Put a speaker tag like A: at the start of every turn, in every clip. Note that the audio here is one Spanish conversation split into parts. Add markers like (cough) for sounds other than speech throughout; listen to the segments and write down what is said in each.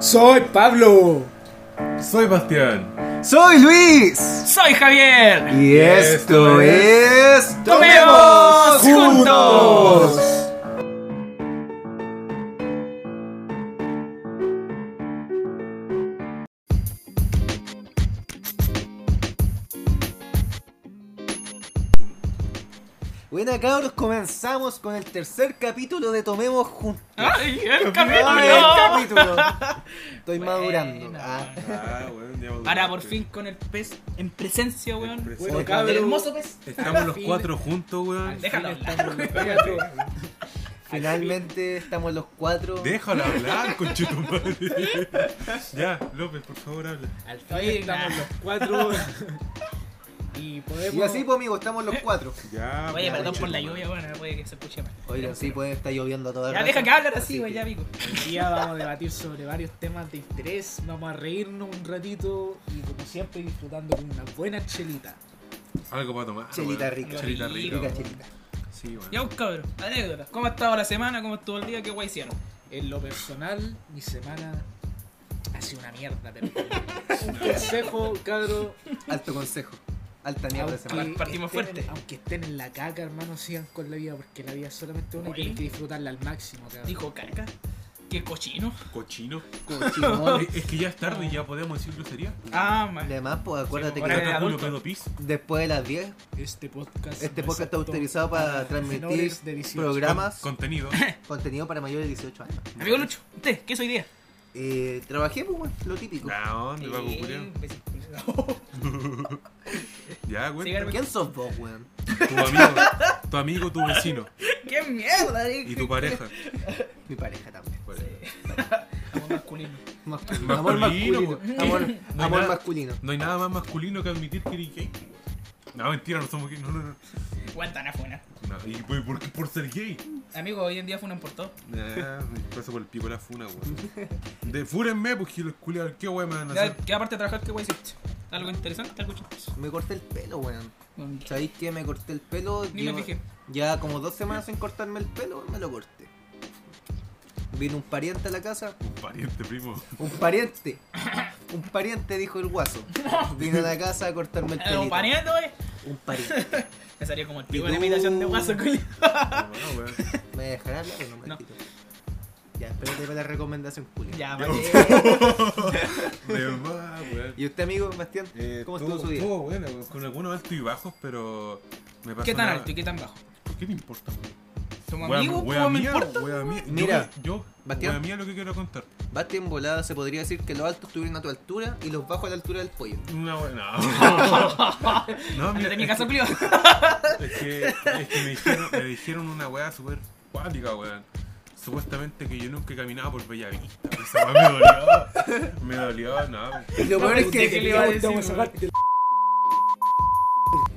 A: Soy Pablo.
B: Soy Bastián.
C: Soy Luis.
D: Soy Javier.
C: Y esto
B: esto
C: es...
D: ¡Tomemos juntos!
C: Buena cabros, comenzamos con el tercer capítulo de Tomemos Juntos.
D: ¡Ay, Ah,
C: Ay,
D: el
C: el
D: capítulo! (laughs)
C: capítulo. Estoy
D: Buena.
C: madurando. Ah.
B: Ah, weón, ya volvimos.
D: Para por fin con el pez en presencia, weón.
B: En presencia.
D: Bueno,
A: Cabrón.
D: El hermoso pez.
B: Estamos los
D: Fin.
B: cuatro juntos, weón.
D: Déjalo hablar, weón.
C: Finalmente estamos los cuatro.
D: (laughs)
B: Déjalo hablar, conchetumadre. ya, López, por favor, habla.
D: Al fin
A: Ahí
D: estamos
A: estamos los cuatro. Y podemos.
C: Y así, pues, amigos, estamos los cuatro.
B: Ya,
D: Oye,
B: pues,
D: perdón por la
B: conchetumadre.
D: lluvia, weón. Puede que se escuche mal.
C: Oigan, sí, puede estar lloviendo a toda
D: Ya
C: raja.
D: deja que hablar así,
C: Así
D: weón.
C: que-
D: Ya, pico.
A: Hoy día vamos a debatir sobre varios temas de interés. Vamos a reírnos un ratito. Y como siempre, disfrutando con una buena chelita.
B: Algo para tomar.
C: Chelita
B: weón.
C: rica.
B: Chelita rica.
C: Rica
B: weón.
C: chelita.
B: Sí, weón.
D: Ya, un cabrón. Anécdotas. ¿Cómo ha estado la semana? ¿Cómo estuvo el día? ¿Qué guay hicieron?
A: En lo personal, mi semana ha sido una mierda, pero. un consejo, cabrón.
C: Alto consejo. Alta mierda de semana.
D: Par- partimos
A: estén
D: fuerte.
A: en- aunque estén en la caca, hermano, sigan con la vida, porque la vida es solamente una y
D: Oye.
A: tienen que disfrutarla al máximo, cabrón.
D: Dijo caca. Qué cochino.
B: Cochino.
C: Cochinón. (laughs)
B: Eh, Es que ya es tarde y ya podemos decir grosería.
D: Ah, man.
C: Además, pues acuérdate
D: Ahora
C: que
D: de
B: Gato, culo,
D: adulto.
B: pedo, pis.
C: después de las 10
A: Este podcast. no
C: Este podcast está
A: aceptó
C: autorizado para
A: a
C: transmitir
A: menores de 18.
C: programas,
D: (laughs)
B: Con- Contenido.
C: contenido para mayores de 18 años.
D: Amigo Lucho, ¿usted qué es hoy día?
C: Eh, trabajé, pues, bueno, lo típico.
B: La onda, papo, culiao. Ya,
D: Cigarro.
B: weón.
C: ¿Quién sos vos, weón?
D: (laughs)
B: Tu amigo, tu amigo, tu vecino.
D: (laughs) ¡Qué mierda! dije.
B: Y tu pareja.
C: Mi pareja también.
D: Amor masculino.
C: Masculino. Amor
B: Pues, Masculino,
C: masculino.
B: weón.
C: Amor,
B: No hay
C: amor
B: nada-
C: masculino.
B: No hay nada más masculino que admitir que eres gay. No, mentira, no somos gay. No, no, no.
D: Guantana fuena.
B: No, ¿Y por, por, qué- por ser gay?
D: Amigo, hoy en día funan por todo.
B: Nah, Ah, me paso por el pico la funa, weón. De fúrenme, pues que los culiados, qué weón me van a
D: Ya,
B: hacer.
D: que aparte de trabajar, ¿qué guay hiciste? ¿Algo interesante? ¿Algo chistoso?
C: Me corté el pelo, weón.
D: Mm.
C: ¿Sabéis que me corté el pelo?
D: Ni
C: Llevo-
D: me fijé.
C: Ya como dos semanas sin cortarme el pelo, me lo corté. Vino un pariente a la casa.
B: Un pariente,
D: (laughs)
B: primo.
C: Un pariente. Un pariente, dijo el guaso. Vino a la casa a cortarme el
D: Eh,
C: pelo.
D: Un pariente, güey.
C: Un pariente.
D: Me salió como el pico
C: Y
D: de la
C: tú-
D: imitación de guaso, culiao.
B: No, no, weón.
C: ¿Me dejará hablar o no, maldito? Ya, espérate para la recomendación, Julio.
B: (laughs)
D: Ya,
B: Ya,
D: vale.
B: De más, weón.
C: ¿Y usted, amigo Bastián?
B: Eh,
C: ¿Cómo
B: todo-
C: estuvo su día?
B: Todo bueno, weón. Con algunos altos y bajos, pero. Me pasó
D: ¿Qué tan
B: nada.
D: alto y qué tan bajo?
B: ¿Por qué te importa, weón?
D: ¿Somos
B: Wea-
D: amigos?
B: wea
D: ¿Cómo me
B: mía,
D: importa?
B: wea mía. Yo-
C: Mira,
B: yo,
C: Bastián.
B: wea mía lo que quiero contar.
D: (laughs)
C: Bastián volada, se podría decir que los altos estuvieron a tu altura y los bajos a la altura del pollo.
B: Una
D: (laughs)
B: wea- No, no.
D: Ándate de mi
B: es
D: casa,
C: (laughs)
B: que-
D: Clio.
B: Es que, es que me, dijeron, me dijeron una weá súper cuática, weón. Supuestamente que yo nunca caminaba por Bellavista. Esa weá me dolió. Me dolió, no.
C: Y lo peor es
D: ¿Qué
C: que.
D: le iba a decir,
A: Vamos a
D: weón?
A: sacarte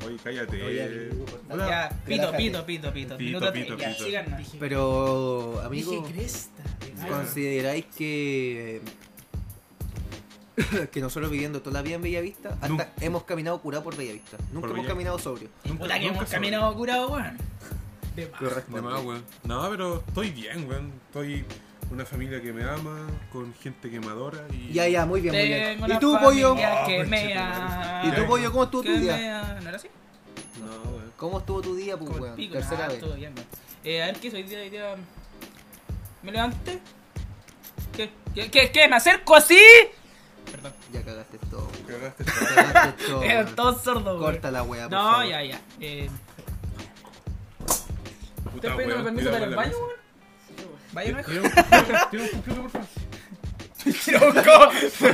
B: Oye, cállate.
C: Oye, amigo,
D: Ya, pito,
C: Relájate.
D: pito, pito, pito.
B: Pito,
D: Minuto
B: pito,
D: tres, ya,
B: pito.
D: sigan. nada.
C: Pero, amigo,
A: Dije cresta.
C: ¿consideráis que. (laughs) que nosotros viviendo toda la vida en Bellavista, hasta
B: Nunca.
C: hemos caminado curado por Bellavista. Nunca hemos
B: Bellavista.
C: caminado sobrio.
D: Puta que hemos caminado curado, weón.
A: De más.
B: De más, weón. No, pero estoy bien, weón. Estoy una familia que me ama, con gente que me adora y.
C: Ya, ya, muy bien, muy bien.
D: Tengo
C: ¿Y
D: una
C: tú, pollo?
D: familia que
B: Ah,
D: me
B: conchetumare.
D: ama.
C: ¿Y tú, pollo, cómo estuvo
D: Que
C: tu día?
D: me ama. ¿No era así?
B: No, weón.
C: ¿Cómo estuvo tu día, pues,
D: Como
C: weón?
D: el pico,
C: Tercera
D: nada,
C: vez.
D: todo bien, weón. Eh, a ver qué soy día, hoy día. Me levanté. ¿Qué? ¿Qué? ¿Qué? qué? ¿Me acerco así? Perdón.
C: Ya cagaste
D: (laughs)
C: todo.
B: Cagaste.
C: Ya cagaste todo.
D: Era
C: weón.
D: todo sordo, weón.
C: Corta la wea, por
D: No,
C: favor.
D: ya, ya. Eh,
B: Puta,
D: ¿Estás pidiendo
B: weón,
D: permiso
B: tira
D: para ir
B: por
D: al
B: la
D: baño,
B: mesa.
D: weón?
B: (laughs)
D: Vaya, no
B: Tira un- tira un completo, por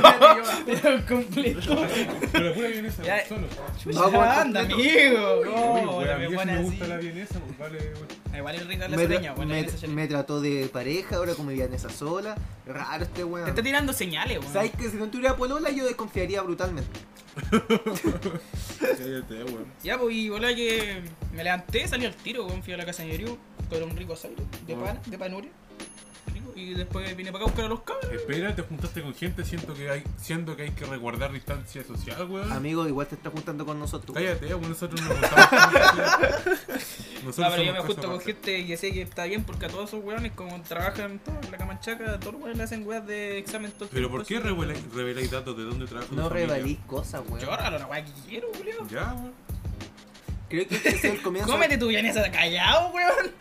D: (laughs)
B: favor.
D: Pero completo.
B: Pero pura vienesa,
D: Ya.
B: weón, solo.
C: Vamos
D: Chucha, anda, amigo.
B: Oye,
D: No,
B: weón,
D: la
B: a mí
D: me
B: eso
D: pone
B: me
D: así.
B: gusta la vienesa, pues vale, weón.
D: Ah, Igual es rica la
C: Me, tra-
D: sureña, weón. la
C: me-
D: vienesa sureña.
C: me trató de pareja, ahora como vivía en esa sola. Raro este
D: Te
C: weón.
D: está tirando señales, weón.
C: ¿Sabes que si no tuviera polola yo desconfiaría brutalmente?
B: Cállate, weón.
D: Ya, pues, y bola que me levanté, salí al tiro, weón, fui a la casa de Yoriu, con un rico asairo, de
B: Ah.
D: pan, de panuria, rico, y después vine para acá a buscar a los cabros.
B: Espera, te juntaste con gente, siento que hay, siento que hay que resguardar distancia social,
D: Mm.
B: weón.
C: Amigo, igual te estás juntando con nosotros.
B: Cállate, weón, nosotros no nos juntamos con
C: (laughs)
B: gente. Nosotros
D: No, pero yo
B: somos
D: me
B: cosa
D: junto con
B: aparte.
D: gente que sé que está bien porque a todos esos weones como trabajan todo en la camanchaca, todos los weones le hacen weas de examen todo el
B: Pero
D: tiempo,
B: ¿por qué
D: así.
B: reveláis, reveláis datos de dónde trabaja tu
C: No
B: familia?
C: revalís cosas,
D: Yo
C: weón.
D: ahora la wea que quiero, weón.
B: Ya, weón.
C: Creo que este ha sido el comienzo.
D: Cómete tu vienesa callado, weón.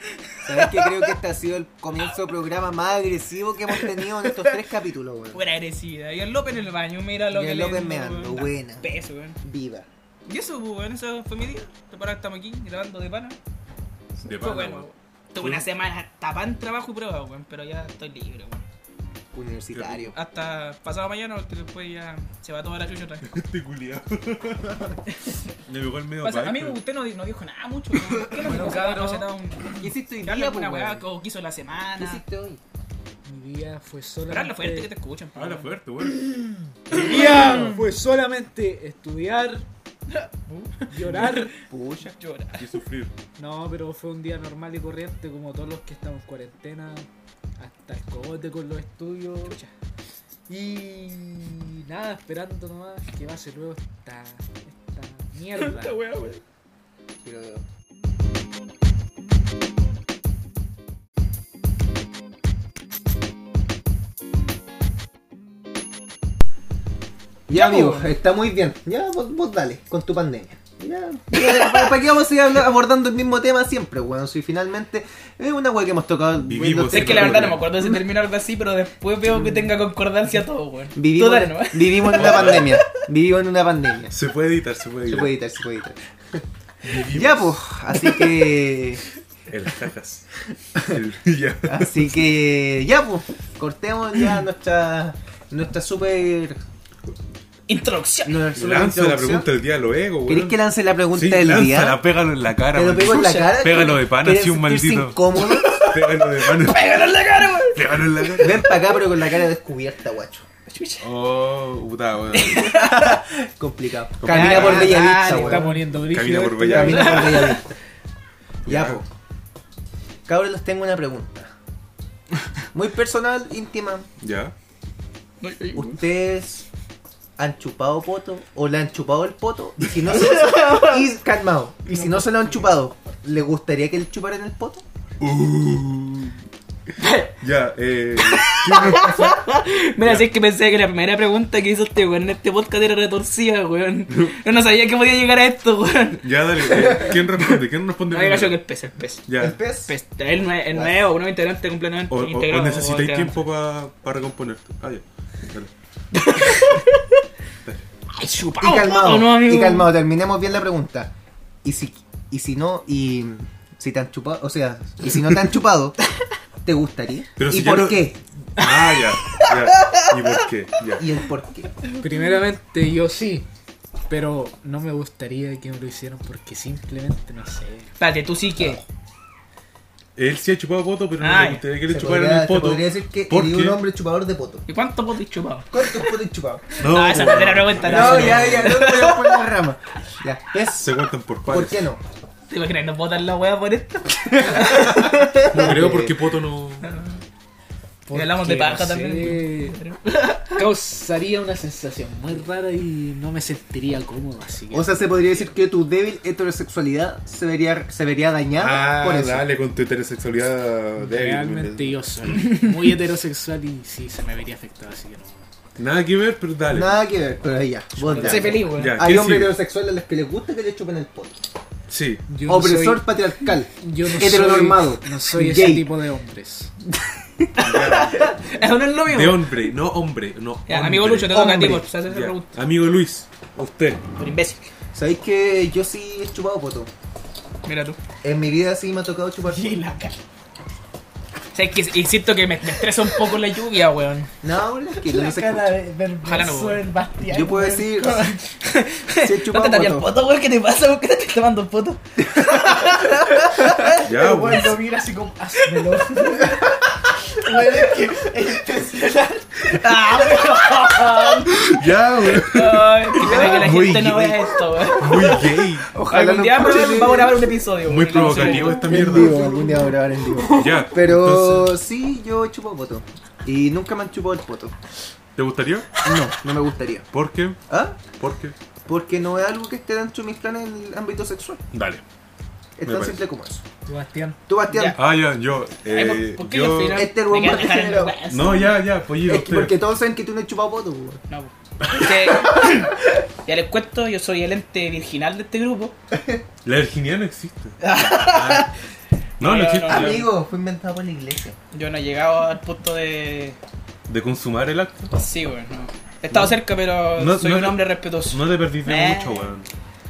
C: ¿Sabes qué? Creo que este ha sido el comienzo del programa más agresivo que hemos tenido en estos tres capítulos, weón.
D: Pura agresividad. Y el López en el baño, mira lo
C: Y
D: que
C: el
D: le
C: López
D: dio,
C: meando,
D: weón. Da
C: buena.
D: Peso, weón.
C: Viva.
D: Y eso, pues, weón, esa fue mi día. Ahora estamos aquí grabando de pana. Fue
B: De pana,
D: Pues bueno.
B: weón.
D: Tuve una semana tapan trabajo y prueba, weón, pero ya estoy libre, weón.
C: Universitario.
D: Hasta pasado mañana, porque después ya se va toda la chucha otra vez.
B: (laughs)
D: (laughs)
B: Este culiao. Me pegó el medio
D: Pasa,
B: pipe.
D: amigo, usted no, di- no dijo nada mucho. weón. (laughs) ¿Qué
A: Bueno,
D: no dijo?
A: cabrón.
D: No se da un-
C: ¿Qué hiciste hoy
D: Darle
C: día,
D: alguna
C: pues,
D: weá
C: weón?
D: que quiso la
C: ¿Qué
D: semana.
C: hiciste hoy?
A: Mi día fue
D: Pero habla
A: solamente.
D: fuerte que te escuchan. po,
B: Habla
D: weón.
B: fuerte, weón.
A: Mi día fue solamente estudiar, ¿Mm?
C: (laughs)
A: llorar.
C: Pucha.
D: Llora.
B: Y sufrir.
A: No, pero fue un día normal y corriente, como todos los que estamos en cuarentena, hasta el cogote con los estudios. Y nada, esperando nomás que pase luego esta, esta mierda.
C: Pero- Ya, amigo, está muy bien. Ya, vos, vos dale, con tu pandemia. Ya, ya, ¿para, para qué vamos a seguir habla- abordando el mismo tema siempre, weón? Si finalmente es una weá que hemos tocado. weón,
B: Vivimos
C: los tres
D: Es que la verdad no me
C: capítulos.
D: acuerdo si terminó algo así, pero después veo que tenga concordancia todo, weón.
C: Vivimos,
D: Total, ¿no?
C: vivimos en una pandemia. Vivimos en una pandemia.
B: Se puede editar, se puede
C: Se
B: editar.
C: puede editar, se puede editar.
B: Vivimos
C: Ya, pues, así que.
B: En
C: (laughs)
B: las cajas. El- ya.
C: Así que ya, pues, cortemos ya nuestra nuestra super,
D: Introducción.
C: nuestra super
B: Lanza la
C: introducción.
B: pregunta del día lo ego, weón.
C: ¿Queréis que lance la pregunta
B: Sí,
C: del día?
B: lánzala, pégalo en la cara,
C: ¿Te lo
B: weón.
C: pego en la cara?
B: Pégalo de pana,
C: ¿Quieres
B: sí, un
C: sentirse
B: maldito.
C: incómodo?
B: Pégalo de pana,
D: ¡Pégalo en la cara, weón!
B: (laughs) pégalo en la cara.
C: Ven para acá, pero con la cara descubierta, guacho.
D: Chucha.
B: Oh, puta, weón.
C: Complicado. Camina por
A: Ah,
C: Bellavista,
A: dale, Está
C: weón.
A: poniendo
B: Camina
A: brígido.
B: por
A: esto.
B: Bellavista.
C: Camina por Bellavista. Ya,
B: Ya.
C: pues. Cabros, les tengo una pregunta. Muy personal, íntima.
B: Ya.
D: Ay, ay, weón.
C: ¿Ustedes han chupado poto o le han chupado el poto? Y si no se, y, calmado, y si no se lo han chupado, ¿le gustaría que le chuparan el poto?
B: Uh. Ya, eh. ¿qué más pasa?
D: Mira,
B: Ya.
D: si es que pensé que la primera pregunta que hizo este weón en este podcast era retorcida, weón. Yo no sabía que podía llegar a esto, weón.
B: Ya, dale. eh, ¿Quién responde? ¿Quién responde?
D: No me
B: primero?
D: cachó que el pez, el pez.
B: Ya.
C: pez?
D: Pez, el, nue- el nuevo, un nuevo integrante completamente
B: O, o- o
D: integrado.
B: necesitáis
D: weón.
B: tiempo para recomponerte. Ah, ya. Dale.
D: Ay,
C: Y
D: chupado.
C: calmado,
D: poto, no, amigo.
C: y calmado, terminemos bien la pregunta. Y si, y si no, y si te han chupado, o sea, y si no te han chupado, ¿te gustaría?
B: Pero
C: ¿Y
B: si ya
C: por
B: no-
C: qué?
B: Ah, ya. ya. ¿Y por qué? Ya.
C: ¿Y el por qué?
A: Primeramente yo sí, pero no me gustaría que me lo hicieran porque simplemente no sé.
D: Espérate, tú sí que.
B: Él sí ha chupado poto, pero no
D: Ah,
B: le
D: ya.
B: gustaría que
C: Se
B: le chuparan
C: podría-
B: el
C: se
B: poto.
C: podría decir que
B: ¿Por
C: eres
B: qué?
C: un hombre chupador de poto.
D: ¿Y cuánto potes chupado?
C: ¿Cuántos potes chupados?
B: No,
D: ah, esa no te la pregunta,
C: No,
D: no,
C: ya, ya, no voy a poner la rama. Ya, ¿ves?
B: Se cuentan por pares.
C: ¿Por qué no?
D: ¿Te imaginas no botar la weá por esto?
B: No creo (laughs) porque poto no.
D: Y hablamos de
A: Porque,
D: paja
A: no
D: también. pues.
A: sé, Causaría una sensación muy rara y no me sentiría cómodo, así que...
C: O sea, se podría decir que tu débil heterosexualidad se vería, se vería dañada
B: Ah,
C: por eso.
B: dale con tu heterosexualidad débil.
A: Realmente
C: pues.
B: me-
A: yo soy muy heterosexual y sí, se me vería afectado, así que no.
B: Nada que ver, pero dale.
C: Nada que ver, pero ya, vos dale.
D: Sé feliz, weón.
B: Ya.
C: Hay
B: ¿qué
C: hombres
B: sigue?
C: heterosexuales a los que les gusta que le chupen el poto.
B: Sí.
A: Yo no
C: Opresor
A: soy-
C: patriarcal.
A: yo no
C: heteronormado,
A: Soy, no soy ese
C: gay.
A: tipo de hombres.
D: Eso no es lo mismo.
B: De hombre, no hombre, no.
D: Ya,
B: hombre.
D: amigo Lucho, te toca a ti,
C: Hombre.
D: por hacer esa
B: Ya.
D: pregunta.
B: Amigo Luis, usted.
D: Por imbécil.
C: ¿Sabéis que yo sí he chupado poto?
D: Mira tú.
C: En mi vida sí me ha tocado chupar poto.
D: O sea, es que y siento que me, me estresa un poco la lluvia, weón.
C: No, es que no se escucha.
D: Ojalá no, weón.
C: Yo puedo decir, Ah, sí
D: (laughs)
C: he
D: ¿No
C: chupado
D: te taría el
C: poto.
D: poto, weón? ¿Qué te pasa? ¿Por qué te estás tomando fotos?
B: Ya, güey.
D: ¡Ah, weón!
B: Ya, güey.
D: Ay, qué pena que la
B: Muy
D: gente no
B: gay.
D: vea esto, weón.
B: Muy gay.
C: Ojalá
D: Algún
C: no
D: día
C: pase
D: weón, vamos a grabar un episodio.
B: Muy
D: weón, vamos a
B: provocativo
D: hacer-
B: esta
C: en vivo,
B: mierda.
C: algún día voy a grabar en vivo.
B: Ya.
C: Pero
B: entonces,
C: sí, yo chupo poto. Y nunca me han chupado el poto.
B: ¿Te gustaría?
C: No, no me gustaría.
B: ¿Por qué?
C: ¿Ah?
B: ¿Por qué?
C: Porque no es algo que esté dentro de mis planes en el ámbito sexual.
B: Dale.
C: Es
B: Me
C: tan
B: parece.
C: simple como eso.
A: Sebastián.
C: Tú, Bastián,
D: Ya.
B: Ah, ya, yo.
D: Ay, ¿por-
B: Eh,
D: ¿Por qué
B: yo...
D: yo final?
C: Este
D: me
C: weón
D: quieren
C: más
D: dejar en
C: degenerado.
D: vergüenza?
B: No, ya, ya, pollito.
C: es que-
B: usted.
C: porque todos saben que tú no has chupado poto, weón.
D: No, po.
B: (laughs)
D: Porque- ya les cuento, yo soy el ente virginal de este grupo.
B: La virginidad no existe. Ah. No, no
D: No,
B: existe.
D: no, no.
B: ya.
C: Amigo, fue inventado por la iglesia.
D: Yo no he llegado al punto de.
B: De consumar el acto.
D: Sí, weón. no. He estado cerca, pero
B: No-
D: soy
B: no
D: un
B: te-
D: hombre respetuoso.
B: No te perdiste
D: Eh.
B: mucho, weón.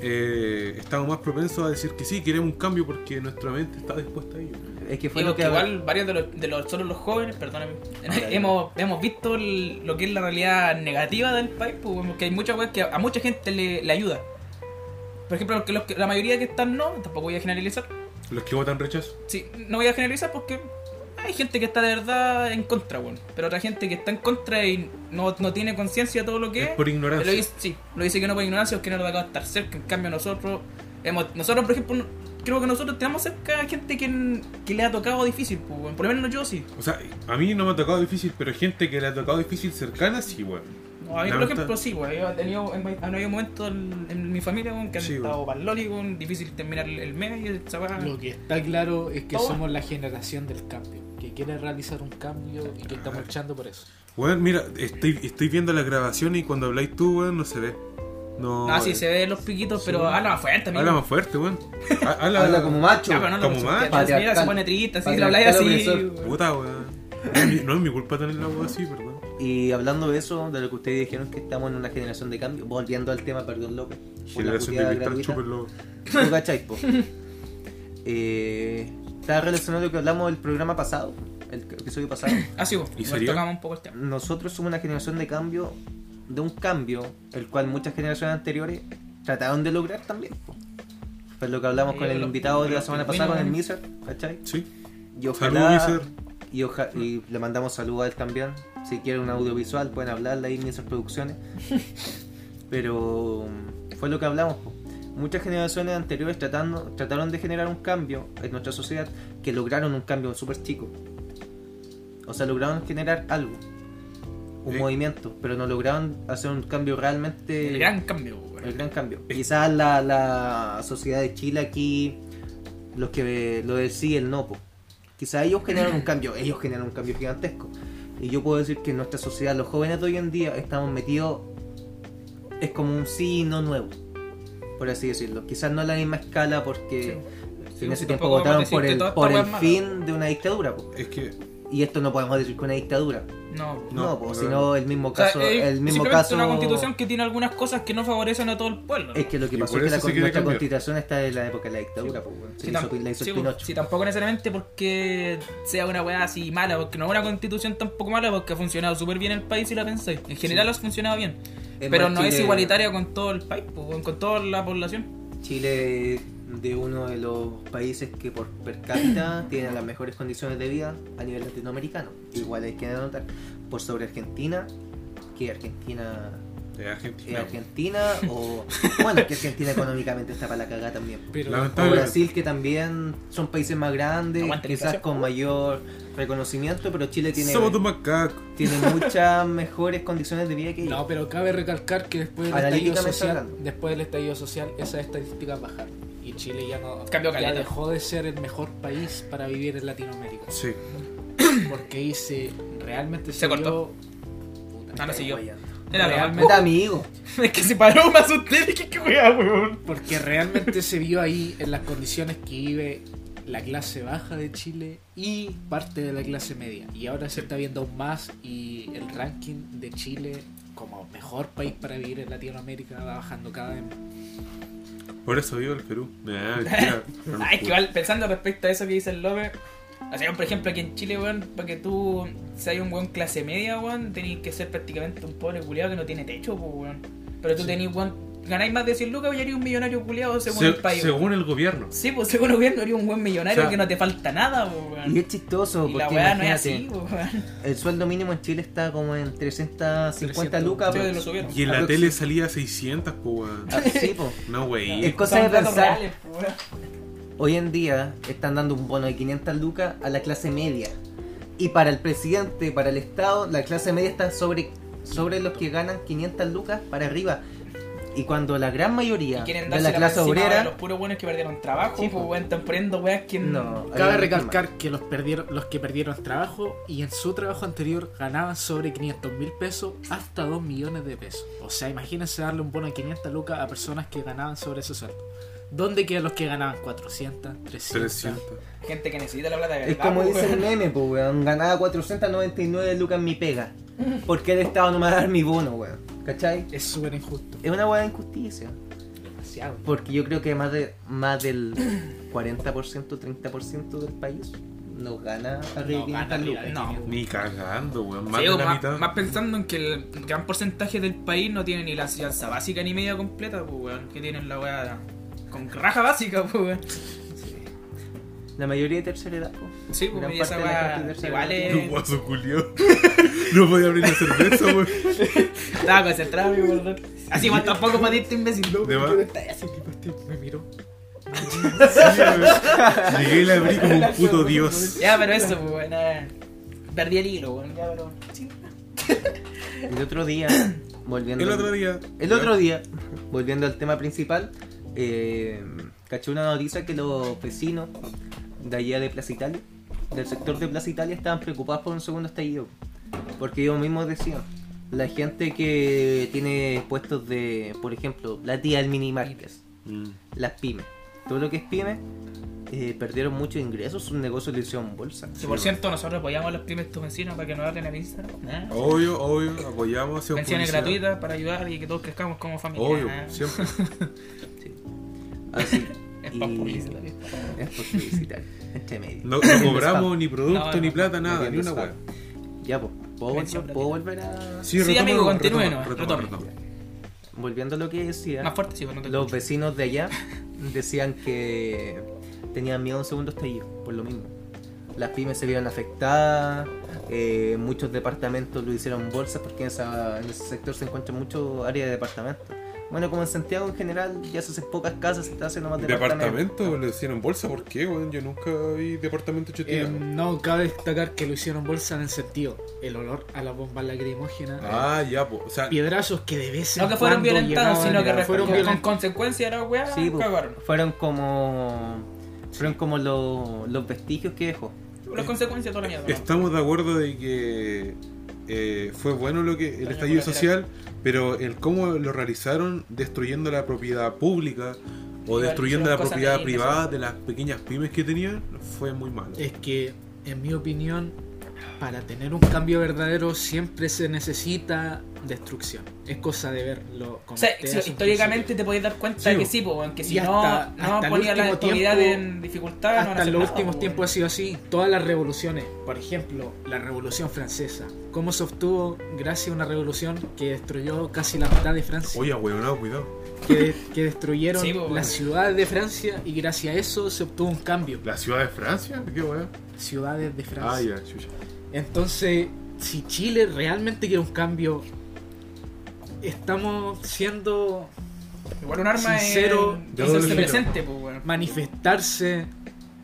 B: eh, estamos más propensos a decir que sí, queremos un cambio porque nuestra mente está dispuesta a ello.
C: Es que fue
D: Y
C: lo
D: porque
C: que Ah,
D: igual varios de los, de los solo los jóvenes, perdóname, (laughs)
C: Dale.
D: hemos, hemos visto el- lo que es la realidad negativa del país, pues, weón, que hay muchas weas que a, a mucha gente le, le ayuda. Por ejemplo, los que, los que- la mayoría que están no, tampoco voy a generalizar.
B: Los que votan rechazo.
D: Sí, no voy a generalizar porque hay gente que está de verdad en contra, bueno, pero otra gente que está en contra y no, no tiene conciencia de todo lo que
B: Es por ignorancia.
D: Lo dice, sí, lo dice que no por ignorancia o que no lo acaba de estar cerca. En cambio, nosotros, hemos, nosotros por ejemplo, no- creo que nosotros tenemos cerca a gente que, n- que le ha tocado difícil, pues, weón. por lo menos yo sí.
B: O sea, a mí no me ha tocado difícil, pero gente que le ha tocado difícil cercana, sí, bueno.
D: No, a mí, por
B: Lamenta-
D: ejemplo, sí, güey. Yo he tenido, en, han habido momentos en, en mi familia, weón, que han
B: Sí,
D: estado
B: weón.
D: para el loli, weón, difícil terminar el, el mes y esa weá.
A: Lo que está claro es que
D: Todo.
A: somos la generación del cambio, que quiere realizar un cambio y que estamos luchando por eso.
B: Weón, mira, estoy, estoy viendo las grabaciones y cuando habláis tú, weón, no se ve. No,
D: Ah, sí, se este ven los piquitos, pero
B: Sí.
D: habla más fuerte, amigo.
B: Habla más
D: (laughs)
B: fuerte, weón. Ha- Habla,
C: Habla como macho.
D: Ya, pero no lo
B: Como
D: pusiste,
B: más.
D: ya, Mira, se
C: Patriarcal.
D: pone triste, así, la
C: Patriarcal
D: habláis así.
C: opresor.
D: weón.
B: Puta, weón. No es mi- No es mi culpa tener la voz así, perdón.
C: Y hablando de eso, de lo que ustedes dijeron que estamos en una generación de cambio, volviendo al tema, perdón López, por la
B: Generación de
C: puteada
B: cristal,
C: gratuita,
B: chúpenlo.
C: ¿tú cachai, po? Eh, está relacionado a lo que hablamos del programa pasado, el episodio pasado.
D: Ah, sí, weón.
B: ¿Y
D: Igual
B: sería?
D: tocamos un poco el tema.
C: Nosotros somos una generación de cambio, de un cambio, el cual muchas generaciones anteriores trataron de lograr también. po. Fue lo que hablamos
D: Eh,
C: con el
D: los-
C: invitado de la
D: los
C: semana
D: pingüinos,
C: pasada, con el
D: ¿no?
C: Miser, ¿cachai?
B: Sí.
C: Y
B: Saludos,
C: ojalá...
B: Miser.
C: Y, oja- y le
D: (laughs)
C: mandamos saludos a él también. Si quieren un audiovisual, pueden hablarle ahí en esas producciones. Pero mm, fue lo que hablamos. po. Muchas generaciones anteriores tratando, trataron de generar un cambio en nuestra sociedad que lograron un cambio súper chico. O sea, lograron generar algo, un
B: Sí.
C: movimiento, pero no lograron hacer un cambio realmente.
D: El gran cambio, weón.
C: El gran cambio. Quizás la, la sociedad de Chile aquí, los que lo del sí y el no, po. quizás ellos generaron un cambio, ellos generaron un cambio gigantesco. Y yo puedo decir que en nuestra sociedad, los jóvenes de hoy en día, estamos metidos, es como un sí y no nuevo, por así decirlo. Quizás no a la misma escala porque
D: Sí,
C: en ese
D: sí,
C: tiempo
D: tampoco vamos a
C: votaron
D: decir
C: por
D: que
C: el,
D: todas
C: por
D: estas
C: el
D: weas malas.
C: fin de una dictadura. po.
B: Es que
C: Y esto no podemos decir que una dictadura.
D: No,
C: No,
B: No,
C: po,
B: no.
C: sino el mismo
D: O sea,
C: caso.
D: es
C: el mismo
D: simplemente
C: caso
D: una constitución que tiene algunas cosas que no favorecen a todo el pueblo. ¿no?
C: Es que lo que
B: Y
C: pasó
B: por
C: es que la,
B: eso se
C: con-
B: quiere
C: nuestra
B: cambiar.
C: constitución está de la época de la dictadura, pues, weón. Se
D: Sí,
C: hizo,
D: tam-
C: la hizo
D: sí,
C: el
D: pues,
C: Pinocho.
D: sí, tampoco necesariamente porque sea una weá así mala, porque no es una constitución tampoco mala, porque ha funcionado súper bien el país y la pensáis. En general
C: Sí.
D: ha funcionado bien,
C: Es
D: pero
C: más,
D: no es
C: Eh, Chile-
D: igualitaria con todo el país, pues, weón, con toda la población.
C: Chile es de uno de los países que por per
D: (clears throat)
C: cápita tiene las mejores condiciones de vida a nivel latinoamericano. Igual hay que anotar. Por sobre Argentina, que Argentina
B: es
C: es
B: Argentina.
C: Argentina
D: (laughs)
C: o bueno que Argentina económicamente está para la cagada también.
A: Pero
C: O
B: Lamentablemente.
C: Brasil que también son países más grandes,
D: Aguante la
C: quizás
D: inflación.
C: con mayor reconocimiento, pero Chile tiene
B: Somos dos macacos.
C: tiene muchas (laughs) mejores condiciones de vida que ellos.
A: No, pero cabe recalcar que después del estallido
C: Analíticamente
A: social,
C: hablando.
A: después del estallido social, esas estadísticas bajaron. Y Chile ya no
D: Cambió
A: ya
D: caleta.
A: dejó de ser el mejor país para vivir en
D: (clears throat)
A: Latinoamérica.
B: Sí.
A: Porque ahí se realmente
D: Se cortó.
A: vio- Puta,
D: Ah, no, sí, yo. Era
A: Realmente-
C: Puta, amigo.
D: (laughs) Es que se (laughs) paró, me asusté, dije, qué weá, weón.
A: Porque realmente se vio ahí en las condiciones que vive la clase baja de Chile y parte de la clase media. Y ahora se está viendo aún más y el ranking de Chile como mejor país para vivir en Latinoamérica va bajando cada vez más.
B: Por eso vivo el Perú. Ah, Nah,
D: (laughs)
B: mentira.
D: Ay, Ah, es que igual, pensando respecto a eso que dice el López, o sea, por ejemplo, aquí en Chile, weón, para que tú seas un weón clase media, weón, tenés que ser prácticamente un pobre culiado que no tiene techo, pues, weón. Pero tú
A: Sí.
D: tenés, weón, ganáis más de 100 lucas, y eres un millonario culiado según
B: Se-
D: el país. weón.
B: según el gobierno.
D: Sí, pues según el gobierno eres un buen millonario
B: O sea,
D: que no te falta nada, po,
C: Y
D: weón.
C: es chistoso
D: Y
C: porque
D: la weá no es
C: imagínate,
D: así, pues. po, weón.
C: el sueldo mínimo en Chile está como en 350
A: 300.
C: lucas.
D: Sí,
C: pero-
D: lo subieron.
B: Y en la
C: Aproxim-
B: tele salía 600, pues, weón.
C: Ah, sí, po.
B: No, wey.
D: Ah.
C: Es cosa de
D: Son datos
C: pensar. Ah,
D: reales, po, weón.
C: Hoy en día están dando un bono de 500 lucas a la clase media. Y para el presidente, para el Estado, la clase media está sobre, sobre los que ganan 500 lucas para arriba. Y cuando la gran mayoría
D: Y quieren
C: de
D: darse
C: la clase
D: encima
C: obrera...
D: de los puros buenos que perdieron trabajo,
C: Sí,
D: pues,
C: po.
D: weón, están poniendo weas que
C: No, hay
A: Cabe
C: un
A: recalcar que los, perdieron, los que perdieron trabajo y en su trabajo anterior ganaban sobre 500 mil pesos hasta 2 millones de pesos. O sea, imagínense darle un bono de 500 lucas a personas que ganaban sobre ese sueldo. ¿Dónde quedan los que ganaban 400, 300?
B: 300.
D: gente que necesita la plata de
C: Es
D: verdad,
C: como
D: po,
C: dice el
D: weón.
C: meme, pues, weón. Ganaba 499 lucas mi pega. Porque el Estado no me va a dar mi bono, weón. ¿Cachai?
A: Es súper injusto.
C: Es una weá de injusticia.
A: Demasiado.
C: Porque yo creo que más, de, más del 40%, 30% del país no gana arriba
A: No
C: de 500
A: gana arriba
C: lucas.
A: de
D: No.
A: 500.
B: Ni cagando, weón. Más
D: Sí,
B: de
D: o
B: la
D: más,
B: mitad. (laughs)
D: más pensando en que el gran porcentaje del país no tiene ni la enseñanza básica ni media completa, pues, weón, que tienen la weá con raja básica, pues, weón.
C: La mayoría de tercera edad, pues.
D: Sí, pues,
C: Gran
D: y esa
C: parte de la gente de
D: weá
C: tercera
D: igual
C: edad.
B: Los
D: es...
B: guasos culiados. No podía abrir la cerveza,
D: (laughs)
B: weón.
D: Estaba concentrado, mi weón. Así igual tampoco para este imbécil, ¿no?
B: De más.
D: (laughs)
A: Me miró.
B: Sí, weón. Llegué y la abrí como un puto dios.
D: Ya, pero eso, pues, weón, nada. Perdí el hilo, weón, ya, pero... sí.
C: El otro día, volviendo.
B: El
C: al-
B: otro día.
C: El otro día, volviendo al tema principal, eh, caché una noticia que los vecinos de allá de Plaza Italia, del sector de Plaza Italia, estaban preocupados por un segundo estallido. Porque ellos mismos decían, la gente que tiene puestos de, por ejemplo, la tía del mini
B: Mm.
C: las pymes, todo lo que es pymes, eh, perdieron muchos ingresos, sus negocios le hicieron
D: (laughs)
C: bolsa.
D: Que, por cierto, nosotros apoyamos a los pymes tus vecinos para que nos hablen a Instagram. ¿eh?
B: Obvio, obvio. Apoyamos. hacemos
D: Menciones
B: publicidad.
D: gratuitas para ayudar y que todos crezcamos como familia. ¿eh?
B: Obvio,
D: (laughs)
B: siempre.
C: Así.
D: Es
C: y-
D: para publicidad.
C: Es por publicitar, (laughs) entre medio.
B: No, no
C: (laughs)
B: cobramos ni
D: No,
B: producto,
D: no,
B: ni
D: no.
B: plata, nada,
C: Metiendo
B: ni una
C: spam.
B: weá.
C: Ya, pues, ¿puedo,
D: Mención
C: vol- ¿puedo
D: platita.
C: volver a...?
D: Sí, amigo, continúe,
B: retoma,
D: no,
B: retoma,
D: retome.
B: retoma.
C: Volviendo a lo que decía,
D: Más fuerte, sí, cuando te
C: los vecinos de allá (laughs) decían que tenían miedo a un segundo estallido, por lo mismo. Las pymes se vieron afectadas, eh, muchos departamentos lo hicieron bolsas porque en, esa- en ese sector se encuentra mucho área de departamentos. Bueno, como en Santiago en general, ya se hacen pocas casas, se está haciendo más departamentos.
B: Departamento, le hicieron bolsa, ¿por qué, weón? Yo nunca vi departamento
A: Eh,
B: choteado.
A: no, cabe destacar que lo hicieron bolsa en el sentido, el olor a la bomba lacrimógena, Eh,
B: ah, ya, po. o sea,
A: piedrazos que de vez en
D: No que fueron
A: cuando
D: violentados,
A: llegaban,
D: sino que
A: llegaban,
D: fueron
A: fueron
D: con
A: violentos.
D: consecuencia era weá,
C: Sí, pues,
D: cagaron.
C: fueron como. Fueron como lo- los vestigios que dejó.
D: Las
A: Eh,
D: consecuencias toda la mierda. ¿no?
B: estamos de acuerdo de que eh, fue bueno lo que el
D: Daño
B: estallido
D: colateral.
B: social, pero el cómo lo realizaron destruyendo la propiedad pública o
D: Igual
B: destruyendo la
D: hicieron cosas
B: propiedad
D: ahí,
B: privada
D: eso.
B: de las pequeñas pymes que tenían, fue muy malo.
A: Es que, en mi opinión, para tener un cambio verdadero siempre se necesita destrucción. Es cosa de verlo.
D: O sea, si- históricamente te podías dar cuenta
B: Sí,
D: de que
B: pues.
D: sí, pues, weón, que si
A: Y
D: no,
A: hasta-
D: no
A: hasta el
D: ponía la
A: último
D: autoridad
A: tiempo-
D: en dificultad, no van a
A: Hasta
D: hacer
A: en los
D: nada,
A: últimos
D: pues,
A: tiempos ha
D: weón.
A: sido así. Todas las revoluciones, por ejemplo, la Revolución Francesa. ¿Cómo se obtuvo gracias a una revolución que destruyó casi la mitad de Francia?
B: Oye, weón, cuidado.
A: Que, de- que destruyeron
D: Sí, po,
A: las ciudades de Francia y gracias a eso se obtuvo un cambio.
B: ¿La ciudad de Francia? ¿Qué weón?
A: Ciudades de Francia.
B: Ah, ya, chucha.
A: Entonces, si Chile realmente quiere un cambio, estamos siendo
D: Igual un arma
A: Sincero,
B: de
D: es hacerse
B: doble
D: presente, pues, weón.
A: manifestarse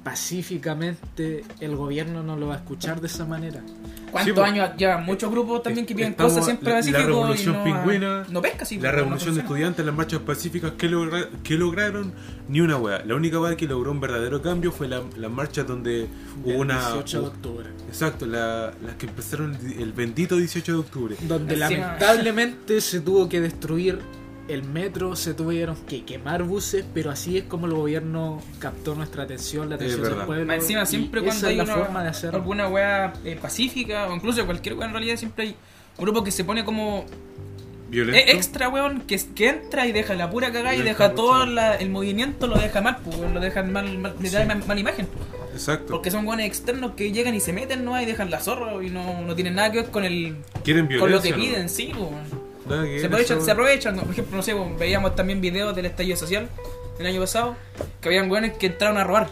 A: pacíficamente, el gobierno no lo va a escuchar de esa manera.
D: ¿Cuántos
B: pues.
D: años llevan muchos grupos también que piden
B: Estamos-
D: cosas siempre
B: la- la
D: pacíficos?
B: revolución
D: y no,
B: pingüina,
D: No pesca, sí.
B: La
D: pues, no
B: revolución de
D: funciona.
B: estudiantes, las marchas pacíficas, ¿qué, logra- qué lograron? Ni una weá. La única weá que logró un verdadero cambio fue la- las marchas donde hubo
A: El
B: una.
A: 18 de octubre.
B: Exacto, la- las que empezaron el, el bendito 18 de octubre.
D: Eh,
A: Donde
D: Encima-
A: lamentablemente se tuvo que destruir el metro, se tuvieron que quemar buses, pero así es como el gobierno captó nuestra atención, la
B: Es
A: atención del
B: verdad.
A: pueblo.
D: Más encima,
A: y
D: siempre
A: esa
D: cuando hay
A: es la
D: una-
A: forma de hacerlo.
D: alguna wea eh, pacífica o incluso cualquier wea en realidad, siempre hay un grupo que se pone como
B: Violento.
D: eh, extra, weón, que, que entra y deja la pura cagada y
B: Violento
D: deja todo
B: mucho.
D: la- el movimiento, lo deja mal, pues, weón, lo deja mal, mal- le da
A: Sí.
D: mal- mala imagen.
B: Exacto.
D: Porque son weones externos que llegan y se meten ¿no? y dejan la zorra y no, no tienen nada que ver con el
B: Quieren
D: con lo
B: violencia.
D: que
B: ¿no?
D: piden, sí, pues, weón.
B: Nada que ver,
D: Se aprovechan,
B: eso-
D: se aprovechan, por ejemplo, no sé, weón, veíamos también videos del estallido social el año pasado, que habían weones que entraron a robar.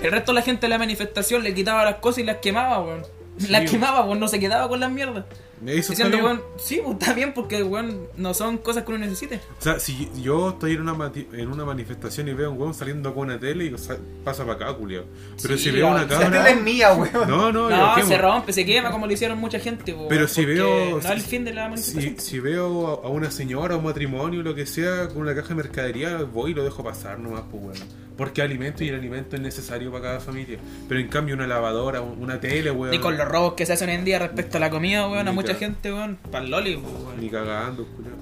D: El resto de la gente de la manifestación le quitaba las cosas y las quemaba, weón. las
B: weón.
D: quemaba, weón, no se quedaba con las mierdas.
B: Eso está
D: Diciendo,
B: bien.
D: weón, sí, pues está bien porque, weón, no son cosas que uno necesite.
B: O sea, si yo estoy en una, mati- en una manifestación y veo a un weón saliendo con una tele y sa- pasa para acá, culiao. Pero
D: Sí,
B: si veo
D: weón,
B: una
D: se
B: cámara. (laughs)
C: mía, weón.
B: No, no, yo
D: No,
B: quemo.
D: se rompe, se quema como lo hicieron mucha gente, weón,
B: Pero si
D: porque
B: veo-
D: No es el fin de la manifestación.
B: Si, si veo a a una señora, un matrimonio, lo que sea, con una caja de mercadería, voy y lo dejo pasar nomás, pues bueno. Porque alimento y el alimento es necesario para cada familia. Pero en cambio una lavadora, un- una tele, weón.
D: Y con los robos que se hacen hoy en día respecto a la comida, weón, a
B: Ni
D: mucha
B: ca-
D: gente, weón, para el loli, pues, weón.
B: Ni cagando, culiao.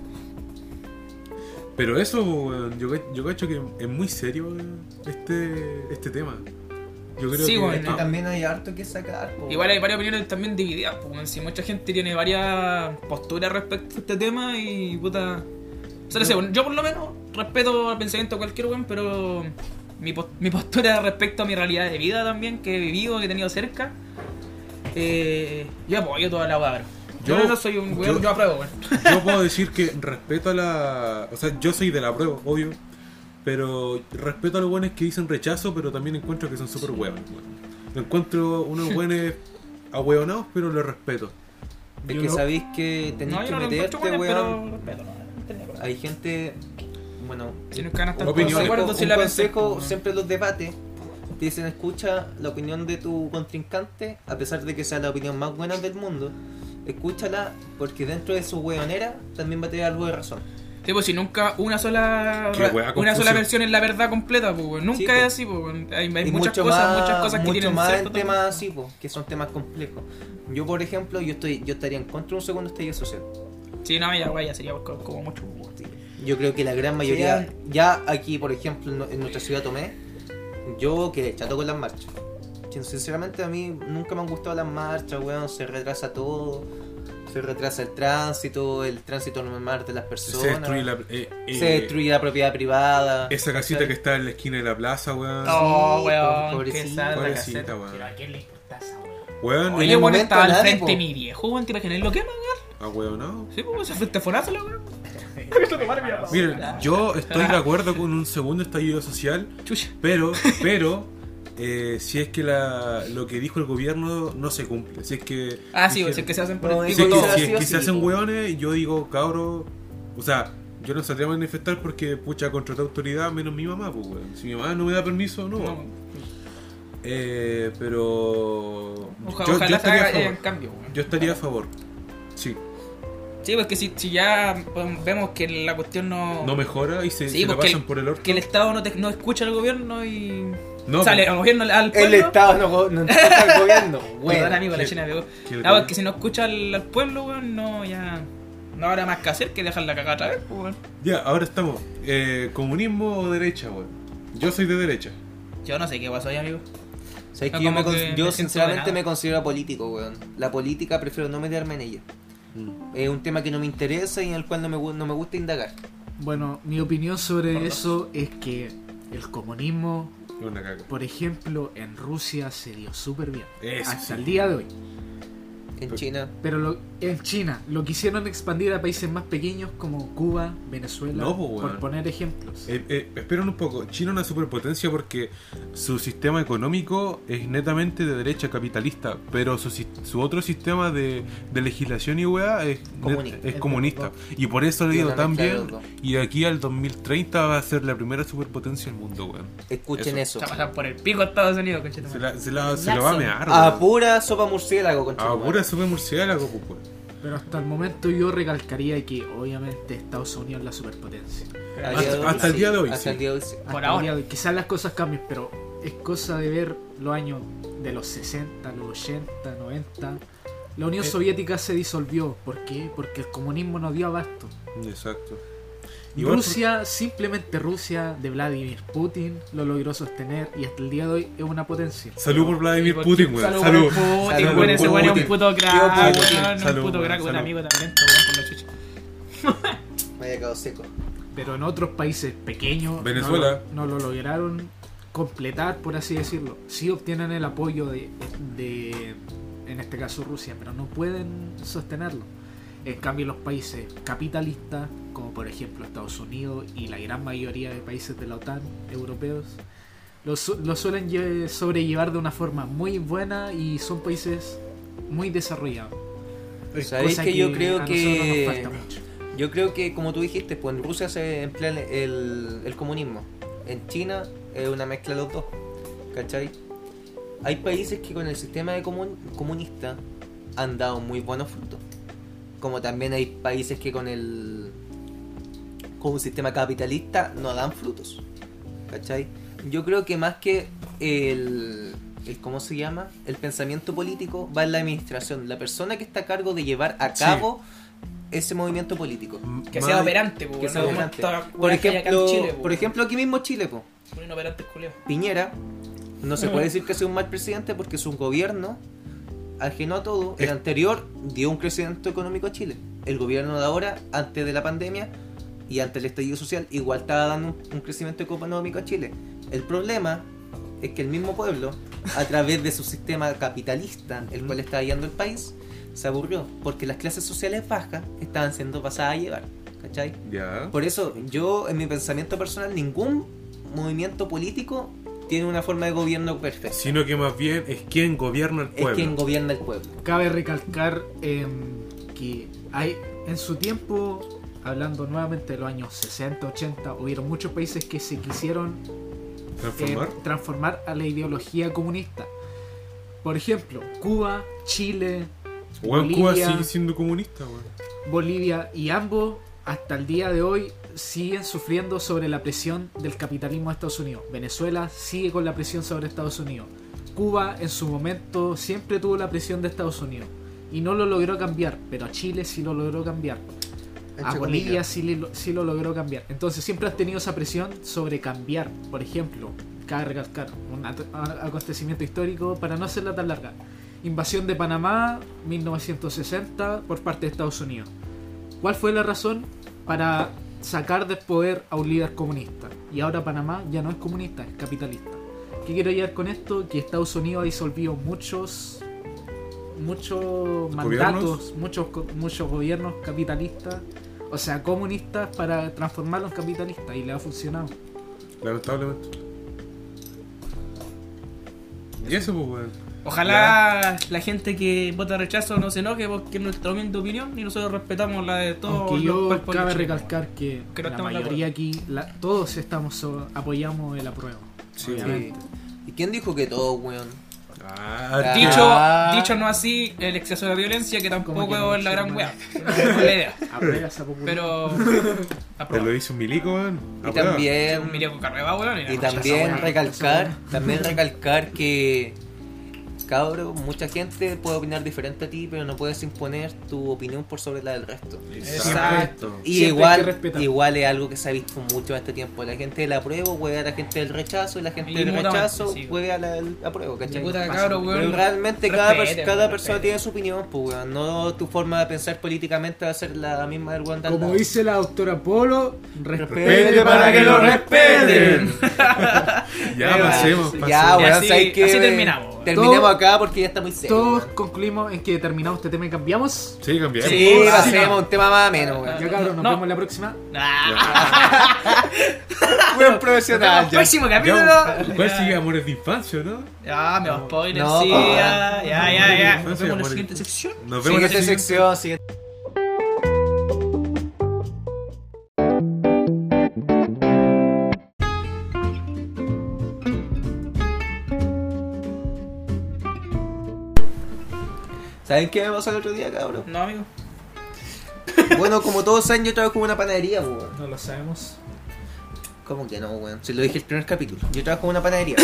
B: Pero eso, weón, yo, ca- yo cacho que es muy serio weón, este, este tema. Yo creo
D: Sí,
B: que
D: weón,
B: está-
D: es que
C: También hay harto que sacar. po.
D: Igual hay varias opiniones también divididas, pues, weón. Si mucha gente tiene varias posturas respecto a este tema y puta. O sea, no sé, weón, yo por lo menos respeto el pensamiento de cualquier weón, pero mi, pos- mi postura respecto a mi realidad de vida también, que he vivido, que he tenido cerca, eh, yo apoyo toda la palabra. Yo,
B: Yo-
D: no soy un weón,
B: yo-
D: yo, apruebo, weón.
B: Yo puedo decir que respeto a la. O sea, yo soy de la prueba, obvio. Pero respeto a los buenos que dicen rechazo, pero también encuentro que son súper hueones. Lo encuentro unos buenos ahueonados, pero los respeto.
C: Es
A: Yo
C: que
A: no-
C: sabéis que tenés
D: No,
C: que
D: yo no lo
C: meterte,
D: encuentro weón, pero
C: weón.
D: respeto, no, tenía que ver.
C: Hay gente. Bueno,
D: Si nunca van a estar
C: un
B: Opiniones.
D: de
C: consejo,
D: acuerdo, si
C: un
D: la
C: consejo,
D: pensé,
C: siempre los debates. Te dicen, escucha la opinión de tu contrincante, a pesar de que sea la opinión más buena del mundo. Escúchala, porque dentro de su weonera también va a tener algo de razón.
D: Sí, pues si nunca una sola
B: Qué weá,
D: una
B: confusión.
D: sola versión es la verdad completa, pues weón. nunca
C: Sí,
D: es
C: pues.
D: así, pues weón. hay, hay
C: Y
D: muchas
C: mucho
D: cosas,
C: más-
D: muchas cosas que
C: mucho
D: tienen
C: más
D: cierto
C: en
D: también.
C: temas así, po, que son temas complejos. Yo, por ejemplo, yo estoy yo estaría en contra de un segundo estallido social.
D: Sí, no, ya, weá, ya sería como, como mucho. weón.
C: Yo creo que la gran mayoría, ya aquí, por ejemplo, en nu- en nuestra ciudad Tomé, yo que chato con las marchas. Sin- Sinceramente, a mí nunca me han gustado las marchas, weón. Se retrasa todo, se retrasa el tránsito, el tránsito normal de las personas.
B: Se destruye la. eh, eh,
C: se destruye la propiedad privada.
B: Esa casita que está en la esquina de la plaza, weón.
D: Oh,
C: po,
D: weón, qué
C: pobrecita,
D: sad la
B: pobrecita,
D: caseta.
B: weón.
A: Pero ¿a quién le importa esa weá?
D: (laughs)
B: Weón,
D: Oye,
C: el
D: weón,
C: momento
D: estaba al
C: nadie,
D: frente
C: po.
D: mi viejo, weón, te imaginas lo quema, weón.
B: ahueonado.
D: Sí, pues se fue este forazo, la weón.
B: Miren, yo estoy de acuerdo con un segundo estallido social.
D: Chucha.
B: Pero, pero, eh, si es que la, lo que dijo el gobierno no se cumple. Si es que.
D: Ah, sí,
B: dijeron-
D: weón, si es que se hacen por
C: No,
D: el
C: es
B: si
D: pico
B: es
C: que
B: que,
D: todo.
B: si
C: así
B: es
C: o
B: que
C: sí,
B: se hacen
C: po.
B: hueones, yo digo, cabro. O sea, Yo no saldría a manifestar porque, pucha, contraté autoridad menos mi mamá, pues, weón. Si mi mamá no me da permiso, no.
D: No,
B: Eh, pero.
D: oja-
B: yo, yo
D: ojalá eh, se
B: estaría a
D: haga el
B: favor.
D: cambio. weón.
B: Yo estaría a favor. Sí.
D: Sí, porque si, si ya pues, vemos que la cuestión no.
B: No mejora y se,
D: Oh. Sí,
B: se la
D: porque
B: pasan por el orto.
D: Que el Estado no, te- no escucha al gobierno y.
B: No,
D: sale
B: pues.
D: al gobierno al
C: El
D: pueblo.
C: Estado no, go- no está (laughs) al gobierno, güey.
D: Perdón, amigo, la
B: que-
D: China pegó.
B: que le
D: Ah,
B: pegó.
D: porque si no escucha al, al pueblo, weón, no, ya. No habrá más que hacer que dejarla cagar otra vez, pues, weón.
B: Ya, ahora estamos. Eh, ¿Comunismo o derecha, weón? Yo soy de derecha.
D: Yo no sé qué pasó ahí, amigo.
C: ¿Sabes
D: No,
C: que yo, me
D: como
C: con-
D: que
C: yo
D: me siento
C: sinceramente
D: ordenado.
C: me considero político, weón. La política prefiero no meterme en ella. Es un tema que no me interesa y en el cual no me, gu- no me gusta indagar.
A: Bueno, mi opinión
D: Por
A: sobre
D: dos.
A: eso es que el comunismo,
B: Es una caca.
A: por ejemplo, en Rusia se dio súper bien.
B: Eso
A: hasta
B: sí.
A: el día de hoy.
C: En China.
A: Pero lo- en China lo quisieron expandir a países más pequeños como Cuba, Venezuela,
B: No, pues,
A: por
B: weón.
A: poner ejemplos.
B: Eh, eh, esperen un poco. China es una superpotencia porque su sistema económico es netamente de derecha capitalista, pero su, sis- su otro sistema de, de legislación y weá es net-
C: Comunista.
B: es comunista. Y por eso le ha ido
C: Una
B: tan
C: mezcla de
B: bien.
C: los dos.
B: Y de aquí al 2030 va a ser la primera superpotencia del mundo, weón.
C: Escuchen
D: Se
C: eso.
D: va a pasar por el pico a Estados Unidos, conchetumare.
B: Se, la, se, la- se lo va a mear,
C: A
B: weón.
C: pura sopa murciélago, con
B: A Ah, pura super murciélago, pues, weón.
A: Pero hasta el momento yo recalcaría que obviamente Estados Unidos es la superpotencia.
B: Hasta- hasta el día de hoy, sí.
C: Hasta el día de hoy, sí.
A: Hasta
D: Por
A: el
D: ahora.
A: día de hoy. Quizás las cosas cambien, pero es cosa de ver los años de los 60, los 80, 90. La Unión Soviética se disolvió. ¿Por qué? Porque el comunismo no dio abasto.
B: Exacto. Igual
A: Rusia, simplemente Rusia de Vladimir Putin lo logró sostener y hasta el día de hoy es una potencia.
B: por- Salud por Vladimir Putin, weón.
D: Salud,
B: Salud.
D: por Putin,
C: Salud,
D: weón, ese weón es un
B: Putin.
D: puto
C: Tío
D: crack,
C: Putin.
D: weón,
B: Salud,
D: un puto crack,
B: weón,
D: un
B: salud.
D: amigo talento, weón, con la chucha.
C: Me haya quedado seco.
A: Pero en otros países pequeños
B: Venezuela.
A: No, lo, no lo lograron completar, por así decirlo. Sí obtienen el apoyo de, de, en este caso Rusia, pero no pueden sostenerlo. En cambio, los países capitalistas, como por ejemplo Estados Unidos y la gran mayoría de países de la OTAN europeos, lo, su- lo suelen lle- sobrellevar de una forma muy buena y son países muy desarrollados.
C: ¿Sabéis
A: Cosa
C: que yo creo
A: a nosotros nos
C: que.
A: falta mucho.
C: Yo creo que, como tú dijiste, pues en Rusia se emplea el, el- el comunismo. En China es una mezcla de los dos. ¿Cachai? Hay países que con el sistema de comun- comunista han dado muy buenos frutos. Como también hay países que con el. con un sistema capitalista no dan frutos. ¿Cachai? Yo creo que más que el. el- ¿Cómo se llama? El pensamiento político va en la administración. La persona que está a cargo de llevar a
B: Sí.
C: cabo ese movimiento político.
D: Que
B: Ma-
D: sea operante, po,
C: Que
D: weón,
C: sea
D: no como
C: operante.
D: esta
C: Por
D: weá que hay acá en
C: ejemplo,
D: Chile, po,
C: por ejemplo aquí mismo Chile, po.
D: weón. Un operante culiao.
C: Piñera, no se puede decir que sea un mal presidente porque su gobierno, ajeno a todo, el
B: Es-
C: anterior dio un crecimiento económico a Chile. El gobierno de ahora, antes de la pandemia y antes del estallido social, igual estaba dando un, un crecimiento económico a Chile. El problema es que el mismo pueblo, a través de su sistema capitalista, el cual está guiando el país, se aburrió porque las clases sociales bajas estaban siendo pasadas a llevar. ¿Cachai?
B: Ya.
C: Por eso, yo en mi pensamiento personal, ningún movimiento político tiene una forma de gobierno perfecta.
B: Sino que más bien es quien gobierna el pueblo.
C: Es quien gobierna el pueblo.
A: Cabe recalcar em, que hay en su tiempo, hablando nuevamente de los años 60, 80, hubieron muchos países que se quisieron eh,
B: Transformar.
A: transformar a la ideología comunista. Por ejemplo, Cuba, Chile,
B: Weón, Cuba
A: Bolivia.
B: sigue siendo comunista, weón.
A: Bolivia y ambos hasta el día de hoy siguen sufriendo sobre la presión del capitalismo de Estados Unidos. Venezuela sigue con la presión sobre Estados Unidos. Cuba en su momento siempre tuvo la presión de Estados Unidos y no lo logró cambiar, pero a Chile sí lo logró cambiar. A
C: Entre
A: Bolivia
C: comillas.
A: sí, le- sí lo logró cambiar. Entonces siempre has tenido esa presión sobre cambiar. Por ejemplo, cabe recalcar un at- a- acontecimiento histórico para no hacerla tan larga. Invasión de Panamá, 1960, por parte de Estados Unidos. ¿Cuál fue la razón para sacar del poder a un líder comunista? Y ahora Panamá ya no es comunista, es capitalista. ¿Qué quiero llegar con esto? Que Estados Unidos ha disolvido muchos muchos mandatos, muchos co- muchos gobiernos capitalistas, o sea, comunistas para transformarlos en capitalistas y le ha funcionado.
B: Lamentablemente. Y eso, pues, weón.
D: Ojalá la gente que vota rechazo no se enoje porque es nuestra humilde opinión y nosotros respetamos la de todos
A: Aunque yo
D: los cuerpos
A: cabe
D: de Chile.
A: recalcar que,
D: Que no
A: la
D: estamos de
A: mayoría
D: acuerdo.
A: aquí, la- todos estamos so- apoyamos el apruebo.
B: Sí.
C: Sí. ¿Y quién dijo que todo, weón?
B: Ah,
C: Di-
D: Dicho,
C: Ah.
D: dicho no así, el exceso de violencia que
A: Como
D: tampoco
A: que no,
D: es la gran
A: no.
D: wea. No es la idea.
A: Aprueba esa popularidad.
D: Pero.
B: te lo
D: aprobado.
B: hizo un milico, Ah, weón.
C: Y
B: Aprueba.
C: también.
D: Miriam Carreba, weón.
C: Y
D: la
A: esa
C: también
A: weá,
C: recalcar,
A: esa
C: también recalcar que cabro, mucha gente puede opinar diferente a ti, pero no puedes imponer tu opinión por sobre la del resto.
A: Exacto. Siempre hay
C: Y
A: que
C: igual,
A: respetar.
C: igual es algo que se ha visto mucho en este tiempo. La gente del apruebo hueve a la gente del rechazo y la gente
D: Y
C: del
D: mutuamente,
C: rechazo
D: sí,
C: hueve a la del apruebo, ¿cachai?
D: Puta
A: Pasa.
D: cabro,
C: Pero
D: weón.
C: realmente cada, pers-
D: Respeten,
C: cada
D: weón,
C: persona
D: respeten.
C: tiene su opinión, pues, weón. No tu forma de pensar políticamente va a ser la misma del weón de al
A: Como
C: lado.
A: dice la doctora Polo,
C: Respete
A: respete
C: para que lo respeten.
B: (laughs) Ya pasemos, pasemos.
C: Ya,
D: Y
C: weón,
D: así-
C: ¿sabes qué?
D: así terminamos, weón.
C: Terminemos
A: Todos-
C: acá porque ya está muy serio.
A: Todos
C: weón.
A: concluimos en que terminamos este tema y cambiamos.
B: Sí, cambiamos.
C: Sí,
D: Sí.
C: pasemos a un tema más ameno, weón.
A: Ya cabrón, nos
D: No.
A: vemos en la próxima.
D: Ah,
C: Buen
D: ya,
C: profesional, ya.
D: Próximo
B: Ya,
D: capítulo.
B: ¿Cuál
D: Ya.
B: sigue Amores de Infancia, no?
D: Ah, me va a spoiler,
C: No,
D: sí.
C: papá.
D: Ya, ya, ya. ya.
B: No
D: Nos vemos
B: sé,
D: en la
B: amor.
D: siguiente sección.
B: Nos vemos en la
C: Siguiente
B: siguiente.
C: sección, siguiente. ¿Saben qué me pasó el otro día, cabrón? (laughs)
D: No, amigo.
C: Bueno, como todos saben, yo trabajo en una panadería, po, weón.
A: No lo sabemos.
C: ¿Cómo que no, weón? Se lo dije el primer capítulo. Yo trabajo en una panadería.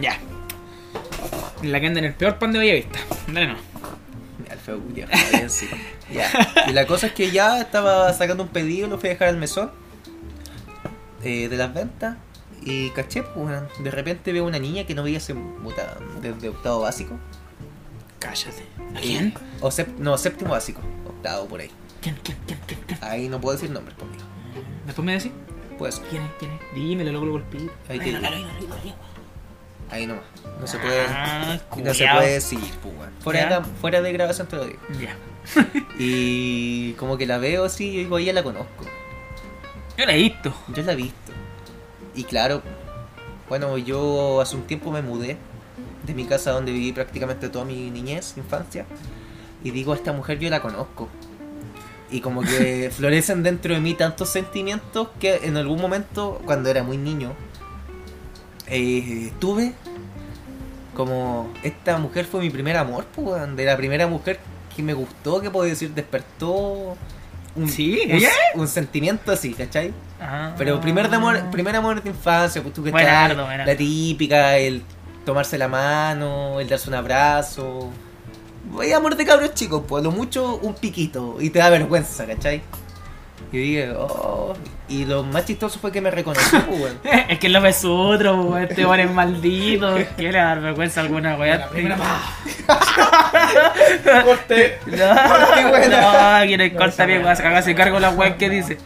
D: Ya. La que anda en el peor pan de Bellavista. Dale, no.
C: Mira, el feo culiao, está bien,
D: (laughs)
C: sí. Ya. Y la cosa es que ya estaba sacando un pedido, lo fui a dejar al mesón eh, de las ventas. Y caché, pues, weón, de repente veo una niña que no veía hace, puta, desde octavo básico. Eh,
D: Cállate. ¿A quién?
C: O sep- no, séptimo básico, octavo por ahí.
D: ¿Quién, quién, quién, quién? quién?
C: Ahí no puedo decir nombres conmigo.
D: Después me decís.
C: Pues
D: ¿Quién es? ¿Quién es? Dímelo, luego lo golpeé.
C: ahí te digo. Ahí nomás. No se puede.
D: Ah,
C: No se
D: culiao.
C: puede decir, pues, weón. fuera, de,
D: Ya.
C: la- fuera de grabación te lo digo.
D: Ya.
C: Y como que la veo así, yo digo, ella la conozco.
D: Yo la he visto.
C: Yo la he visto. Y claro, bueno, yo hace un tiempo me mudé de mi casa donde viví prácticamente toda mi niñez, infancia. Y digo, a esta mujer yo la conozco. Y como que florecen dentro de mí tantos sentimientos que en algún momento, cuando era muy niño, eh, tuve como, esta mujer fue mi primer amor, pues, weón, de la primera mujer que me gustó, que puedo decir, despertó un,
D: Sí,
C: un-
D: ella.
C: un sentimiento así, ¿cachai?
D: Ah.
C: Pero primer de
D: (laughs)
C: amor, primer amor de infancia, pues tú que
D: Buenardo,
C: estás,
D: buenardo.
C: la típica, el tomarse la mano, el darse un abrazo. Voy amor de cabros chicos, pues a lo mucho un piquito y te da vergüenza, ¿cachai? Y dije, oh. Y lo más chistoso fue que me reconoció, pues, weón.
D: Es que lo ves otro, po, este hombre es maldito. Quiere dar vergüenza alguna, weá. La primera No,
C: Qué buena.
D: (laughs) no, quiere corta bien, weá. Hágase cargo la weá que dice.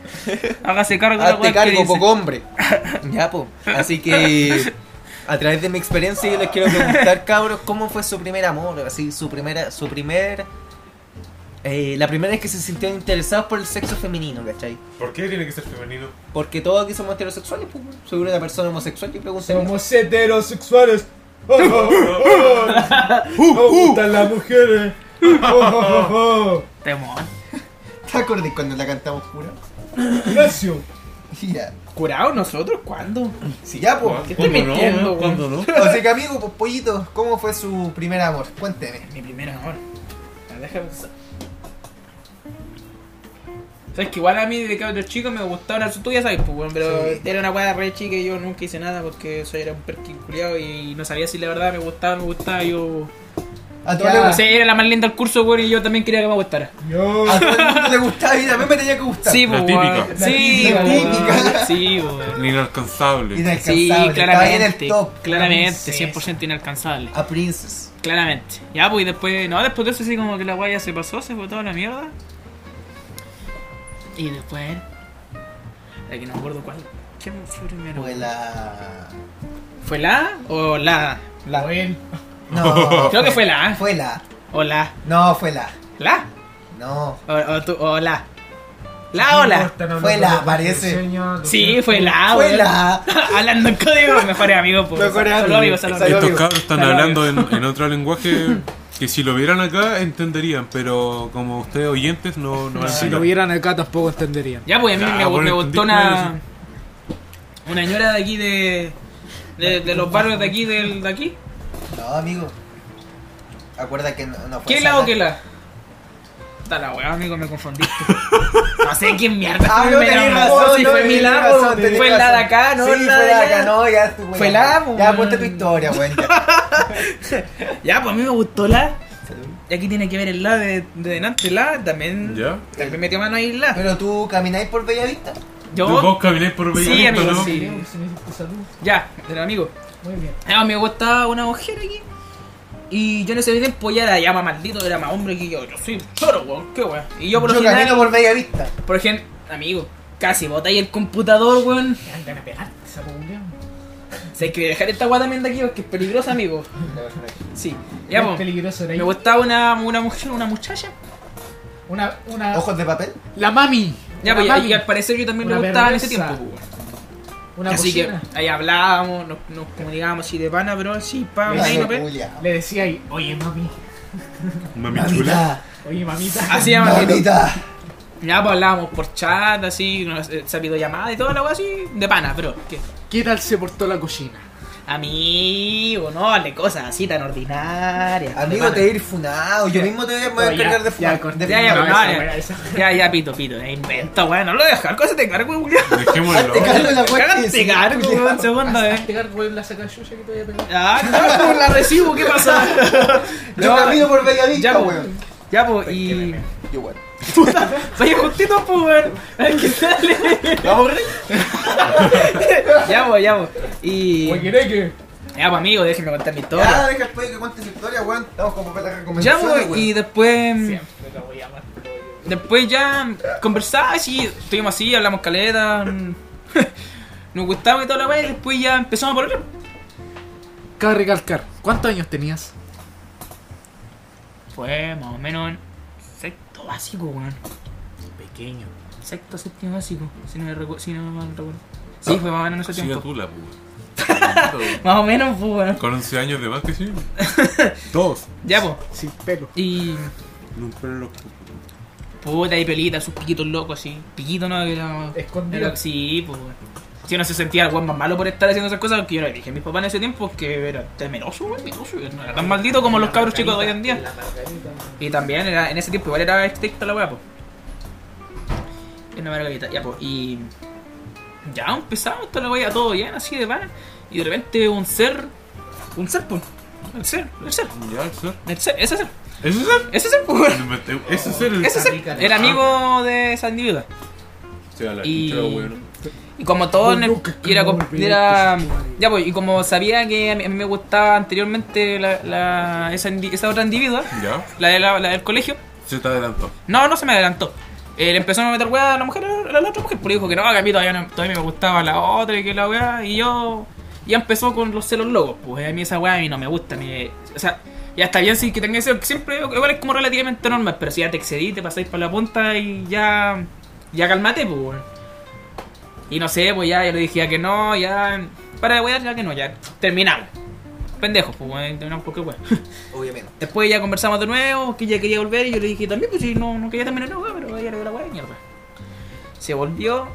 D: Hágase cargo la
C: Hazte
D: weá que
C: cargo,
D: dice.
C: poco hombre. (laughs) ya, pues. Así que a través de mi experiencia yo les quiero preguntar, (laughs) cabros, ¿cómo fue su primer amor? Así, su primera, su primer. eh, la primera vez que se sintieron interesados por el sexo femenino, ¿cachai?
B: ¿Por qué tiene que ser femenino?
C: Porque todos aquí somos heterosexuales, pues, bueno. seguro una persona homosexual que pregunta.
A: Somos (laughs) heterosexuales.
B: Oh, oh, oh,
A: Uh,
B: oh. No gustan las mujeres.
D: Temor.
C: ¿Te acordás cuando la cantamos pura?
A: Ignacio.
C: (laughs) Ya.
A: ¿Curados nosotros? ¿Cuándo?
C: Sí, ya,
D: Ah,
C: pues.
B: ¿Cuándo
A: estoy
B: no,
A: mintiendo,
B: weón?
A: weón?
B: ¿Cuándo
C: (laughs)
B: no?
C: Así que, amigo, pues, pollito, ¿cómo fue su primer amor? Cuénteme.
D: Mi primer amor. La deja pensar. Sabes que igual a mí de cabros chicos me gustaban las tú ya sabes, pues, weón, pero
C: Sí.
D: era una weá re chica y yo nunca hice nada porque soy era un perkin culiado y no sabía si la verdad me gustaba o no me gustaba. Yo.
C: A todo,
A: Ya.
C: le
D: O
C: gustaba-
D: sea, era la más linda del curso, weón, y yo también quería que me gustara.
A: Yo.
C: a todo el mundo le gustaba y también me tenía que gustar.
D: Sí,
B: La
D: pues,
B: típica.
D: weón.
A: La
D: Sí,
A: típica.
C: La
D: pues,
C: típica.
D: weón. Sí, pues, weón.
B: Inalcanzable.
D: Sí,
C: Inalcanzable, estaba en el
D: claramente.
C: top.
D: Claramente,
A: Princesa.
D: 100% inalcanzable.
C: A Princess.
D: Claramente. Ya, pues, y después. No, después de eso, sí, como que la guaya se pasó, se fue toda la mierda. Y después. La que no me acuerdo cuál. ¿Quién fue primero?
C: Fue la.
D: ¿Fue la o la?
C: La.
A: Bueno.
D: (laughs)
C: No.
D: Creo que fue la. ¿eh?
C: Fue la.
D: O la.
C: No, fue la.
D: ¿La?
C: No.
D: O, o tú, o la. Ah, La ola.
A: Están hablando
C: Fue la,
A: de los
C: parece.
A: diseños, los
D: Sí,
A: diseños.
D: fue la
C: Fue
D: weón.
C: la.
D: (laughs) Hablando en código, mejores amigos. po.
C: Mejores
D: Saludos,
C: amigos.
D: saludos,
C: Saludos.
D: amigos.
B: Estos cabros están
D: Saludos.
B: hablando en, en otro lenguaje que si lo vieran acá entenderían, pero como ustedes oyentes no, no van a
E: Si lo
B: entender.
E: vieran acá tampoco entenderían.
D: Ya, pues a mí
B: Ya,
D: me,
B: Ah, bueno,
D: me gustó
B: entendí,
D: una. Una señora de aquí de. De, de los barrios de aquí, del, de aquí.
C: No, amigo. Acuerda que no, no fue.
D: ¿Qué
C: esa
D: la o
C: la-
D: qué la? Está la weá, amigo, me (laughs) confundiste. No sé quién mierda.
C: Ah,
D: fue
C: no,
D: mi
C: tenés
D: la-
C: razón.
D: sí,
C: no,
D: fue mi
C: tenés
D: la,
C: razón,
D: weón.
C: tenés
D: Fue la de
C: razón.
D: acá, no
C: Sí,
D: la
C: fue
D: de
C: la de
D: allá.
C: acá, no, ya. tú,
D: Fue
C: weón.
D: la, po,
C: Ya,
D: weón.
C: cuenta tu historia, weón.
D: (laughs)
C: ya.
D: Ya, pues a mí me gustó la. Y aquí tiene que ver el la de, de delante, la también.
B: ¿Ya?
D: También metió mano ahí la.
C: Pero tú camináis por Bellavista.
B: Vos
D: Yo.
B: camináis por
D: Sí,
B: Bellavista,
D: amigo,
B: ¿no?
D: sí.
A: Se necesita salud.
D: Ya, del amigo.
A: Muy bien.
D: Ah, me gustaba una mujer aquí. Y yo en ese tiempo ya era ya más maldito, era más hombre que yo. Yo soy choro, weón, qué weón. Y yo por lo
C: Yo
D: general,
C: camino por Bellavista.
D: por ejemplo, amigo, casi botáis el computador, weón.
A: Andan a pegarte, sapo culiao.
D: Sé que voy a dejar esta weá también de aquí porque es peligrosa, amigo. Sí, ya,
A: Es
D: po.
A: peligroso era
D: Me
A: ahí.
D: gustaba una, una mujer, una muchacha.
A: Una,
D: Ah.
A: una.
C: Ojos de papel.
A: La mami.
D: Ya,
A: La
D: pues,
A: mami.
D: y al parecer yo también le
A: Una
D: gustaba en ese tiempo,
A: perversa.
D: po, weón.
A: Una
D: Así
A: cocina.
D: que ahí hablábamos, nos, nos comunicábamos así de pana, pero así, pa,
A: Eso,
D: una y no pe-
C: Julia.
A: Le decía ahí, oye mami,
B: Mami chula.
C: Mamita.
A: oye mamita.
D: Hacíamos así,
C: Mamita.
D: Ya pues hablábamos por chat, así, nos- eh, se pidió llamada y toda la weá así, de pana, pero que
A: ¿Qué tal se portó la cocina?
D: amigo, no, le cosas así tan ordinarias. de
C: Amigo,
D: pana.
C: te voy a ir funado. Yo mismo te voy a- me voy a
A: Pero ya,
C: encargar de
A: ya,
C: funar.
A: corté.
C: de
D: Ya, ya,
C: funar.
A: No,
D: no,
A: esa
D: ya.
A: weá, esa.
D: Ya, ya, pito, pito, eh, invento, weón, no lo voy a dejar, cosa te cargo, weón.
B: Dejémoslo.
C: Hazte cargo de la weá que
D: Cagante
C: decís,
D: cargo,
C: culiao.
D: weón, eh. segunda vez.
A: Hazte cargo de la saca chucha que te voy a pegar.
D: Ah, no, pues, la recibo,
A: (laughs)
D: ¿qué pasa?
C: Yo camino por Bellavista,
D: ya, pues,
C: weón.
D: ya, pues, y...
C: Yo, weón.
D: Soy justito, pues, weón. Ay, que sale.
C: Vamos, rey.
D: Ya, pues, ya, pues. Y...
A: Oye, Ah, ¿querés que?
D: Ya, pues, amigo, déjenme contar mi historia.
C: Ya, deja el pollo que cuente su historia, weón. Estamos como para la
D: Ya,
C: recomendación.
D: pues, y después...
A: Siempre la voy a amar.
D: Después ya conversabas y estuvimos así, hablamos caleta, mm, (laughs) nos gustaba y toda la wea, y después ya empezamos a hablar.
A: Cabe recalcar, ¿cuántos años tenías?
D: Fue más o menos en sexto básico, weón.
A: Pequeño.
D: Sexto, séptimo básico, si no me recu- si no mal recuerdo.
A: Ah,
D: Sí, fue más o menos en ese
B: Siga
D: tiempo.
B: tú
D: (laughs)
B: la puta.
D: Más o menos, pues, weón.
B: (laughs) Con 11 años de más que sí. Dos.
D: Ya, pues.
A: Sin pelo.
D: Y.
B: Nunca lo
D: Puta, y pelita, sus piquitos locos así. Piquito, no, que era.
A: Escondido.
D: era- sí, pues, weón. Si uno se sentía el weón más malo por estar haciendo esas cosas, que yo le dije a mis papás en ese tiempo que era temeroso, weón, miedoso, no era tan maldito como los cabros chicos de hoy en día.
A: La margarita.
D: Y también era, en ese tiempo igual era estricta la weá, po. Era una margarita, ya, po. Y. Ya empezamos toda la weá, todo bien, así de pana. Y de repente un ser. Un ser, po. El ser, el ser,
B: Ya, ser.
D: el ser, ese ser,
B: ¿Eso es ser?
D: ese ser, po.
B: (laughs)
D: weón.
B: ¿Eso es ser? el-
D: Ese ser. Era amigo de esa individuo.
B: Sí, a la
D: Y-
B: chucha, weón.
D: Y como todo en el, y era, com- y era- ya pues, y como sabía que a mí, a mí me gustaba anteriormente la, la- esa, indi- esa otra individua,
B: Ya.
D: la, de la- la del colegio,
B: Se te adelantó.
D: No, no se me adelantó. Eh, le empezó a meter weá a la mujer, a la, a la otra mujer, porque dijo que no, que a mí todavía, no- todavía me gustaba la otra y que la weá. Y yo ya empezó con los celos locos. Pues a mí esa weá a mí no me gusta. me- o sea, ya está bien si que tenga eso, siempre igual es como relativamente normal, pero si ya te excedí, te pasáis para la punta y ya. Ya calmate, pues weón. Y no sé, pues ya yo le dije ya que no, ya. Para de weá, ya que no, ya terminamos. Pendejos, pues weón, terminamos porque weá.
C: Obviamente.
D: Después ya conversamos de nuevo, que ella quería volver y yo le dije también, pues si no, no quería terminar la weá, pero ella le dio la weá de mierda. Se volvió,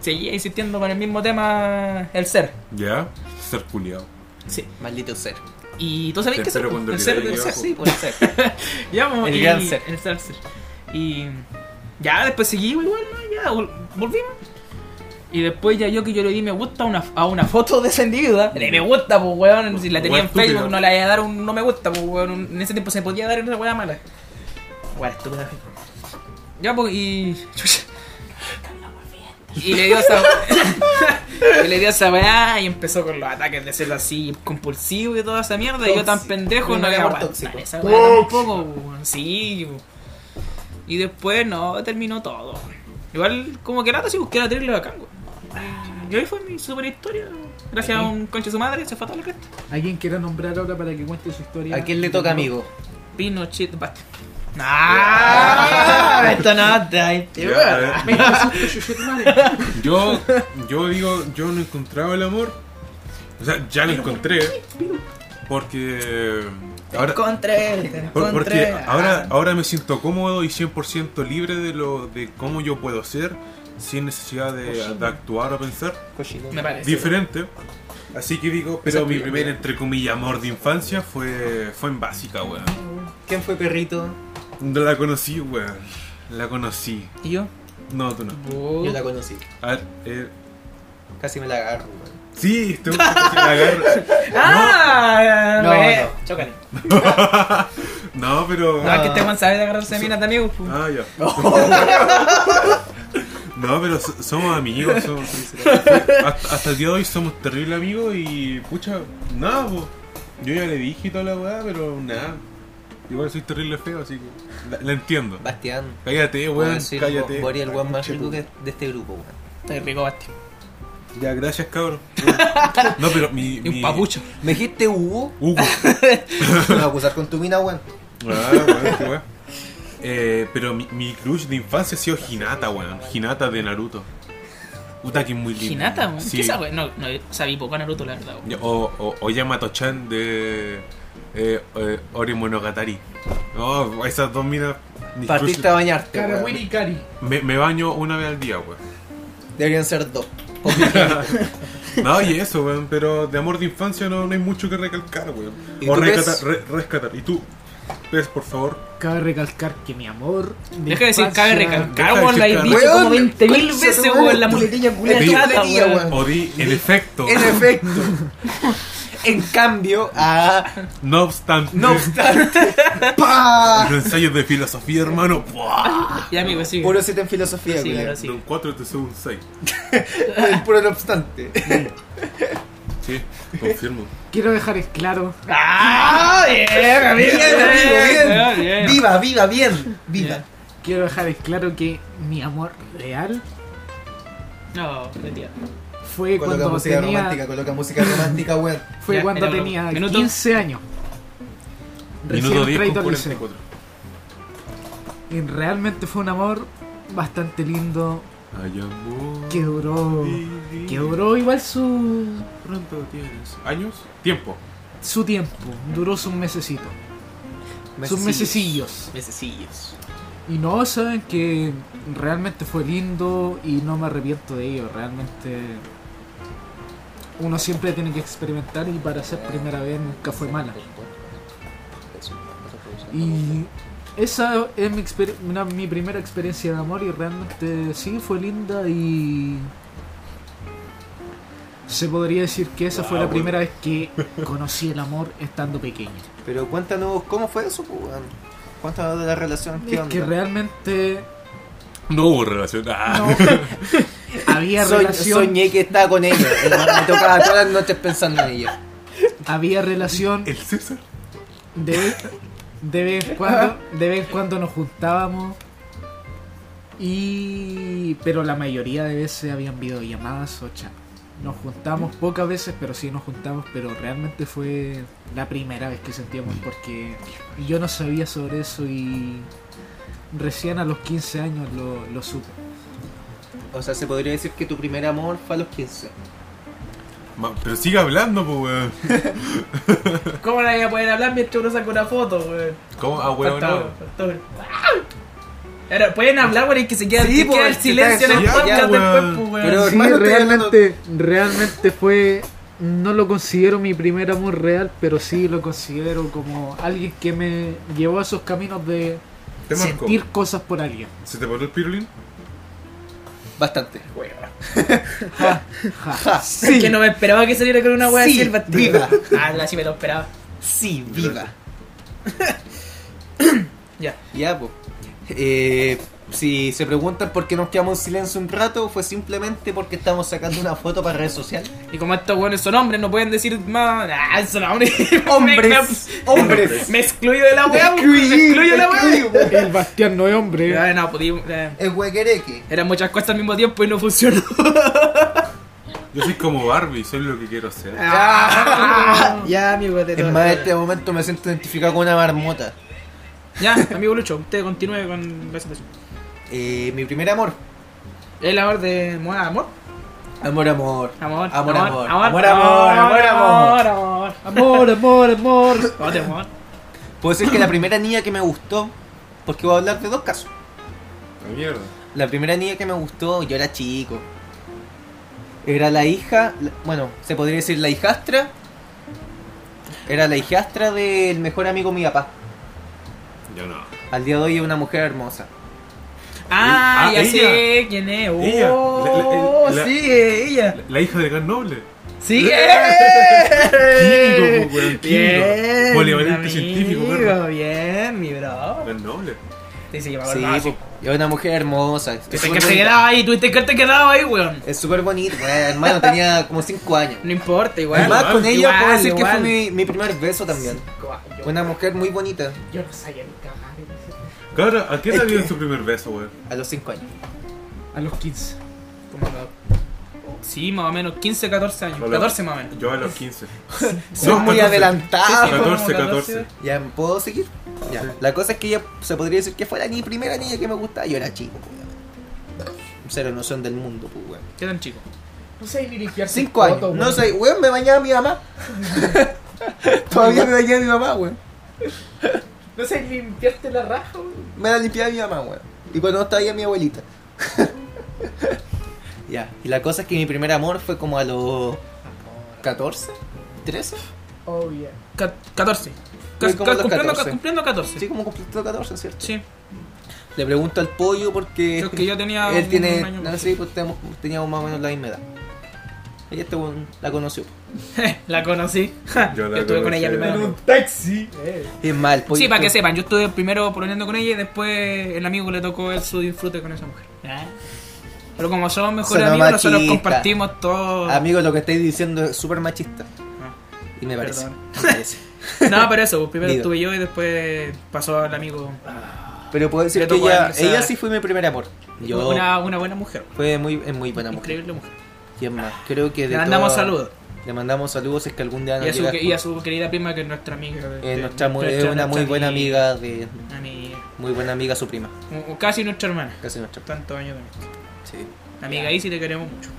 D: seguía insistiendo con el mismo tema, el ser.
B: Ya. Ser culiado.
D: Sí.
F: Maldito ser.
D: Y tú sabes
B: Te
D: que ser,
B: espero cuando
D: el
B: le
D: ser,
B: llegue
D: el ser,
B: abajo.
D: sí, pues, el ser. (laughs) Ya, pues,
F: El
D: y-
F: gran ser.
D: El ser, ser. Y ya, después seguimos igual, ¿no? ya, vol- volvimos. Y después ya yo que yo le di me gusta a una, a una foto de esa individua. Le di me gusta, pues, weón. Si la tenía
B: Weón
D: en Facebook
B: estúpido.
D: no le iba a dar un no me gusta, pues, weón. un- En ese tiempo se podía dar una weá mala. Weón, estúpida. Ya, pues, y... chucha. Y le dio esa... (laughs) y le dio esa weá y empezó con los ataques de ser así compulsivo y toda esa mierda. Y yo tan
C: Tóxico.
D: pendejo
C: Un
D: no le
C: amor
D: aguantaba
C: tóxico.
D: esa weá tampoco, weón. Sí, weón. Y después, no, terminó todo. Igual, como que nada, si busqué la terrible bacán, weón. Y ahí fue mi super historia. Gracias a un concha de su madre, se fue a toda la cresta.
A: ¿Alguien quiera nombrar ahora para que cuente su historia?
C: (laughs)
F: ¿A quién le toca, amigo?
D: Pinochet, basta.
C: (laughs)
D: Ah, esto no trae.
B: Ya, a ver.
A: Me pasaste, (laughs) chuchetumare.
B: Yo, yo digo, yo no encontraba el amor. O sea, ya lo encontré. Porque. Ahora,
D: Encontré, ah. te
B: por- porque
D: encontré.
F: Ah,
B: ahora, ahora me siento cómodo y 100% libre de lo de cómo yo puedo ser sin necesidad de, de actuar o pensar.
C: Cochino.
D: Me parece.
B: Diferente. Así que digo, pero mi primer, entre comillas, amor de infancia fue, fue en básica, weón.
F: ¿Quién fue perrito?
B: No la conocí, weón. La conocí.
D: ¿Y yo? Ah,
B: No, tú no.
C: Uh.
F: Yo la conocí.
B: A ver, eh,
F: Casi me la agarro, weón.
B: sí, este
D: (laughs)
B: weón se la agarra.
D: ¡Ah!
F: No,
D: güey.
F: no.
D: Chócale.
B: No, pero.
D: No, es que este Juan sabe de agarrarse de minas de amigos. pu.
B: Ah, ya. (laughs) no, pero so- somos amigos. somos- hasta, hasta el día de hoy somos terribles amigos y. Pucha, nada, po. Yo ya le dije y toda la weá, pero nada. Igual soy terrible feo, así que. La, la entiendo.
F: Bastián.
B: Cállate,
F: puedo
B: weón,
F: decir,
B: cállate.
F: Bori el weón más rico que de este grupo, weón.
D: Estoy rico, Basti.
B: Ya, gracias,
D: (laughs)
B: cabrón. No, pero mi.
D: Y un
B: mi-
D: papucho.
F: ¿Me dijiste Hugo?
B: Hugo.
C: Me vas a acusar con tu mina, weón.
B: Ah, weón, qué weón. Eh, pero mi, mi crush de infancia ha sido Hinata, weón. Hinata de Naruto. Puta que es muy linda.
D: Hinata, güey.
B: Sí.
D: ¿Qué sabe? No, no, sabí poco a Naruto, la verdad. güey.
B: O, o, o Yamato-chan de eh, eh, Ori Monogatari. Oh, esas dos minas. mis
F: Partiste a
B: crush-
F: bañarte,
E: Cara,
F: weón.
E: Willy Cari.
B: Me, me baño una vez al día, weón.
F: Deberían ser dos.
B: No, y eso, weón. Pero de amor de infancia no, no hay mucho que recalcar, weón.
F: ¿Y
B: O
F: tú,
B: rescatar.
F: Pez?
B: re- rescatar. Y tú, Pez, por favor.
A: Cabe recalcar que mi amor.
D: Deja de decir, cabe recalcar,
B: Deja de
D: weón. La he
B: decir,
D: dicho
C: cabe.
D: como
C: Weón,
D: 20 mil
C: concha
D: veces,
C: tu madre,
D: weón. La
C: pulería, culera,
D: la chata,
C: pulería,
D: weón.
C: weón.
B: O di el efecto.
F: En
C: e-
F: efecto. en cambio, a.
B: No obstante.
F: No obstante,
C: ¡Pah!
B: Los ensayos de filosofía, hermano. ¡buah!
D: Ya, amigo, sigue.
F: puro 7 en filosofía,
D: Sí,
C: Ah,
F: weón.
D: ahora sí.
B: De un 4 te sube un 6.
F: El puro no obstante.
B: Sí, confirmo.
A: Quiero dejar en claro
D: ¡Ah! Bien, amigo,
F: (laughs) Bien, amigo,
D: bien, bien.
F: Viva, viva, bien. Viva.
A: Quiero dejar en claro que mi amor real
D: No, mentira.
A: fue
C: Coloca
A: cuando
C: música
A: tenía,
C: romántica, coloca música romántica, weón.
A: fue
D: Ya,
A: cuando
D: era broma.
A: tenía
D: Minuto.
A: 15 años. Recién
B: Minuto 10
A: traído
B: con
A: al liceo.
B: 44.
A: Y realmente fue un amor bastante lindo
B: Ay, amor.
A: que duró, que duró igual su,
B: ¿Cuánto tienes? ¿Años? Tiempo.
A: su tiempo, duró sus mesecitos, sus mesecillos.
D: Mesecillos.
A: Y no, saben que realmente fue lindo y no me arrepiento de ello. Realmente uno siempre tiene que experimentar y para ser primera vez nunca fue mala. Y esa es mi, exper- una- mi primera experiencia de amor y realmente sí fue linda y se podría decir que esa fue la
B: Wow.
A: primera vez que conocí el amor estando pequeño.
F: Pero cuéntanos, ¿cómo fue eso, po, weón? Cuéntanos de la relación. ¿Qué
A: Es
F: onda? (laughs)
A: que realmente
B: No hubo relación. Ah.
A: no había
F: Soñ-
A: relación,
F: Soñé que estaba con ella. El mar- Me tocaba todas las noches pensando en ella.
A: había relación
B: (laughs) El César.
A: de, de vez en cuando, de vez en cuando nos juntábamos y pero la mayoría de veces habían videollamadas o chat. Nos juntamos pocas veces, pero sí nos juntamos, pero realmente fue la primera vez que sentíamos porque yo no sabía sobre eso y recién a los 15 años lo, lo supe.
F: O sea, se podría decir que tu primer amor fue a los 15.
B: Ma- Pero sigue hablando, pues, weón.
D: ¿Cómo la voy a poder hablar mientras uno saca una foto, güey?
B: ¿Cómo? Ah, weón,
D: Falta
B: no.
D: uno, falta uno. ¡Ah! Pero pueden hablar, güey, que se queda,
F: Sí,
D: que
F: po,
D: queda el
F: se
D: silencio en
F: está
D: el
B: ya,
D: podcast
B: weón.
D: después, pues, güey.
F: Pero-
A: Sí,
F: hermano, estoy
A: realmente, realmente fue. No lo considero mi primer amor real, pero sí lo considero como alguien que me llevó a esos caminos de
B: Te marcó.
A: sentir cosas por alguien.
B: ¿Se te paró el pirulín?
F: Bastante.
A: Ja.
C: (laughs)
F: Ja,
D: Es que no me esperaba que saliera con una wea
F: Sí,
D: así el Basti.
F: viva.
D: Ah, la sí me lo esperaba.
F: Sí, viva.
D: Ya.
F: Ya, pues. Eh, si se preguntan por qué nos quedamos en silencio un rato, fue simplemente porque estamos sacando una foto para redes sociales.
D: Y como estos weones son hombres, no pueden decir más. Ah, son hombres. (laughs)
F: ¡Hombres! ¡Hombres!
D: Me, me excluyo de la wea, me excluyo de la wea.
A: El Bastián no es hombre.
D: Ah, no, podí- eh,
C: El huequereque.
D: Eran muchas cosas al mismo tiempo y no funcionó.
B: Yo soy como Barbie, soy lo que quiero ser.
D: (laughs) Ah, ya, amigo, de
F: Es
D: todo.
F: más, en este momento me siento identificado con una marmota.
D: Ya, amigo Lucho, usted continúe con la presentación.
C: Eh, mi primer amor.
D: El amor de Moa, amor.
C: Amor, amor.
D: Amor,
C: Amor, amor.
D: amor,
C: Amor, amor, amor, amor.
D: amor,
A: Amor, amor, amor.
C: (laughs)
D: amor, Oh, amor.
C: Puedo decir que la primera niña que me gustó, porque voy a hablar de dos casos.
B: La Ah, mierda.
C: La primera niña que me gustó, yo era chico. Era la hija, la- bueno, se podría decir la hijastra. Era la hijastra del mejor amigo de mi papá.
B: Yo no.
C: Al día de hoy es una mujer hermosa.
D: Ah,
B: Ah,
D: ya
B: ella.
D: sé quién es.
B: Ella.
D: Oh,
B: La- la- la-
D: sí, eh, ella.
B: La, la hija de Gran Noble.
D: Sí,
B: Químico,
D: eh.
B: po,
D: Bien,
B: weón, químico. Polivalente
D: amigo,
B: científico, perro.
D: Bien, mi bro.
B: Gran Noble.
D: Dice que me
C: Sí,
D: acordaba,
C: po, es una mujer hermosa. Es
B: pues,
D: Tuviste
C: súper
D: que te
C: bonita.
D: quedaba ahí, tuviste que te quedaba ahí, weón.
C: Es súper bonita, weón, hermano, tenía como 5 años.
D: No importa, igual.
C: Además, con ella
D: igual,
C: puedo decir que
D: igual.
C: fue mi, mi primer beso también. Una mujer muy bonita,
A: Yo no sabía ni cagar.
B: Cabra, ¿a qué edad dio su primer beso, weón?
C: a los 5 años.
A: A los 15.
D: Como lo- Sí, más o menos 15, 14 años.
B: Hola.
D: 14 más o menos.
B: Yo a los 15.
C: Son muy
D: Sí,
B: 14.
D: sí,
C: adelantados.
D: como
B: 14, 14.
C: Ya, ¿puedo seguir? Ya. La cosa es que ella se podría decir que fue la ni primera niña que me gustaba. Yo era chico, pues, weón. Cero noción del mundo, pues, weón.
D: ¿Qué tan chico?
A: No sabía ni limpiar
C: 5 años. No sé, weón, me bañaba mi
D: (laughs)
C: mamá. Todavía me bañaba mi mamá, weón.
A: No sabía ni limpiarte la raja,
C: Me la limpiaba mi mamá, weón. Y cuando no estaba ella, mi abuelita. (laughs) ya. Y la cosa es que mi primer amor fue como a los 14, 13.
A: Oh, yeah.
D: Ca- 14.
C: Fue
D: Ca-
C: como
D: ca-
C: los
D: cumpliendo,
C: 14.
D: cumpliendo 14.
C: Sí,
D: Sí.
C: como cumplido 14, ¿cierto? Le pregunto al pollo porque.
D: Creo que yo tenía
C: Él
D: un
C: tiene.
D: año
C: No
D: más.
C: sé, pues teníamos, teníamos más o menos la misma edad. Y este weón la conoció.
D: (laughs) La conocí. Ja,
B: Yo
D: Yo,
B: la
D: estuve con
B: conocí.
D: ella primero.
A: taxi. Eh.
C: Es mal, pollo.
D: Sí, para que sepan, yo estuve primero poloneando con ella y después el amigo le tocó el su disfrute con esa mujer. Pero como somos mejores
C: Sonó
D: amigos, nosotros
C: machista.
D: compartimos todo.
C: Amigo, lo que estáis diciendo es súper machista.
D: Ah.
C: Y me parece.
D: Perdón.
C: me parece.
D: No, pero eso, pues, primero
C: Digo.
D: estuve yo y después pasó al amigo.
C: Pero puedo
D: (laughs)
C: decir
D: Le
C: que
D: tocó
C: ella,
D: empezar.
C: ella sí fue mi primer amor. Yo.
D: Una, una buena mujer.
C: Fue muy, es muy buena mujer.
D: Increíble mujer.
C: Y es más, creo que. de
D: Le mandamos
C: todas-
D: saludos.
C: Le mandamos saludos, es que algún día nos
D: Y a, su,
C: llega-
D: y a su querida prima que es nuestra amiga. de-
C: eh,
D: de-
C: nuestra, mu- es una muy
D: nuestra
C: buena amiga de.
D: Amiga.
C: Muy buena amiga su prima.
D: O- o casi nuestra hermana.
C: Casi nuestra.
D: Tantos años también.
C: Sí.
D: Amiga Isi, te queremos mucho.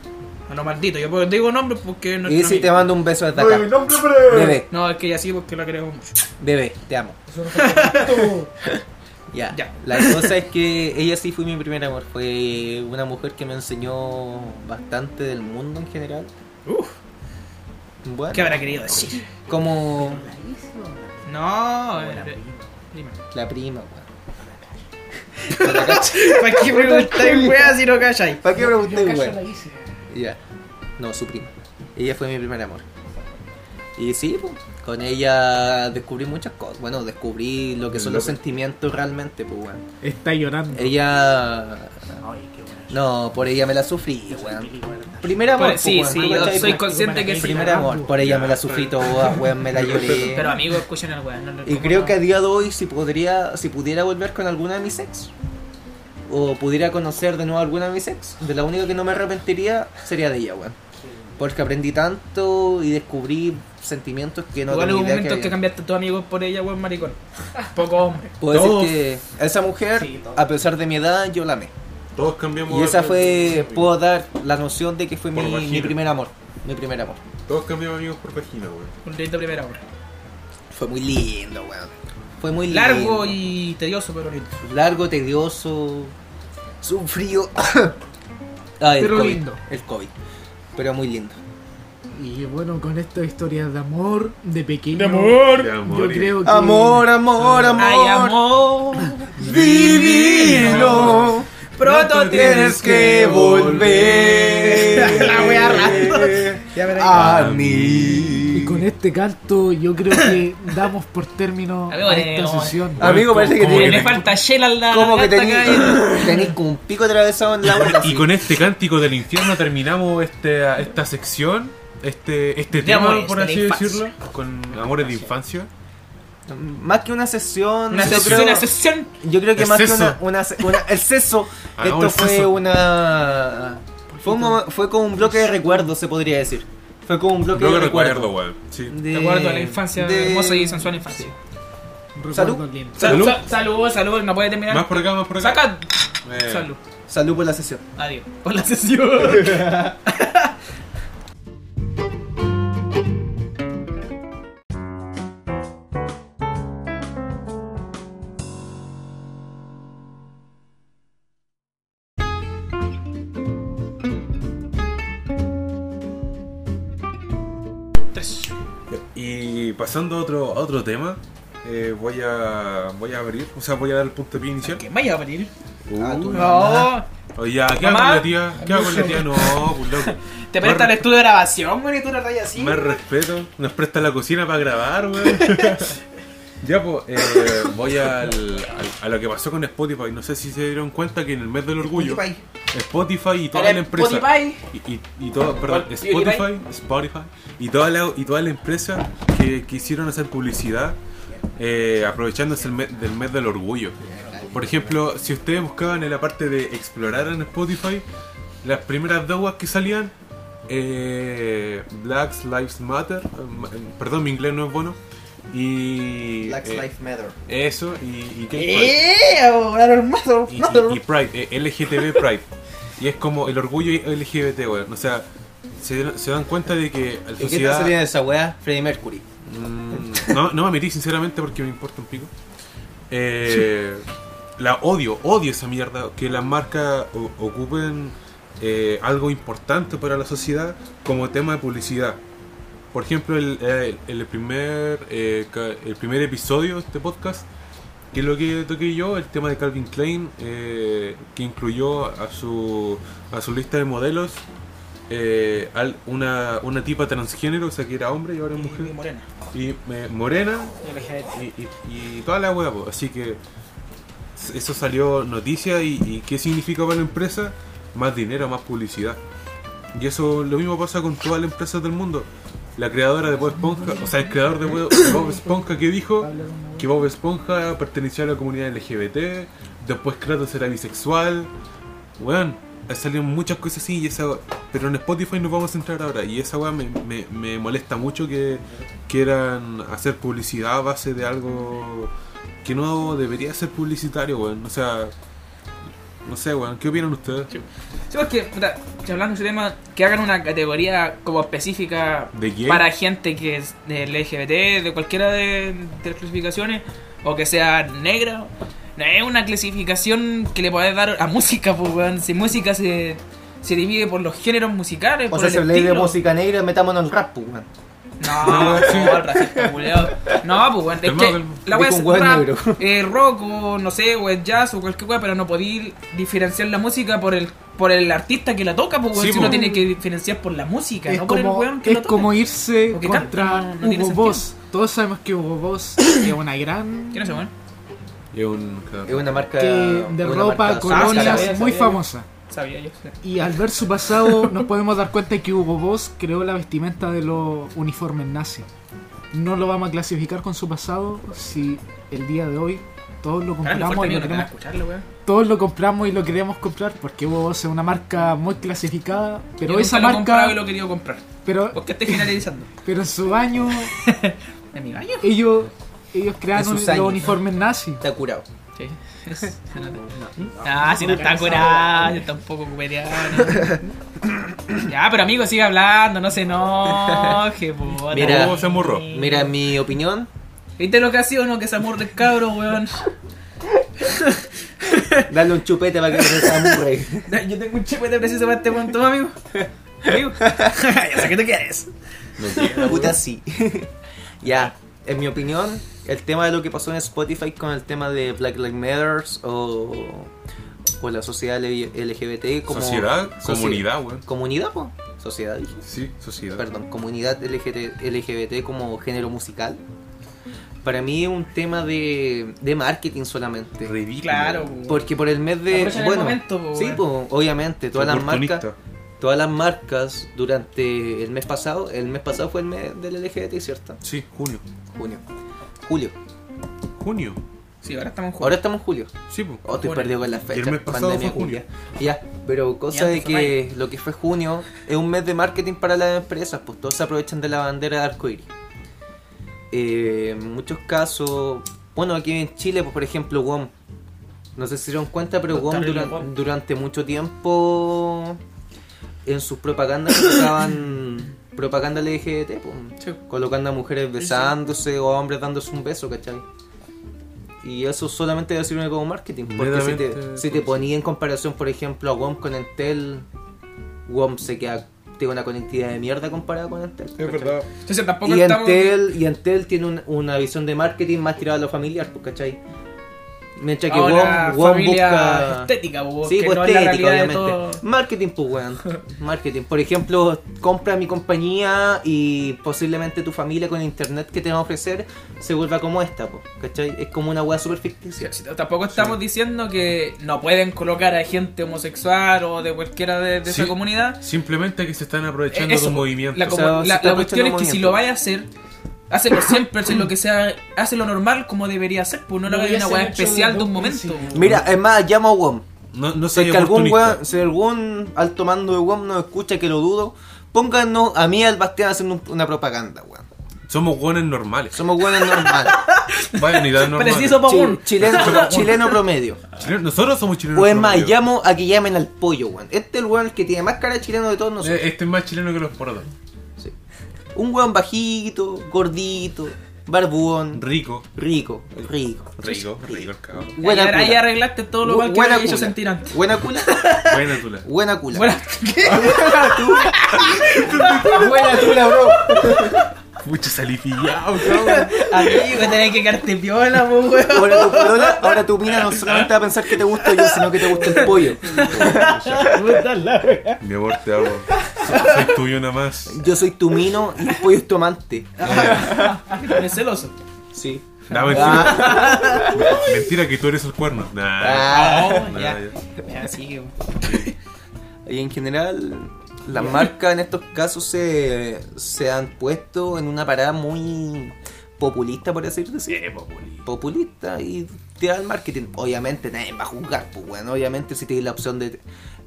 D: A lo maldito, yo puedo- digo nombres porque es nuestra
C: Y si te
D: amiga.
C: mando un beso desde acá. Bebé,
D: No, es que ella sí porque la queremos mucho.
C: bebé, te amo.
A: Eso no fue
C: Ya.
D: Ya.
C: La cosa es que ella sí fue mi primer amor. Fue una mujer que me enseñó bastante del mundo en general.
D: Uf.
C: Bueno,
D: ¿Qué habrá querido decir?
C: como
D: No, eh, dime.
C: la prima, weón.
D: ¿Para qué preguntáis, wea, si no calláis?
C: (laughs) ¿Para qué pregunté,
A: Yo
C: weón?
A: callo la hice.
C: Ya. No, su prima. Ella fue mi primer amor. Y sí, pues, con ella descubrí muchas cosas. Bueno, descubrí lo que son los sentimientos realmente, pues, weón.
A: Está llorando.
C: Ella.
A: Ay, qué buena.
C: No, por ella me la sufrí, weón. Primer amor,
D: Pues, sí,
C: pues,
D: sí,
C: weón,
D: yo
C: ¿cachai?
D: soy consciente que sí. ah, pues,
C: Primer amor, por ella me la sufrí toda, weón, me la lloré.
D: Pero amigos, escuchen al weón. no le-
C: y
D: como
C: creo
D: no.
C: que a día de hoy si podría, si pudiera volver con alguna de mis ex. O pudiera conocer de nuevo alguna de mis ex. De la única que no me arrepentiría sería de ella, weón. Porque aprendí tanto y descubrí sentimientos que no
D: Igual hubo
C: tenía idea
D: momentos que,
C: había.
D: cambiaste a tus amigos por ella, weón,
C: (laughs)
D: maricón. Poco hombre.
C: Puedo
B: Todos.
C: decir que a esa mujer,
A: Sí, todos.
C: a pesar de mi edad, yo la amé.
B: Todos cambiamos.
C: Y esa
B: algo.
C: fue, puedo dar la noción de que fue mi,
B: Por vagina.
C: mi primer amor. Mi primer amor.
B: Todos cambiamos amigos por vagina, weón.
D: Un rito primera hora.
C: Fue muy lindo, weón. Fue muy lindo.
D: Largo y tedioso, pero lindo.
C: Largo, tedioso. Sufrido. (coughs) Ah, el
A: Pero
C: COVID,
A: lindo.
C: El COVID. Pero muy lindo.
A: Y bueno, con estas historias de amor, de pequeño.
B: De amor
A: Yo
B: y-
A: creo que.
C: Amor, amor, amor.
D: Ay, amor.
C: Divino.
D: Pronto
C: Tienes que volver.
D: (laughs)
C: Ah,
D: La wea random. Ya verás.
C: A
A: Y
C: mí.
A: con este canto, yo creo (laughs) que damos por término
D: Amigo,
A: a
D: eh,
A: esta
D: no,
A: sesión.
B: Ah,
C: Amigo, parece que
B: ¿Cómo
D: Le
C: tiene.
B: que-
D: falta Shell al
C: (laughs)
D: la
C: Como que
D: gata
C: tenía
D: acá
C: tenía como un pico atravesado (laughs) en la boca.
B: Y
C: así.
B: con este cántico del infierno terminamos este, esta sección, este, este
D: De
B: tema,
D: amores
B: por
D: de
B: así
D: la infancia.
B: decirlo, con amores de infancia.
C: Más que una sesión.
D: Una
C: yo
D: sesión,
C: creo-
D: una sesión.
C: Yo creo que
B: El
C: más
B: seso.
C: que una, una, una- El seso.
B: (laughs) Hagamos
C: esto
B: el
C: fue
B: seso.
C: una. Fue, un mo- fue como un bloque de recuerdos, se podría decir. Fue como un bloque de recuerdos.
B: weón. Sí.
D: Te acuerdo de la infancia, hermosa y sensual infancia.
A: recuerdo
C: Salud.
A: lindo.
D: Salud,
B: Salud.
D: sa- salud, salud, no puede terminar.
B: Más por acá, más por acá.
D: Saca.
B: Eh.
D: Salud.
C: Salud por la sesión.
D: Adiós. Por la sesión. (laughs) Tres.
B: Y pasando a otro, a otro tema, eh, voy a voy a abrir, o sea, voy a dar el punto de pie inicial.
D: ¿Qué vaya a venir?
C: Ah, tú no.
D: No.
B: Oye, ya, ¿qué hago
D: Mamá.
B: con la tía? ¿Qué hago con la tía? No, pues loco.
D: (laughs) Te
B: Más
D: presta el
B: re-
D: estudio de grabación, güey, y tú la rayas así.
B: Más respeto, nos presta la cocina para grabar, weón. (laughs) ya, pues, eh, voy al, al- a lo que pasó con Spotify. No sé si se dieron cuenta que en el mes del orgullo,
D: Spotify.
B: Spotify y toda
D: Dale,
B: la empresa.
D: Spotify.
B: Y, y, y todo, perdón,
D: Spotify.
B: Spotify, Spotify y toda la, y toda la empresa que quisieron hacer publicidad eh, aprovechándose el me- del mes del orgullo. Por ejemplo, si ustedes buscaban en la parte de explorar en Spotify, las primeras dos que salían, eh, Black Lives Matter, eh, ma- eh, perdón, mi inglés no es bueno, y...
C: Black
B: eh,
C: Lives Matter.
B: Eso, y... y Gay Pride
C: ¡Eh! Ahora hermano.
B: y, y- y Pride, eh, LGTB Pride. Y es como el orgullo LGBT, weón. O sea, se, se dan cuenta de que la
C: ¿Y qué tal
B: sociedad.
C: salía de esa weá? Freddie Mercury.
B: Mm, no, no me metí sinceramente porque me importa un pico. Eh, La odio, odio esa mierda. Que las marcas o- ocupen eh, algo importante para la sociedad como tema de publicidad. Por ejemplo, el, el- el primer, eh, ca- el primer episodio de este podcast, que es lo que toqué yo, el tema de Calvin Klein, eh, que incluyó a su, a su lista de modelos eh, al- una, una tipa transgénero, o sea que era hombre y ahora es mujer
D: Y Morena.
B: y eh, morena
D: Y LGBT.
B: y, y- y toda la hueá, po. así que s- eso salió noticia y, y qué significa para la empresa más dinero, más publicidad. Y eso lo mismo pasa con todas las empresas del mundo. La creadora de Bob Esponja, o sea, el creador de Bob Bob Esponja que dijo que Bob Esponja pertenecía a la comunidad LGBT, después Kratos era bisexual. Weón, salieron muchas cosas así y esa pero en Spotify nos vamos a entrar ahora y esa weá me, me- me molesta mucho que quieran hacer publicidad a base de algo que no debería ser publicitario, weón. O sea, no sé, weón, ¿qué opinan ustedes?
D: Sí, porque, puta, si hablando de ese tema, que hagan una categoría como específica
B: ¿De gay?
D: para gente que es del LGBT, de cualquiera de, de las clasificaciones, o que sea negra. No es una clasificación que le podés dar a música, pues, weón. Si música se, se divide por los géneros musicales,
C: O
D: por
C: sea,
D: el
C: si habláis de
D: estilo.
C: música negra, metámonos al rap, pues, weón.
D: (laughs) No, no, el racista, culiao. No, pues, weón, es
B: Calmado,
D: que
B: calmado.
D: la wea
C: Dijo
D: es
C: un weón
D: rap,
C: negro.
D: (laughs) eh, rock o no sé, o es jazz o cualquier wea, pero no podí diferenciar la música por el por el artista que la toca, pues, weón,
B: Sí,
D: si
B: po.
D: uno tiene que diferenciar por la música,
A: Es
D: no por el
A: como,
D: weón que
A: es
D: la toca.
A: como irse
D: O que
A: contra
D: canta, no tiene
A: Hugo
D: sentido.
A: Boss. Todos sabemos que Hugo Boss es una gran
D: ¿Quién es ese weón?
B: Es un- claro.
C: Es una marca.
A: que de
C: una
A: ropa,
C: marca
D: Ah,
A: colonias,
D: sabía,
A: muy
C: sabía.
A: famosa.
D: Sabía yo. sí.
A: Y al ver su pasado nos podemos dar cuenta que Hugo Boss creó la vestimenta de los uniformes nazis. No lo vamos a clasificar con su pasado si el día de hoy todos lo
D: Caramba,
A: compramos
D: fuerte
A: y
D: mío,
A: lo
D: no te van a
A: queremos,
D: escucharlo, weón.
A: todos lo compramos y lo queremos comprar porque Hugo Boss es una marca muy clasificada, pero
D: Yo
A: esa
D: nunca lo he comprado
A: marca
D: y lo Oh. he querido comprar.
A: pero
D: ¿Por qué estoy generalizando?
A: pero en su año
D: ¿De mi baño?
A: ellos ellos crearon
C: sus
A: los
C: años, ¿no?
A: uniformes nazis.
C: Está curado.
A: (laughs)
D: Sí. Ah, si no está curado, si está un poco cubeteado. ¿no? Ya, pero amigo, sigue hablando, no se (laughs) enoje, puta.
C: Mira.
B: Oh, se amurró.
C: Mira, en mi opinión,
D: ¿Viste lo que ha sido, no? Que se amor del cabro, weón.
C: darle un chupete para que no sea muy (laughs) rey.
D: (laughs) Yo tengo un chipete preciso para este weón, toma, amigo. Amigo. (laughs) ya sé que te quieres.
C: Puta sí. (laughs) ya, en mi opinión, el tema de lo que pasó en Spotify con el tema de Black Lives Matter o, o la sociedad LGBT como
B: Sociedad,
C: socie-
B: comunidad, weón.
C: Comunidad, po. Sociedad, dije.
B: Sí, sociedad.
C: Perdón, comunidad LGBT, LGBT como género musical. Para mí es un tema de, de marketing solamente.
B: Ridículo.
D: Claro, weón.
C: Porque por el mes de.
D: Aprovechan el
C: bueno,
D: momento, po,
C: sí,
D: weón.
C: po, obviamente, todas las marcas.
B: Oportunista.
C: Todas las marcas durante el mes pasado, el mes pasado fue el mes del LGBT, ¿cierto?
B: Sí, junio.
C: Junio. Julio.
B: Junio.
D: Sí, ahora estamos
C: Ahora
D: jugando.
C: estamos en julio.
B: Sí, pues.
C: Oh, estoy
D: Junio.
C: perdido con las
B: Y
C: fechas.
B: el mes pasado fue junio.
C: culia. Ya, pero cosa
D: Y
C: de
D: antes fue
C: que lo que fue junio es un mes de marketing para las empresas, pues todos se aprovechan de la bandera de arcoíris. Eh, en muchos casos Bueno, aquí en Chile, pues, por ejemplo, WOM. No sé si se dieron cuenta, pero WOM
D: terrible
C: duran-
D: WOM.
C: durante mucho tiempo en sus propagandas (coughs) colocaban propaganda LGBT, pues,
D: Sí.
C: colocando a mujeres besándose o a hombres dándose un beso, ¿cachai? Y eso solamente debe sirve como marketing, porque si
B: Netamente pues,
C: te, si te ponía en comparación, por ejemplo, a WOM con Entel, WOM se queda, tiene una conectividad de mierda comparada con Entel.
B: Es
C: ¿cachai?
B: verdad.
D: Entonces tampoco
C: Y
D: estamos.
C: Entel, y Entel tiene un- una visión de marketing más tirada a lo familiar, pues, ¿cachai? Mientras que
D: Ahora,
C: WOM, WOM
D: familia
C: busca...
D: estética, po,
C: Sí,
D: que
C: pues
D: no es la
C: estética,
D: realidad de
C: obviamente.
D: todo.
C: Marketing, pues, weón. Marketing. Por ejemplo, compra mi compañía y posiblemente tu familia con internet que te va a ofrecer se vuelva como esta, pues. ¿Cachai? Es como una weá super
D: Sí,
C: ficticia.
D: sí, Tampoco estamos diciendo que no pueden colocar a gente homosexual o de cualquiera de, de
B: Sí.
D: esa comunidad.
B: Simplemente que se están aprovechando
D: Eh, eso,
B: de un movimiento.
D: La,
C: O sea,
D: comu-
C: se
D: la-
C: está
D: la cuestión es
C: aprovechando
D: que
C: el
D: si
C: movimiento.
D: lo vaya a hacer, hazlo siempre,
C: (clears throat)
D: hace lo que sea, hace lo normal como debería ser, pues no lo
A: No
D: hagas
A: voy a
D: una
A: hacer
D: weá
A: mucho
D: especial de
A: desde
D: un
A: un
D: momento.
A: principio.
C: Mira, es más, llamo a WOM.
B: No, no
C: Si es
B: soy
C: que algún
B: oportunista.
C: weón, si algún alto mando de WOM nos escucha, que lo dudo, pónganos a mí y al Bastián haciendo un- una propaganda, weón.
B: Somos weones normales.
C: Somos weones
D: (laughs)
C: normales.
B: Vayan y dan normales.
D: Preciso pa' un.
C: Chi- chileno, chileno promedio.
B: Chileno- Nosotros somos chilenos.
C: O es más,
B: promedio.
C: llamo a que llamen al pollo, weón. Este es el weón que tiene más cara de chileno de todos nosotros.
B: Eh, Este es más chileno que los porotos.
C: Un weón bajito, gordito, barbón,
B: Rico.
C: rico, rico.
B: Rico, rico el cabrón.
D: Ahí,
C: Buena
D: ahí
C: cula.
D: arreglaste todo lo
C: Bu-
D: mal que
C: buena
D: me hecho
C: cula. (laughs)
D: sentir antes.
C: Buena cula.
B: Buena tula.
C: Buena cula.
D: Bueno,
C: (laughs) Buena cula, bro.
B: Mucho salí pillado, cabrón.
D: amigo, tenés que quedarte piola, po, weón.
C: (laughs) Ahora tu polola, ahora tu mina no solamente va a pensar que te gusto yo, sino que te gusta el pollo.
B: Mi amor, te amo. Soy, soy tuyo nada más.
C: Yo soy tu mino y el pollo es tu amante.
D: Eres celoso.
C: Sí.
B: No, mentira.
C: Ah,
B: Mentira que tú eres el cuerno. Nah.
C: ah.
D: Oh,
B: nah,
D: ya.
B: ya.
D: Ya, sí, weón.
C: Y en general, las marcas en estos casos se, se han puesto en una parada muy populista, por así decirlo.
B: Sí, po, poli.
C: populista y tirar al marketing. Obviamente nadie va a juzgar, pues weón. Obviamente si tienes la opción de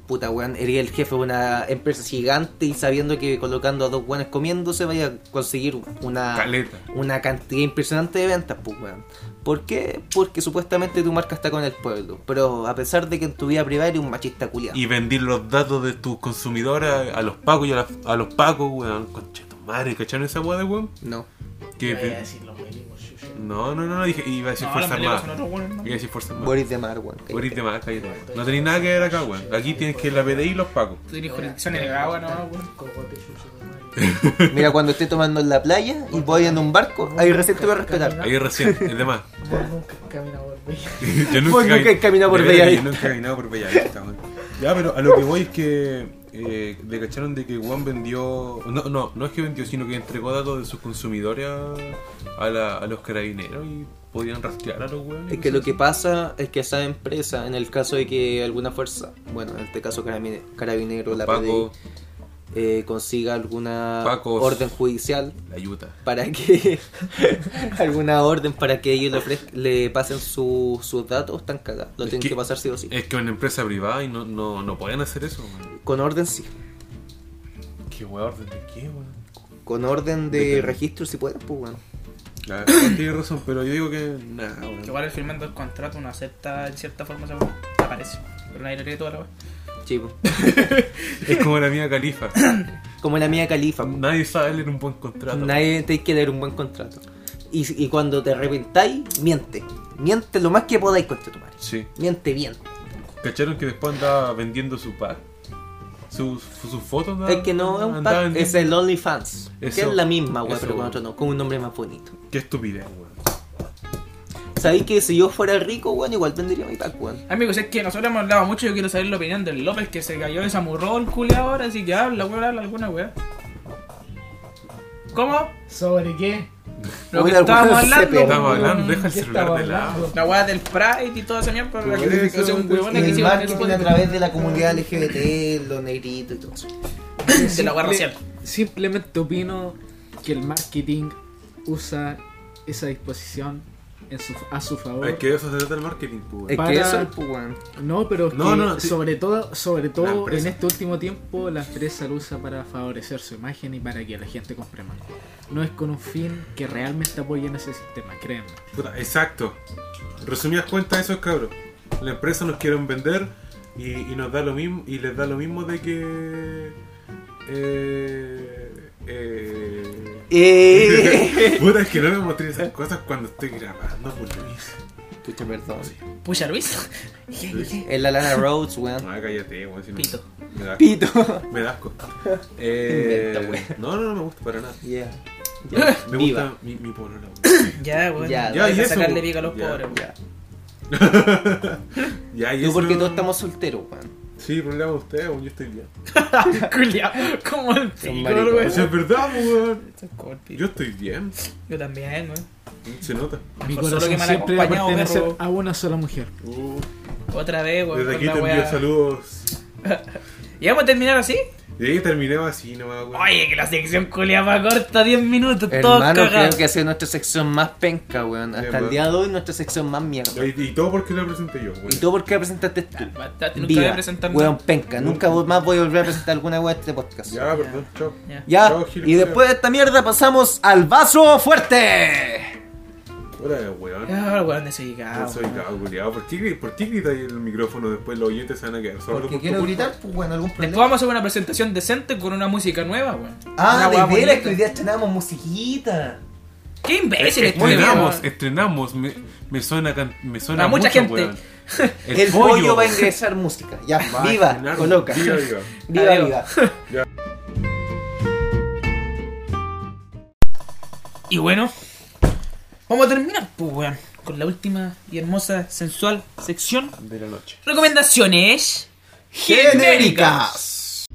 C: puta weón, eres el jefe de una empresa gigante y sabiendo que colocando a dos weones comiéndose vaya a conseguir una
B: Caleta.
C: una cantidad impresionante de ventas, pues weón. ¿Por qué? Porque supuestamente tu marca está con el pueblo. Pero a pesar de que en tu vida privada eres un machista culiado.
B: Y vender los datos de tus consumidores a, a los pacos y a, las- a los pacos, weón. Concha tu madre, ¿cacharon esa weá de weón?
C: No.
B: Que-
A: Voy a decir los mínimos, chucha.
B: No, no, no, no, dije, iba a decir
D: No, las
B: Fuerza
D: peleas
B: Armada.
D: son otros weones, ¿no?
B: Iba a decir Fuerza Armada.
C: Boris de Mar, weón.
B: Boris de más, cállate. No tenéis nada que ver acá, weón. Aquí tienes que la PDI y los pacos.
D: Tú tienes jurisdicción en el agua, no, weón.
A: Cogote, chucha, madre.
C: Mira, cuando esté tomando en la playa y voy en un barco, ahí recién te voy a rescatar.
B: Ahí recién, es de más.
A: Vos nunca has caminado por Bella.
B: (laughs) Yo
C: Vos nunca
B: cami-
C: has caminado por
B: de veras que
C: Bellavista.
B: Yo nunca he caminado por Bellavista, weón. Ya, pero a lo que voy es que eh, le cacharon de que Juan vendió. No, no, no es que vendió, sino que entregó datos de sus consumidores a, a la- a los carabineros y podían rastrear a los weones.
C: Es que lo que pasa es que esa empresa, en el caso de que alguna fuerza, bueno, en este caso carabine- Carabinero, la
B: Paco,
C: PDI, eh, consiga alguna
B: Pacos.
C: orden judicial
B: la yuta.
C: para
B: (laughs)
C: que. alguna orden para que ellos le, ofrez- le pasen su- sus datos, están cagados. Lo
B: Es
C: tienen
B: que-
C: que, pasar sí o sí.
B: Es que una empresa privada y no, no, no podían hacer eso, weón.
C: Con orden sí.
B: Qué weón, ¿de qué, weón?
C: Con orden de
B: Depende.
C: registro, si pueden, pues bueno.
B: (coughs) La verdad tiene razón, pero yo digo que. Nah,
D: Que
B: weón.
D: igual el firmando el contrato uno acepta en cierta forma esa weá. Aparece. Pero nadie le cree toda la weá.
C: Chivo.
B: Es como la
C: (coughs)
B: mía califa.
C: Como la mía califa. po.
B: Nadie sabe leer un buen contrato.
C: Nadie te hay que leer un buen contrato. Y, y cuando te arrepentáis, miente. Miente lo más que podáis contra tu madre.
B: Sí.
C: Miente bien.
B: ¿Cacharon que después andaba vendiendo su pack? Sus sus fotos andaba-
C: Es que no es un
B: andaba
C: pack,
B: vendiendo.
C: es el OnlyFans. Que
B: Eso.
C: es la misma, weón,
B: Eso,
C: pero con
B: weón.
C: otro no, con un nombre más bonito.
B: Qué estupidez, weón.
C: Sabéis que si yo fuera rico, weón, igual vendería mi pack, weón.
D: Amigos, es que nosotros hemos hablado mucho. Yo quiero saber la opinión del López que se cayó y se amurró el culo ahora. Así que habla, weón, habla alguna weá. ¿Cómo?
A: ¿Sobre qué?
D: Lo que
C: Weón,
D: estábamos
C: weón, se
D: hablando.
C: pegó.
B: Estamos hablando,
A: Mm,
B: deja el
A: ¿qué
B: celular
A: estaba
B: de lado.
A: hablando?
D: La weá del Pride y toda esa mierda. Pero la
B: Por eso,
D: clasificación
B: entonces,
D: weona que
C: El
D: hicieron en
C: marketing a
D: Spotify.
C: través de la comunidad LGBT, los negritos y todo eso.
D: (laughs) De la
A: Simple-
D: weá racial.
A: Simplemente opino que el marketing usa esa disposición en su- a su favor.
B: Es que de eso se trata el marketing, pues.
C: Es
B: weón.
A: Para-
C: que eso, pues, weón.
A: No, pero es
B: No,
A: que
B: no, sí.
A: sobre todo, sobre
B: La
A: todo
B: empresa.
A: en este último tiempo la empresa lo usa para favorecer su imagen y para que la gente compre más. No es con un fin que realmente apoyen ese sistema, créanme.
B: Puta, exacto. Resumidas cuentas, eso es cabrón. La empresa nos quieren vender y, y nos da lo mismo y les da lo mismo de que eh, eh,
C: (laughs) Eh.
B: Puta, es que no me mostré esas cosas cuando estoy grabando, por Luis.
C: (laughs) Pucha, perdón.
D: Pucha Luis. (laughs)
C: Es la Lana Rhodes, weón.
B: No, cállate, weón. si no-
D: Pito.
B: Me da asco.
C: Pito.
B: Me da
C: (laughs)
B: asco. Eh,
C: Inventa, weón.
B: no, no, no me gusta para nada.
C: Ya. (laughs)
B: Me
C: Viva.
B: gusta mi, mi polola, weón.
D: Ya, weón.
C: Ya,
D: Ya,
B: ya, y
D: Hay que
B: eso,
D: sacarle
B: weón.
D: pica a los
B: Ya.
D: pobres, weón.
C: Ya.
B: Ya, y
C: Yo
B: eso-
C: porque todos estamos solteros, weón.
B: Sí, problema de ustedes, weón, yo estoy bien.
D: (laughs) Culiao, como el pico,
C: maricón.
B: O
D: weón.
B: sea, es verdad, weón.
D: Esto es como el pico.
B: Yo estoy bien.
D: Yo también, weón.
B: Se nota.
A: Mi
D: Mejor solo
A: corazón
D: que mal
A: siempre va a
D: acompañado,
A: pertenecer
D: perro.
A: a una sola mujer.
B: Uh,
D: Otra vez, weón.
B: desde
D: con
B: aquí
D: la
B: te
D: weá.
B: envío saludos.
D: ¿Y vamos a terminar así?
B: Y ahí terminaba así nomás, weón.
D: Oye, que la sección culiaba corta 10 minutos, todos
C: Hermano, creo
D: cagados.
C: que ha sido nuestra sección más penca, weón. Hasta
B: weón.
C: el día de hoy, nuestra sección más mierda.
B: Y, y todo porque lo presenté yo, weón.
C: ¿Y tú por qué presentaste tú?
D: Bastante, nunca voy a
C: Viva.
D: presentar
C: Weón,
D: nada.
C: penca. Nunca vo- más voy a volver a presentar alguna weón de este podcast. Ya.
B: Ya, perdón, chao.
D: Ya.
B: Chao, Gil,
C: Y después de esta mierda pasamos al vaso fuerte.
B: Hola, weón.
D: Ah, weón, desubicado.
B: No
C: Ah,
B: soy cagado, culiao. ¿Por qué, gri- ¿Por qué gritas ahí en el micrófono después? Los oyentes se van a quedar solos. por tu culpa.
C: pues bueno, algún
D: Después vamos a hacer una presentación decente con una música nueva, weón. Una
C: Ah,
D: weá
C: de veras
D: bonita.
C: que hoy día estrenamos musiquita.
D: ¡Qué imbécil este
B: Estrenamos,
D: weón!
B: estrenamos. Me, me suena, can- me suena
D: A mucha
B: mucho,
D: gente.
B: weón.
C: (laughs) El, pollo, va
B: (laughs)
C: a ingresar música. Ya,
B: Va a
C: viva,
B: estrenar-
C: coloca.
B: Viva, viva.
C: (laughs) Viva,
D: Adiós.
C: viva. (laughs)
D: Y bueno, vamos a terminar, pues, weón, con la última y hermosa, sensual sección.
B: De la noche.
D: Recomendaciones
C: Genéricas.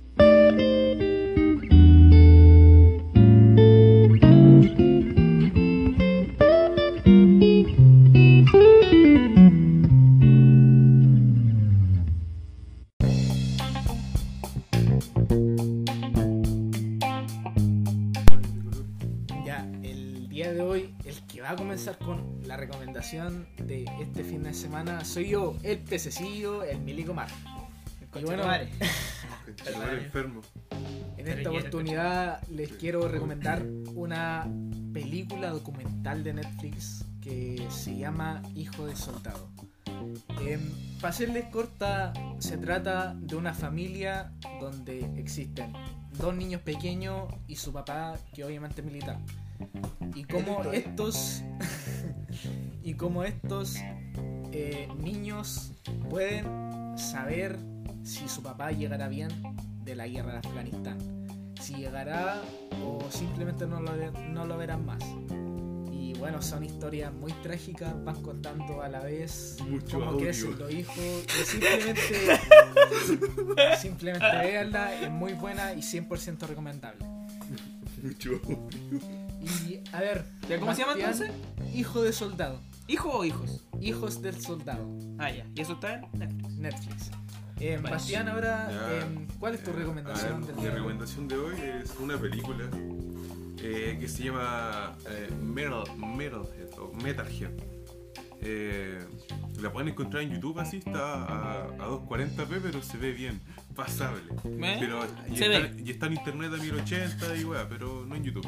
A: Ya, el día de hoy, el que va a comenzar con la recomendación de este fin de semana soy yo, el pececillo, el milico mar. Y bueno,
D: Vale.
B: Estoy enfermo.
A: en
D: Pero
A: esta
D: ya,
A: oportunidad les quiero recomendar una película documental de Netflix que se llama Hijo de Soldado. Em, para hacerles corta, se trata de una familia donde existen dos niños pequeños y su papá, que obviamente es militar. Y como estos. (laughs) y como estos eh, niños pueden saber si su papá llegará bien de la guerra de Afganistán. Si llegará o simplemente no lo, ve- no lo verán más. Y bueno, son historias muy trágicas, van contando a la vez
B: Mucho
A: cómo
B: audio.
A: crecen los hijos. Y simplemente,
B: (laughs)
A: simplemente véanla, es muy buena y 100% recomendable.
B: Mucho.
A: Y a ver,
D: ¿Ya cómo se llama
A: Bastián,
D: entonces?
A: Hijo de soldado.
D: ¿Hijo o hijos?
A: Hijos del soldado.
D: Ah, ya. ¿Y eso está en Netflix?
A: Netflix. Eh,
D: Vale.
A: Bastián, ahora,
B: Ya.
A: em, ¿cuál es tu
B: Eh,
A: recomendación
B: a ver,
A: del
B: Mi
A: día de hoy?
B: recomendación de hoy es una película eh, que se llama eh, Metal, Metalhead o Metalhead. Eh, la pueden encontrar en YouTube así, está a, a 240p, pero se ve bien, pasable.
D: ¿Eh?
B: Pero, y,
D: Se
B: está, y está en internet a 1080 y weá, pero no en YouTube.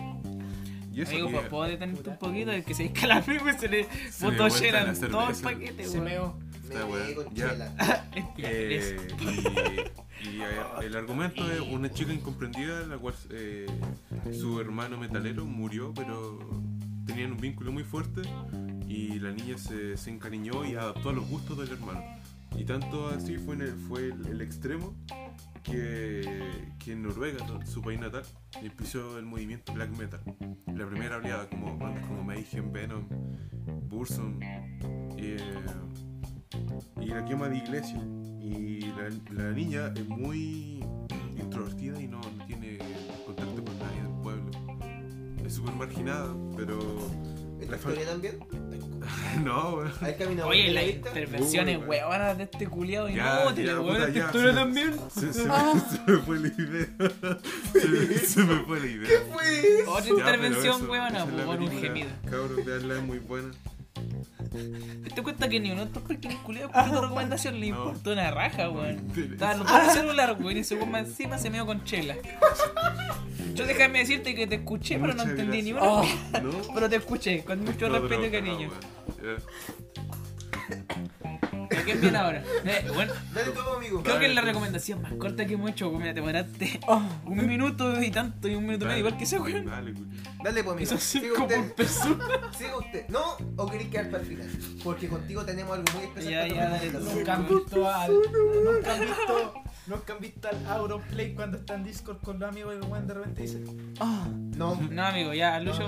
B: Y eso
D: Amigo,
B: que-
D: pues, ¿puedo detenerte un poquito? Es que se que la (laughs) y se le
B: Se me
D: botó
B: vuelta la
D: llena todo el
B: cerveza.
D: paquete,
A: Se
D: weón.
A: meó.
B: Esta weá, ya.
D: Eso.
B: Eh, y, y, eh, el argumento es una chica incomprendida, la cual eh, su hermano metalero murió, pero tenían un vínculo muy fuerte y la niña se, se encariñó y adaptó a los gustos del hermano. Y tanto así fue, en el, fue el, el extremo que, que en Noruega, ¿no? su país natal, empezó el movimiento black metal. La primera oleada, como bandas como Mayhem, Venom, Burzum. eh, y la quema de iglesia. Y la, la niña es muy introvertida y no, no tiene contacto con nadie del pueblo. Es súper marginada, pero. (laughs) la fa-
D: (laughs)
C: también?
B: no, weón.
C: ¿Hay caminado
D: Oye, las intervenciones
B: Uy, weón.
D: huevanas de este culiado
B: Ya,
D: inútil,
B: ya,
D: weón.
B: puta,
D: Esta
B: ya,
D: historia
B: se-
D: también.
B: Se, se me, se me fue la idea. (laughs) Se me, se me fue la idea. ¿Qué fue?
D: Otra intervención, huevona, por un gemido. Eh,
B: Cabros, veanla, es muy buena.
D: ¿Te das cuenta que ni uno de estos cualquier culiado por tu recomendación le importó una raja, weón? Estaba en los dos celulares, weón, y ese weón más encima se meó con chela. Yo déjame decirte que te escuché, pero no
B: Muchas
D: entendí ni una.
B: gracias.
D: wea.
B: (laughs) No.
D: Pero te escuché, con mucho
B: Todo
D: respeto y
B: drogado,
D: cariño.
B: weón. Ya.
D: ¿A quién viene ahora? Eh, bueno,
C: Dale todo, amigo.
D: creo que es la recomendación más corta que hemos hecho, weón. Mira, te paraste
C: Oh.
D: un minuto y tanto y un minuto y medio, igual que ese weón.
B: Dale, culiao.
C: Dale, pues, amigo.
D: Eso sí,
C: Siga
D: como
C: usted.
D: un
C: (laughs)
D: persona.
C: Siga usted. No, o queréis quedar para el final. Porque contigo tenemos algo muy especial.
D: Ya,
C: para
D: ya,
C: tu
D: dale,
C: presentación.
D: dale.
A: Nunca han visto al. Nunca han visto. Nunca han visto al Auronplay cuando está en Discord con los amigos y el weón de repente dice.
C: No,
D: No, amigo, (laughs) ya, Lucho.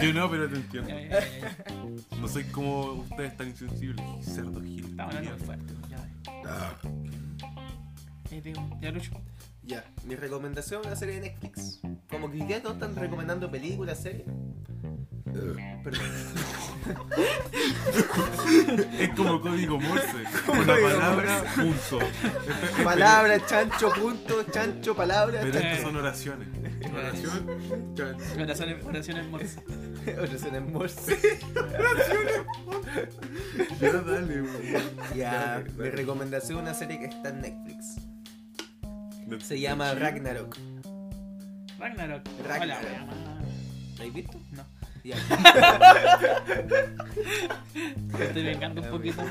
B: Yo no, pero te
D: Ya,
B: entiendo.
D: ya, ya, ya.
B: No soy como ustedes tan insensibles. Cerdo gil.
D: Estamos hablando muy fuerte, ya.
C: Ah.
D: Ahí te digo, ya, Lucho.
C: Ya, mi recomendación es una serie de Netflix. Como que hoy día todos están recomendando películas, series. Perdón.
B: Es como código (laughs) Morse. Una
C: código
B: palabra, punto. Esto es-
C: Palabra, chancho, punto, chancho, palabra.
B: Pero
C: chancho.
B: estas son oraciones. Oración, chancho.
D: Oraciones, oraciones morse.
C: (laughs) Oración en
D: (laughs)
C: morse.
B: Ya dale, weón.
C: Ya, mi recomendación es una serie que está en Netflix.
B: No-
C: Se llama
B: no-
C: Ragnarok.
D: Ragnarok.
C: Ragnarok.
D: Hola, mamá.
C: ¿La has visto?
D: No.
C: Ya. (laughs)
D: Me Estoy vengando un
C: Ya,
D: poquito.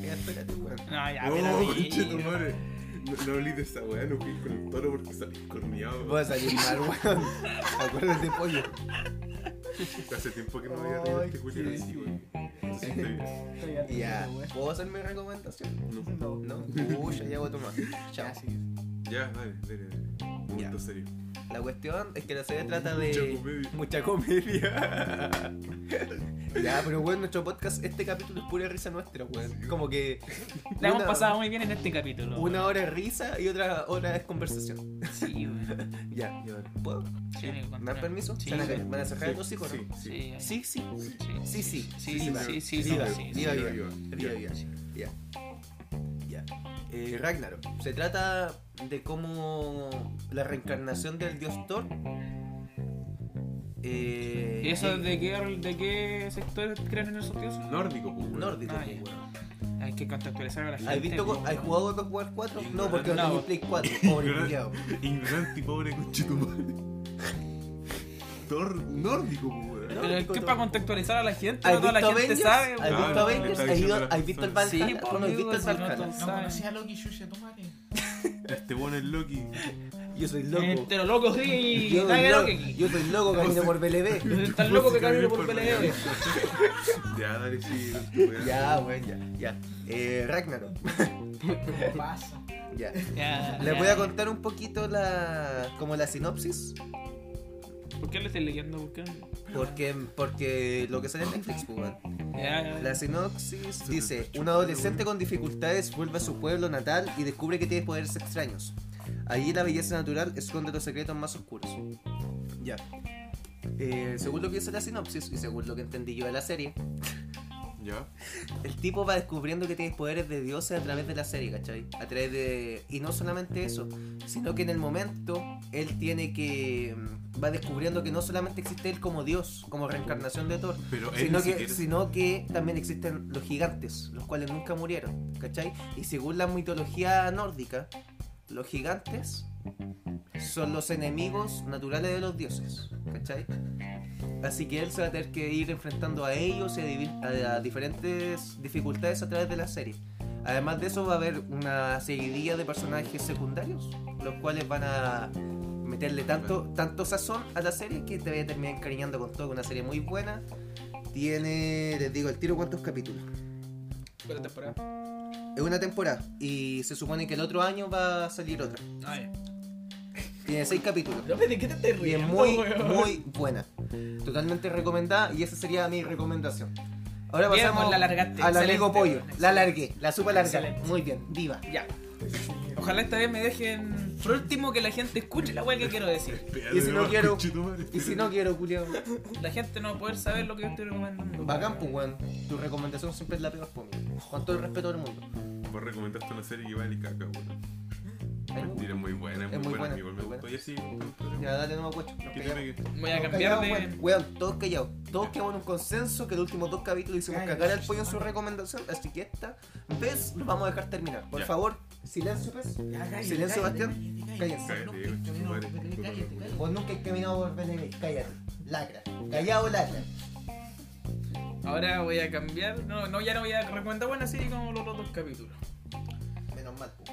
C: Ya, espérate, weón.
D: No, ya, mira.
B: Oh,
D: sí.
B: pinche tu madre. No, no hablís de esa weá, no juguéis con el toro porque salís corneado.
C: Voy a salir mal,
D: (laughs)
C: weón. Acuérdate, pollo.
B: Hace tiempo que no había reído este culiao así, weón. Se siente bien.
C: Ya. ¿Puedo hacer mi recomendación?
A: No.
C: No. Uy, ya, ya voy a tomar. Chao.
B: Ya, Eh, dale, dale, dale. Un Momento serio.
C: La cuestión es que la serie trata de.
B: Mucha
C: Mucha
B: comedia.
C: comedia. ya, pero bueno, nuestro podcast, este capítulo es pura risa nuestra, weón. Como que.
D: La hemos
C: una-
D: pasado muy bien en este capítulo.
C: Una hora es risa y otra hora es conversación.
D: Sí, güey.
C: Ya, yo ¿puedo?
D: Sí, amigo,
C: ¿Me dan
D: continúa.
C: permiso?
D: Sí,
C: ¿Se van a-
D: sí.
C: ¿Van a cerrar el hocico,
B: Sí,
C: no?
B: sí.
D: Sí,
C: Sí, sí.
D: sí.
C: Sí, sí.
D: Sí,
C: viva.
D: sí, sí, sí,
C: Viva,
D: sí, sí.
C: viva,
B: Viva,
C: viva.
B: viva.
C: Viva, viva. Ya. Ya. Eh, Ragnarok. Se trata de cómo la reencarnación del dios Thor. Eh,
D: ¿Y eso
C: eh,
D: de qué, de qué sector creen en esos dioses?
B: Nórdico, pues, weón.
C: Nórdico,
D: Ah,
C: pues,
D: ya.
C: weón.
D: Hay que contextualizar a la gente.
C: ¿Has visto
D: güey.
C: co- ¿Has jugado God of War 4? No, porque
D: No.
C: no tengo Play
B: (laughs)
C: 4. Pobre
B: Ignorante.
C: culiao.
B: Ignorante y pobre conchetumare. Thor nórdico, pues, weón.
C: No,
D: Pero es que
C: con-
D: para contextualizar a la gente, no
C: ¿Has
D: toda la
C: visto
D: gente
C: Avengers?
D: sabe.
C: ¿Has
D: güey.
B: Ah,
C: visto
B: no, le
C: Avengers?
B: está
C: ¿Has
B: diciendo
C: ido-
B: las
C: ¿Has visto el
B: personas.
D: Sí, pues,
C: Valhalla?
D: po,
C: ¿Tú no has
D: amigo,
C: visto el
D: si no
C: Valhalla?
D: todos-
A: No conocía a Loki Shusha, tu madre.
B: Este bueno es Loki.
C: Yo soy loco.
D: Entero loco, sí.
C: Yo soy
D: Dale,
C: loco,
D: loco aquí.
C: yo soy
D: (laughs)
C: loco camino por BLB.
D: Tan loco que camino por
B: pelea.
D: PLD.
B: Ya, dale, sí. weón.
C: Ya, weón, ya, ya. Eh, Ragnarok. (laughs)
A: ¿Qué pasa?
C: Ya.
D: Ya,
C: Les
D: ya.
C: voy a contar un poquito la. como la sinopsis.
D: ¿Por qué lo estoy leyendo? ¿Por qué? no?
C: Porque, porque lo que sale en Netflix, pues, weón.
D: Ya, ya.
C: La sinopsis dice, un adolescente con dificultades vuelve a su pueblo natal y descubre que tiene poderes extraños. Allí la belleza natural esconde los secretos más oscuros. Ya. Eh, según lo que dice la sinopsis y según lo que entendí yo de la serie,
B: Ya.
C: el tipo va descubriendo que tiene poderes de dioses a través de la serie, ¿cachai? A través de... Y no solamente eso, sino que en el momento él tiene que... mm, va descubriendo que no solamente existe él como dios, como reencarnación de Thor,
B: Pero él
C: sino
B: ni
C: que,
B: siquiera-
C: sino que también existen los gigantes, los cuales nunca murieron, ¿cachai? Y según la mitología nórdica, los gigantes son los enemigos naturales de los dioses, ¿cachai? Así que él se va a tener que ir enfrentando a ellos y a, divi- a- a diferentes dificultades a través de la serie. Además de eso va a haber una seguidilla de personajes secundarios, los cuales van a meterle tanto, tanto sazón a la serie que te voy a terminar encariñando con todo, una serie muy buena. Tiene, les digo, el tiro cuántos capítulos.
A: (laughs)
D: Espera temporada.
C: Es una temporada y se supone que el otro año va a salir otra.
D: Ah, ya.
C: Tiene seis capítulos.
D: No, ¿De qué te estás
C: Y es
D: riendo, (laughs)
C: muy,
D: weón?
C: muy buena. Totalmente recomendada y esa sería mi recomendación. Ahora
D: Bien,
C: pasamos
D: amor, la largaste.
C: al amigo
D: Excelente,
C: pollo.
D: weón,
C: La largué, la supe largar.
D: Excelente.
C: Muy bien, diva.
D: Ya. Ojalá esta vez me dejen. Por último, que la gente escuche la weá que quiero decir.
B: Espérate,
C: Y si no
B: weón,
C: quiero-
B: conchetumare.
C: Y si no quiero, culiao.
D: La gente no va a poder saber lo que yo estoy recomendando.
C: Bacán, pues, weón. Tu recomendación siempre es la peor, pues, amigo. Con todo el respeto del mundo.
B: Vos recomendaste una serie que vale caca, weón.
C: ¿cachai?
B: Mentira, es muy buena, es muy, buena, amigo. Me
C: muy buena.
B: gustó. Yo sí.
C: Ya, dale nuevo coche. Nos
B: Que
C: pegamos. Todos
D: Voy a
B: te pegue.
D: cambiar
C: callados,
D: de.
C: weón. Weón, todos callados. Todos quedamos en un consenso que los últimos dos capítulos hicimos
A: Cállate,
C: cagar al pollo en su recomendación. Así que esta vez lo vamos a dejar terminar. Por
B: Ya.
C: favor, silencio, pues. Silencio, Bastián. Cállense.
B: Cállate, Diego, chupadre.
C: Vos nunca has caminado por Belén. Cállate. Lacra. Callado, lacra.
D: Ahora voy a cambiar. No, no, ya no voy a recomendar buena serie como los otros capítulos.
C: Menos mal. po.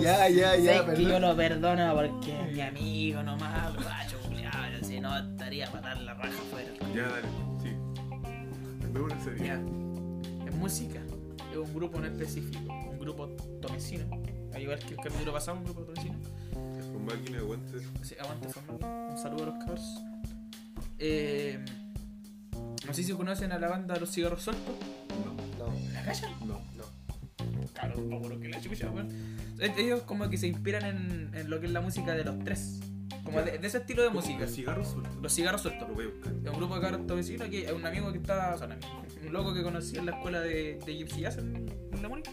C: Ya, ya,
G: Sé
C: ya,
G: que yo
C: perdón.
G: lo perdono porque es mi amigo nomás, macho, culiado, si no estaría para dar la raja fuera.
B: Ya, dale. Sí. Me una serie.
D: Ya. Es música. Es un grupo no específico. Un grupo tomecino. Al igual que el capítulo pasado, un grupo tomecino.
B: Con máquina de guantes.
D: Sí, aguante familia. Un saludo a los cabros. Eh, no sé si conocen a la banda Los Cigarros Sueltos.
C: No,
D: ¿La callan?
B: No.
D: Claro, un poco lo que la chucha, weón. Eh, Ellos como que se inspiran en, en lo que es la música de los tres. Como de, de ese estilo de música.
B: ¿El cigarro suelto?
D: Los Cigarros Sueltos.
B: Lo voy a buscar.
D: Es un grupo de cabros vecinos que es un amigo que está. O sea, un amigo, un loco que conocí en la escuela de, de Gypsy Jazz en, en La Mónica.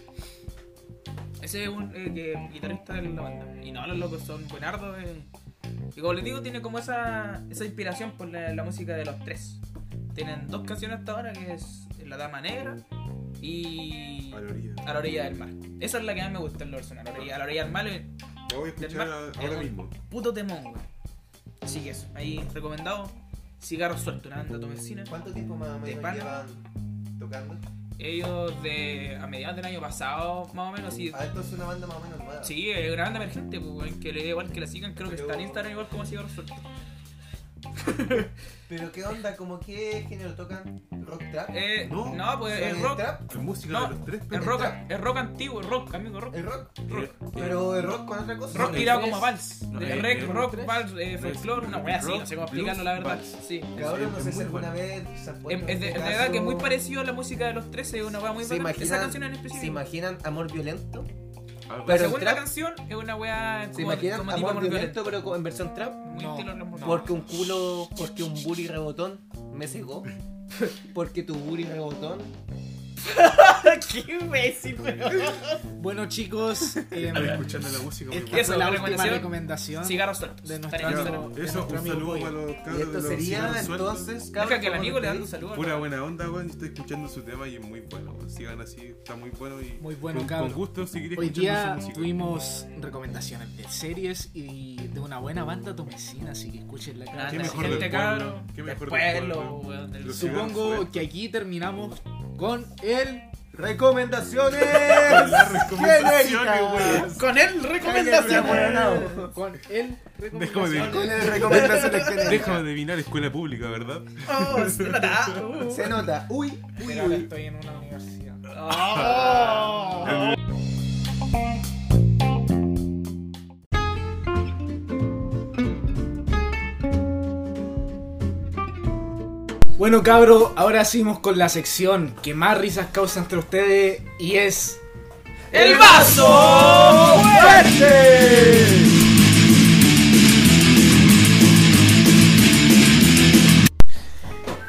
D: Ese es un eh, que es guitarrista de la banda. Y no, los locos son buenardos. eh. Y como les digo, tiene como esa, esa inspiración por la, la música de los tres. Tienen dos canciones hasta ahora, que es La Dama Negra y
B: A la orilla.
D: A la orilla del mar. Esa es la que más me gusta en lo personal. A la orilla, a la orilla del mar es
B: La voy a escuchar
D: Del
B: a-
D: mar.
B: ahora mismo.
D: puto temón, güey. Así que eso, ahí recomendado. Cigarro suelto, una banda tomecina.
C: ¿Cuánto tiempo más o
D: De
C: menos
D: pana.
C: llevan tocando?
D: Ellos de a mediados del año pasado, más o menos, sí.
C: Ah, entonces una banda más o menos nueva.
D: Sí, es una banda emergente, pues, weón, que le da igual que la sigan, creo que está en Instagram igual como Cigarro Suelto.
C: Pero qué onda, como qué género tocan rock trap.
D: Eh,
B: No,
D: no, pues
C: ¿Son
D: es
C: el
D: rock,
C: trap?
B: Es música
D: No,
B: de los tres, pero. Eh,
D: es rock, es rock antiguo, es rock, amigo, rock.
C: ¿El rock?
D: rock.
C: Pero el rock con otra cosa.
D: Rock
B: no,
D: tirado
B: es-
D: como vals.
B: no,
D: de
B: es-
D: rec,
B: es
D: rock,
B: tres.
D: vals, eh,
B: es-
D: folclore, una wea así,
B: rock,
D: no sé cómo
B: blues,
D: explicarlo, la verdad.
B: vals.
D: Sí.
C: Cabrón,
B: Es-
C: no sé
B: es muy
C: si alguna
B: bueno.
C: vez se han
D: Em, Es,
C: puesto
D: es de,
C: en
D: es de
C: este
D: verdad que es muy
C: caso-
D: parecido a la música de los 13, es una wea muy
C: ¿Se
D: bacana. Esa
C: imaginan-
D: canción en
C: ¿Se
D: específico.
C: imaginan amor violento?
D: La
B: Algo
C: Pero el
D: segunda
C: trap-
D: canción es una wea
C: ¿Se
D: como,
C: imaginan
D: como
C: amor,
D: tipo amor
C: violento,
D: violento.
C: pero con- en versión trap?
D: Muy
E: No,
D: estilo Los
C: Porque un culo, porque un booty rebotón me cegó. (laughs) Porque tu booty rebotón.
G: ¡Qué imbécil, weón!
A: Bueno, chicos, em,
B: así. Escuchando la música. muy
A: esta es
D: Eso,
A: la
D: la
A: última
D: recomendación.
A: recomendación.
D: Cigarros sueltos.
A: de nuestra-
D: Estaría en
B: Ya,
D: Instagram.
A: de
B: Eso,
A: nuestro
B: un
A: amigo
B: saludo
A: Pollo.
B: para los
C: Y
B: cabros. de
C: esto
B: los
C: sería
B: cigarros sueltos.
C: entonces.
D: Deja
C: cabros,
D: que el
C: ¿cómo
D: amigo le
C: lo
D: dan un
C: pedís?
D: saludo.
B: Pura buena onda, weón. Estoy escuchando su tema y es muy bueno. weón. Sigan así, está muy bueno y.
A: Muy bueno,
B: con,
A: cabros.
B: con gusto seguir
A: Hoy
B: escuchando
A: día
B: su música.
A: tuvimos recomendaciones de series y de una buena banda tomecina, así que escuchen la
D: Nada,
B: Qué
D: anda,
B: mejor
D: gente,
B: del
D: cabro,
B: pueblo, qué
D: del
B: mejor del
D: pueblo,
B: pueblo.
D: weón, del
B: Los
D: sur.
A: Supongo que aquí terminamos con el
C: ¡Recomendaciones! (laughs)
B: Las recomendaciones,
C: genéricas.
B: weón.
A: con el recomendación
C: Cállate,
A: con el
B: Déjame
A: recomendación
B: adivinar,
C: Con el recomendaciones genéricas.
B: déjame adivinar escuela pública, ¿verdad?
D: Oh, se la da. Uh.
C: Se nota. Uy, uy,
E: Pero ahora
C: uy.
E: estoy en una universidad.
A: bueno cabro ahora seguimos con la sección que más risas causa entre ustedes y es
D: ¡El vaso!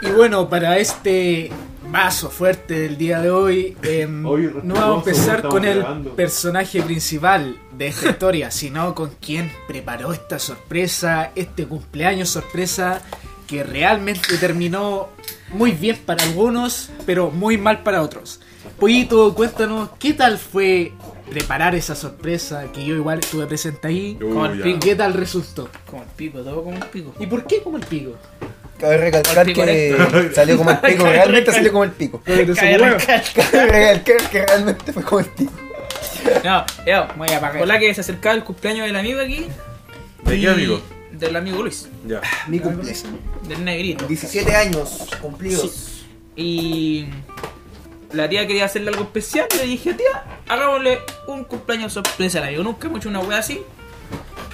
A: y bueno para este vaso fuerte del día de hoy em, no vamos a empezar con el personaje principal de esta historia sino con quien preparó esta sorpresa este cumpleaños sorpresa que realmente terminó muy bien para algunos, pero muy mal para otros. Pollito, cuéntanos, ¿qué tal fue preparar esa sorpresa que yo igual estuve presente ahí?
D: Como el pico.
A: ¿Qué tal resultó?
D: Como el pico, todo como el pico.
A: ¿Y por qué como el pico?
C: Cabe recalcar
D: Pico
C: que salió como el (laughs) pico. Realmente salió como el pico. (laughs)
D: Cae arrancar. (laughs)
C: Cabe recalcar que realmente fue como el pico.
D: No, yo,
A: Voy a apagar.
D: hola que se acercaba el cumpleaños del amigo aquí.
B: ¿De
D: y-
B: qué amigo?
D: Del amigo Luis,
B: Ya.
C: Mi cumpleaños.
D: del negrito.
C: 17 años cumplidos.
D: Y la tía quería hacerle algo especial. Le dije, tía, hagámosle un cumpleaños sorpresa al amigo. Nunca hemos hecho una wea así.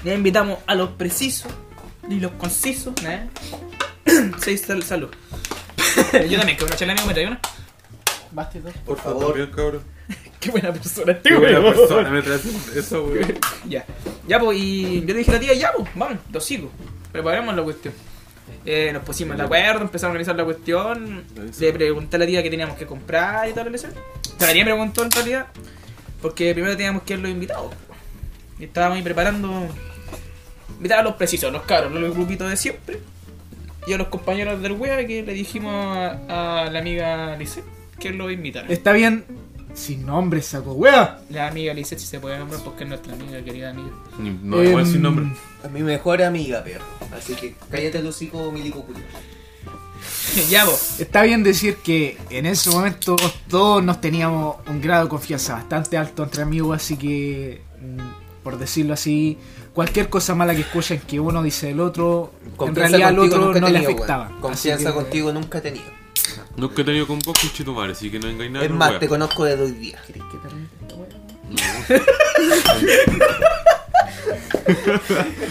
D: Le invitamos a los precisos y los concisos. ¿eh? (clears throat) Seis sal- salud. (laughs) Yo también, que una chela amigo me trae una.
B: Por favor. Bien, cabrón.
D: Qué buena persona este
B: Qué buena
D: weón.
B: persona me traes
D: (laughs)
B: eso, weón.
D: Ya. Ya, pues, y yo le dije a la tía, ya, pues, vamos, los sigo. Preparemos la cuestión. Eh, nos pusimos de acuerdo, empezamos a organizar la cuestión. Le pregunté a la tía que teníamos que comprar y toda la lesión. La tía me preguntó en realidad, porque primero teníamos que ir los invitados. Y estábamos ahí preparando. Invitados a los precisos, los caros, los grupitos de siempre. Y a los compañeros del wea que le dijimos a, a la amiga Lisette que los invitara.
A: Está bien. Sin nombre, saco wea.
D: La amiga Lisette, si se puede nombrar, porque es nuestra amiga, querida amiga. (laughs)
B: Ni- No, igual
A: Em,
B: sin nombre.
C: A mi mejor amiga, perro. Así que cállate el hocico, milico culiao.
D: ya pues. vos.
A: Está bien decir que en ese momento todos nos teníamos un grado de confianza bastante alto entre amigos, así que, mm, por decirlo así, cualquier cosa mala que escuchen que uno dice del otro, en realidad al
C: contigo
A: otro
C: nunca he
A: no le
C: tenido,
A: afectaba.
C: weón.
A: Así
C: Confianza
A: que-
C: contigo nunca he tenido.
B: Nunca he tenido con vos conchetumare, así que no engañes nada.
C: es
B: no,
C: más,
B: wea.
C: te conozco desde hoy día.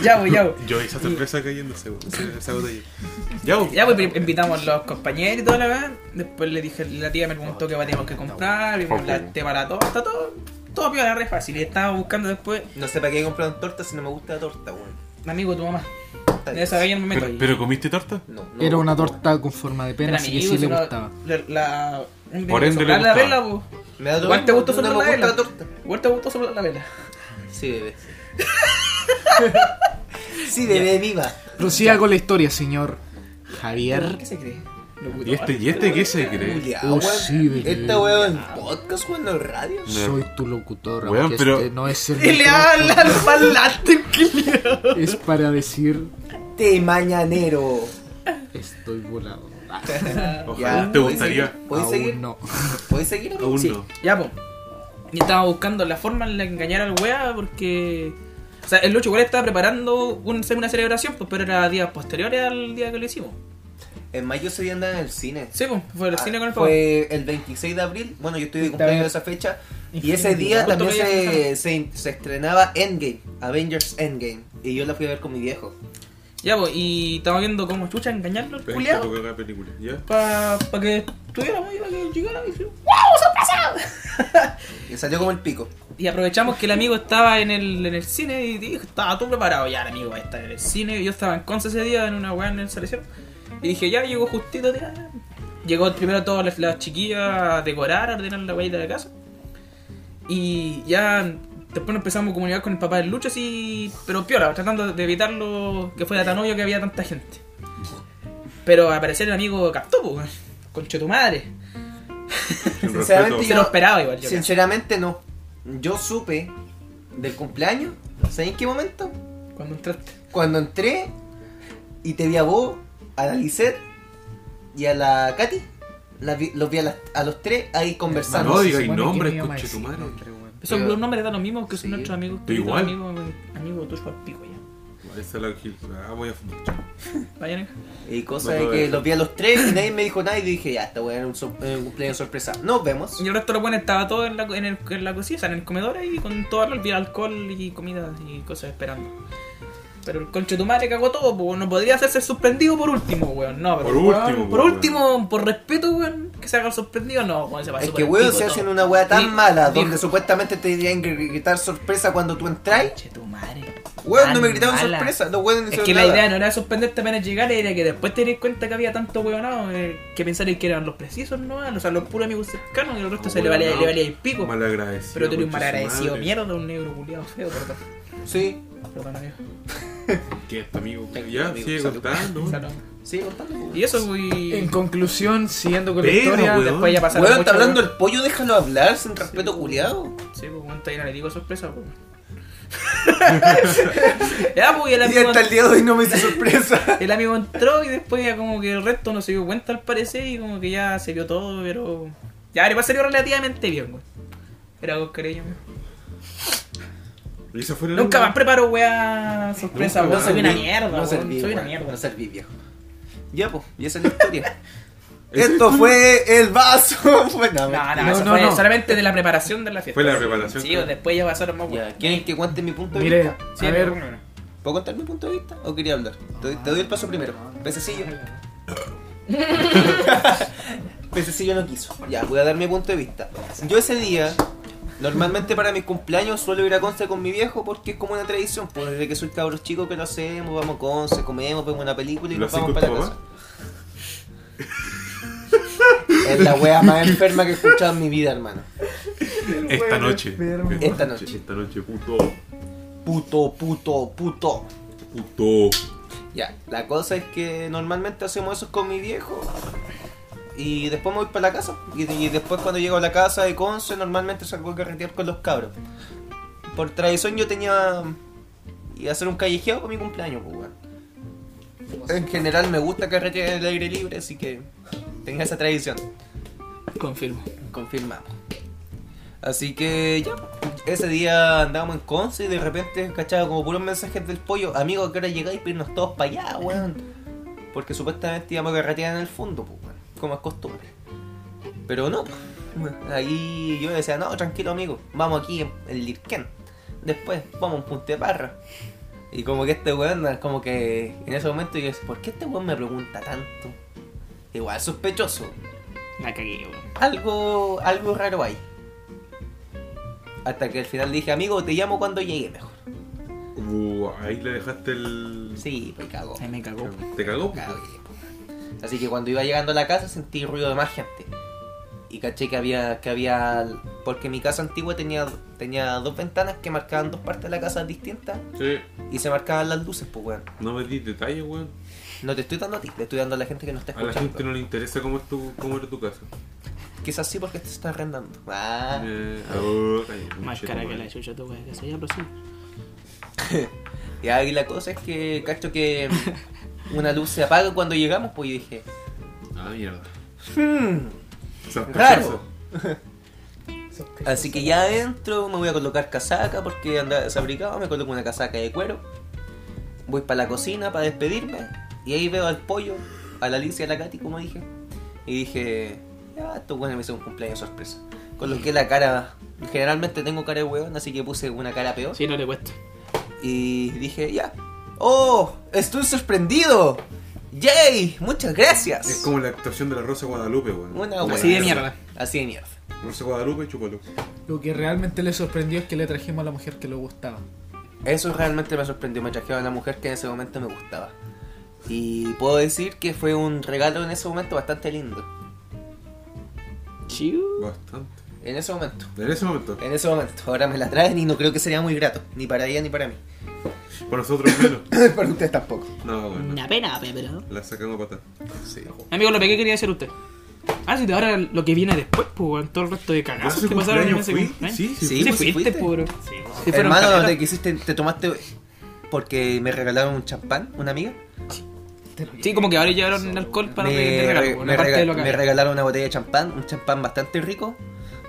D: Ya vos, ya vos.
B: Yo esa cerveza cayéndose, weón. esa- Esa botella. Ya, weón.
D: Ya, pues pri- invitamos a los compañeros y toda la verdad. Después le dije, la tía me preguntó qué teníamos que comprar, vimos la tema la torta, todo, todo piola, re fácil. Y estaba buscando después,
C: No sé para qué compraron torta si no me gusta la torta, weón.
D: un amigo de tu mamá.
C: Está
D: De
C: bien.
D: esa galla no me meto
B: Pero,
D: ahí.
B: pero comiste torta?
C: No, no me
A: Era una
C: gusta,
A: torta con forma de
D: Pero
A: pena, así que
D: amigo,
A: sí
D: si
A: le
D: no-
A: gustaba.
D: La, la, un-
B: Por ende le
D: soplar la
B: gustaba.
D: vela, vos.
C: weón. Me da lo
D: Igual te
C: mismo, no
D: gusta
C: me
D: soplar la
C: gusta
D: vela.
C: la torta.
D: Igual te gustó soplar la vela.
C: Sí, bebé. (laughs) Sí, bebé, viva.
A: Prosiga con la historia, señor Javier.
D: ¿Qué se cree?
B: ¿Y este, ¿Y este qué se cree?
C: Julia,
A: Oh,
C: weón.
A: sí, bebé.
C: Esta weón en podcast, weón, en radio.
A: Soy tu locutor,
B: Weón,
A: aunque
B: pero-
A: este no es el (laughs)
D: Y le habla al parlante, culiao.
A: Es para decir,
C: Te mañanero.
A: estoy volado. Ah,
B: Ojalá.
C: Ya,
B: ¿Te
C: ¿puedes
B: gustaría?
C: seguir? ¿Puedes
A: Aún
C: seguir?
A: no.
C: ¿Puedes seguir? amigo?
B: Aún
C: Sí.
B: no.
D: Ya, pues. Y estaba buscando la forma en la que engañar al weá porque. O sea, el Lucho igual estaba preparando un- una celebración, pues, pero era días posteriores al día que lo hicimos.
C: En mayo ese día andaba en el cine.
D: Sí, pues, fue al cine con el
C: Ah,
D: favor.
C: Fue el 26 de abril. Bueno, yo estoy de cumpleaños de esa fecha. Y ese día
D: Justo
C: también
D: lo iba a
C: se, se, se estrenaba Endgame, Avengers Endgame. Y yo la fui a ver con mi viejo.
D: Ya, pues, y estaba viendo cómo chucha engañarlo al
B: Pero
D: culiao
B: toca la película.
D: (laughs)
B: ¿Ya?
D: para que estuviera muy, para que llegara y se-
C: Y salió como el pico.
D: Y aprovechamos que el amigo estaba en el, en el cine y dije, estaba todo preparado. Ya, el amigo va a estar en el cine. Yo estaba en Conce ese día en una weá en el selección. Y dije, ya, llegó justito, tía. Llegó primero todas las, las chiquillas a decorar, a ordenar la weá de la casa. Y ya después nos empezamos a comunicar con el papá del Lucho, así, pero piola, tratando de evitarlo que fuera tan obvio que había tanta gente. Pero al parecer el amigo captó, pues, weón. conche tu madre.
B: Sin
C: Sinceramente,
B: respeto.
D: Se lo esperaba igual, yo. creo.
C: Sinceramente no. Yo supe del cumpleaños, ¿sabes en qué momento?
D: Cuando entraste.
C: Cuando entré y te vi a vos, a la Lisette y a la Katy. Las vi- los vi a, las- a los tres ahí conversando.
B: No, diga,
A: Se
B: y
A: supone que
B: nombres,
A: me iba a
B: coche
A: decir
B: tu madre.
A: nombre, weón.
D: Esos los nombres dan lo mismo que son
C: Sí.
D: nuestros amigos.
B: Pero igual.
D: Amigo, eh, amigo tuyo al pico ya.
B: Ahí está la Gil. Ah, voy a fumar.
D: Vayan.
C: Y cosa
B: No,
C: de
B: no,
C: que
B: no.
C: los vi a los tres y nadie me dijo nada y dije, ya, esta weá era un, sor- eh, un cumpleaños sorpresa. Nos vemos.
D: Y el resto de los buenos estaba todo en la, en, el, en la cocina, o sea, en el comedor ahí con todo el alcohol y comida y cosas esperando. Pero el conche tu madre cagó todo, pues no podría hacerse el sorprendido por último, weón. No, pero
B: Por
D: weón,
B: último,
D: por
B: weón.
D: último, por respeto, weón, que se haga el sorprendido, no, weón, se pasó
C: Es
D: por
C: que
D: el
C: weón
D: pico
C: se
D: todo.
C: hacen una weá tan
D: Di-
C: mala
D: dijo,
C: donde supuestamente te dirían que gritar sorpresa cuando tú entras.
D: Conche tu madre.
C: Weón, no
D: tan
C: me gritaron
D: mala.
C: sorpresa. Los weones no
D: Es
C: hicieron
D: que la
C: nada.
D: idea no era sorprenderte apenas llegar, era que después te dieras cuenta que había tanto hueonado eh, que pensaréis que eran los precisos, ¿no? O sea, los puros amigos cercanos y el resto se le valía, le valía el pico.
B: Malagradecido.
D: Pero tú eres un
B: conche su
D: malagradecido
B: madre.
D: mierda, un negro culiado feo, perdón.
C: Sí,
D: Perdón, amigo.
B: ¿Qué es tu este amigo?
C: Tengo
D: este
B: Ya,
C: amigos,
B: sigue
C: salud.
B: contando.
D: Salón.
C: sí, contando.
D: Y eso,
A: En
D: güey.
A: conclusión, siguiendo con la
B: Pero,
A: historia,
B: weón.
D: Después ya pasaron.
C: Weón, está
D: muchas,
C: hablando
D: weón.
C: el pollo, déjalo hablar sin respeto culiado.
D: Sí, pues, weón, todavía no le digo sorpresa, (laughs) weón. ya, pues, y el
C: Y
D: amigo,
C: hasta el día de hoy no me hice sorpresa.
D: el amigo entró y después ya como que el resto no se dio cuenta al parecer y como que ya se vio todo, pero... Ya, igual salió relativamente bien, güey. Era algo cariño, weón.
B: Y esa fue la
D: Nunca más
B: luna.
D: preparo weá sorpresa,
B: Nunca
D: weón.
B: más.
D: Soy una
C: serví,
D: mierda,
C: no
D: weón.
C: serví,
D: Soy una
C: weón,
D: mierda.
C: No serví, viejo. Ya, pues, y esa es la historia. (laughs) Esto fue el vaso. (laughs) Bueno,
D: No, no,
A: No,
D: eso
A: no,
D: fue
A: no.
D: solamente de la preparación de la fiesta.
B: Fue la preparación.
D: Sí, o después ya pasaron más weá.
C: Ya, ¿Quieren que cuente mi punto de
A: Mire,
C: vista?
D: Sí,
A: a ver,
D: bueno.
C: ¿Puedo contar mi punto de vista o quería hablar? Te doy, te doy el paso primero. Pececillo. (laughs) Pececillo no quiso. Ya, voy a dar mi punto de vista. Yo ese día Normalmente para mis cumpleaños suelo ir a Conce con mi viejo porque es como una tradición. Pues desde que soy cabro chico que lo hacemos, vamos a Conce, comemos, vemos una película y
B: ¿Lo
C: nos
B: hacís
C: vamos
B: con
C: para
B: tu
C: la
B: mamá?
C: casa. Es la wea
B: (laughs)
C: más enferma que he escuchado en mi vida, hermano.
B: Esta noche.
C: Esta noche.
B: Esta noche, puto.
C: Puto, puto, puto.
B: Puto.
C: Ya, la cosa es que normalmente hacemos eso con mi viejo. Y después me voy para la casa. Y, y después cuando llego a la casa de Conce, normalmente salgo a carretear con los cabros. Por tradición yo tenía... Iba a hacer un callejeo con mi cumpleaños, pues, weón. En general me gusta carretear en el aire libre, así que tenía esa tradición.
D: Confirmo.
C: Confirmado. Así que ya, ese día andábamos en Conce y de repente cachaba como puros mensajes del pollo, amigo, que ahora llegáis para irnos todos para allá, weón. Porque supuestamente íbamos a carretear en el fondo, pues, weón, como es costumbre. Pero no, pues, ahí yo decía, no, tranquilo amigo, vamos aquí en el Lirquén. Después, vamos a Punta de Parra. Y como que este weón, como que en ese momento yo decía, ¿por qué este weón me pregunta tanto? Igual sospechoso
D: La cagué, weón.
C: algo, algo raro hay. Hasta que al final dije, amigo, te llamo cuando llegue mejor.
B: Uh, ahí le dejaste el.
C: Sí, me cagó.
D: Ay, me cagó.
B: ¿Te cagó?
C: Cagué, po. Así que cuando iba llegando a la casa sentí ruido de más gente. Y caché que había, que había. Porque mi casa antigua tenía, tenía dos ventanas que marcaban dos partes de la casa distintas
B: Sí.
C: y se marcaban las luces, pues weón.
B: No me di detalles, weón.
C: No te estoy dando a ti, le estoy dando a la gente que no está
B: A la
C: escuchando.
B: gente no le interesa cómo, es tu, cómo era tu casa.
C: Quizás sí porque te está arrendando. Ah,
B: Eh, ah, ay,
D: Más cara que la
B: chetumare.
D: chucha, tu weón. Que se llama, pero sí.
C: Y ahí la cosa es que cacho que una luz se apaga cuando llegamos, pues yo dije,
B: Ah, mierda.
C: "Hmm".
B: Sospechoso.
C: Así que ya adentro me voy a colocar casaca porque andaba desabrigado, me coloco una casaca de cuero. Voy para la cocina para despedirme y ahí veo al pollo, a la Alicia, y a la Katy, como dije. Y dije, ya, esto bueno me hizo un cumpleaños sorpresa. Coloqué la cara, generalmente tengo cara de hueón, así que puse una cara peor.
D: Sí, no le cuesta.
C: Y dije, ya. ¡Oh! ¡Estoy sorprendido! ¡Yay! ¡Muchas gracias!
B: Es como la actuación de la Rosa Guadalupe, weón.
C: Una
B: Como
C: wea.
D: Así de mierda.
C: Así de mierda.
B: Rosa Guadalupe, chúpalo.
A: Lo que realmente le sorprendió es que le trajimos a la mujer que le gustaba.
C: Eso realmente me sorprendió. Me trajeron a la mujer que en ese momento me gustaba. Y puedo decir que fue un regalo en ese momento bastante lindo.
D: Chiu.
B: Bastante.
C: En ese momento.
B: En ese momento.
C: En ese momento. Ahora me la traen y no creo que sería muy grato. Ni para ella ni para
D: (laughs)
C: mí.
B: Para nosotros menos.
C: para ustedes tampoco.
B: No, bueno.
D: Una pena, pero.
B: La sacamos a patar.
C: Sí.
D: Amigo, lo que quería decir usted. Ah, sí, de ahora lo que viene después, pues, weón, todo el resto de
B: ¿Hace
D: cagazos que pasaron en
B: cumpleaños
D: ese
B: fui?
D: cumpleaños.
B: Sí, sí.
C: Sí,
D: Sí,
C: pues, sí fuiste.
D: fuiste, puro. Sí, fueron
C: Hermano,
D: caletas.
C: te quisiste, te tomaste porque me regalaron un champán, una amiga.
D: Sí, como que ahora llevaron el alcohol para de regalo,
C: re-
D: weón,
C: me
D: aparte de
C: rega-
D: lo
C: me
D: que había.
C: regalaron una botella de champán, un champán bastante rico.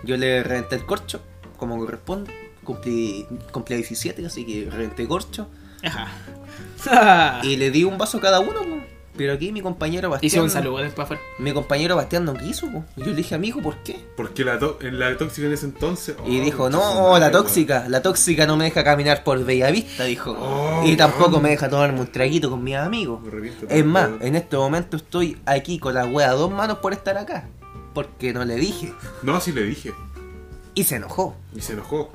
C: Yo le reventé el corcho, como corresponde. Cumplí, cumplí 17, así que reventé corcho.
D: (laughs) Ajá.
C: (laughs) Y le di un vaso a cada uno, po. pero aquí mi compañero Bastián.
D: Hice un saludo después afuera.
C: Mi compañero Bastián no quiso, po. Y yo le dije, amigo, ¿por qué?
B: Porque la, to- en la tóxica en ese entonces.
C: Y
B: oh,
C: dijo,
B: concha su
C: no,
B: madre,
C: la
B: weón.
C: tóxica, la tóxica no me deja caminar por Bellavista, dijo.
B: Oh,
C: y tampoco
B: weón.
C: me deja tomarme un traguito con mis amigos.
B: Me reviento
C: Es
B: tanto,
C: más,
B: weón.
C: en este momento estoy aquí con la wea a dos manos por estar acá. Porque no le dije.
B: No, sí le dije.
C: Y se enojó.
B: Y se enojó.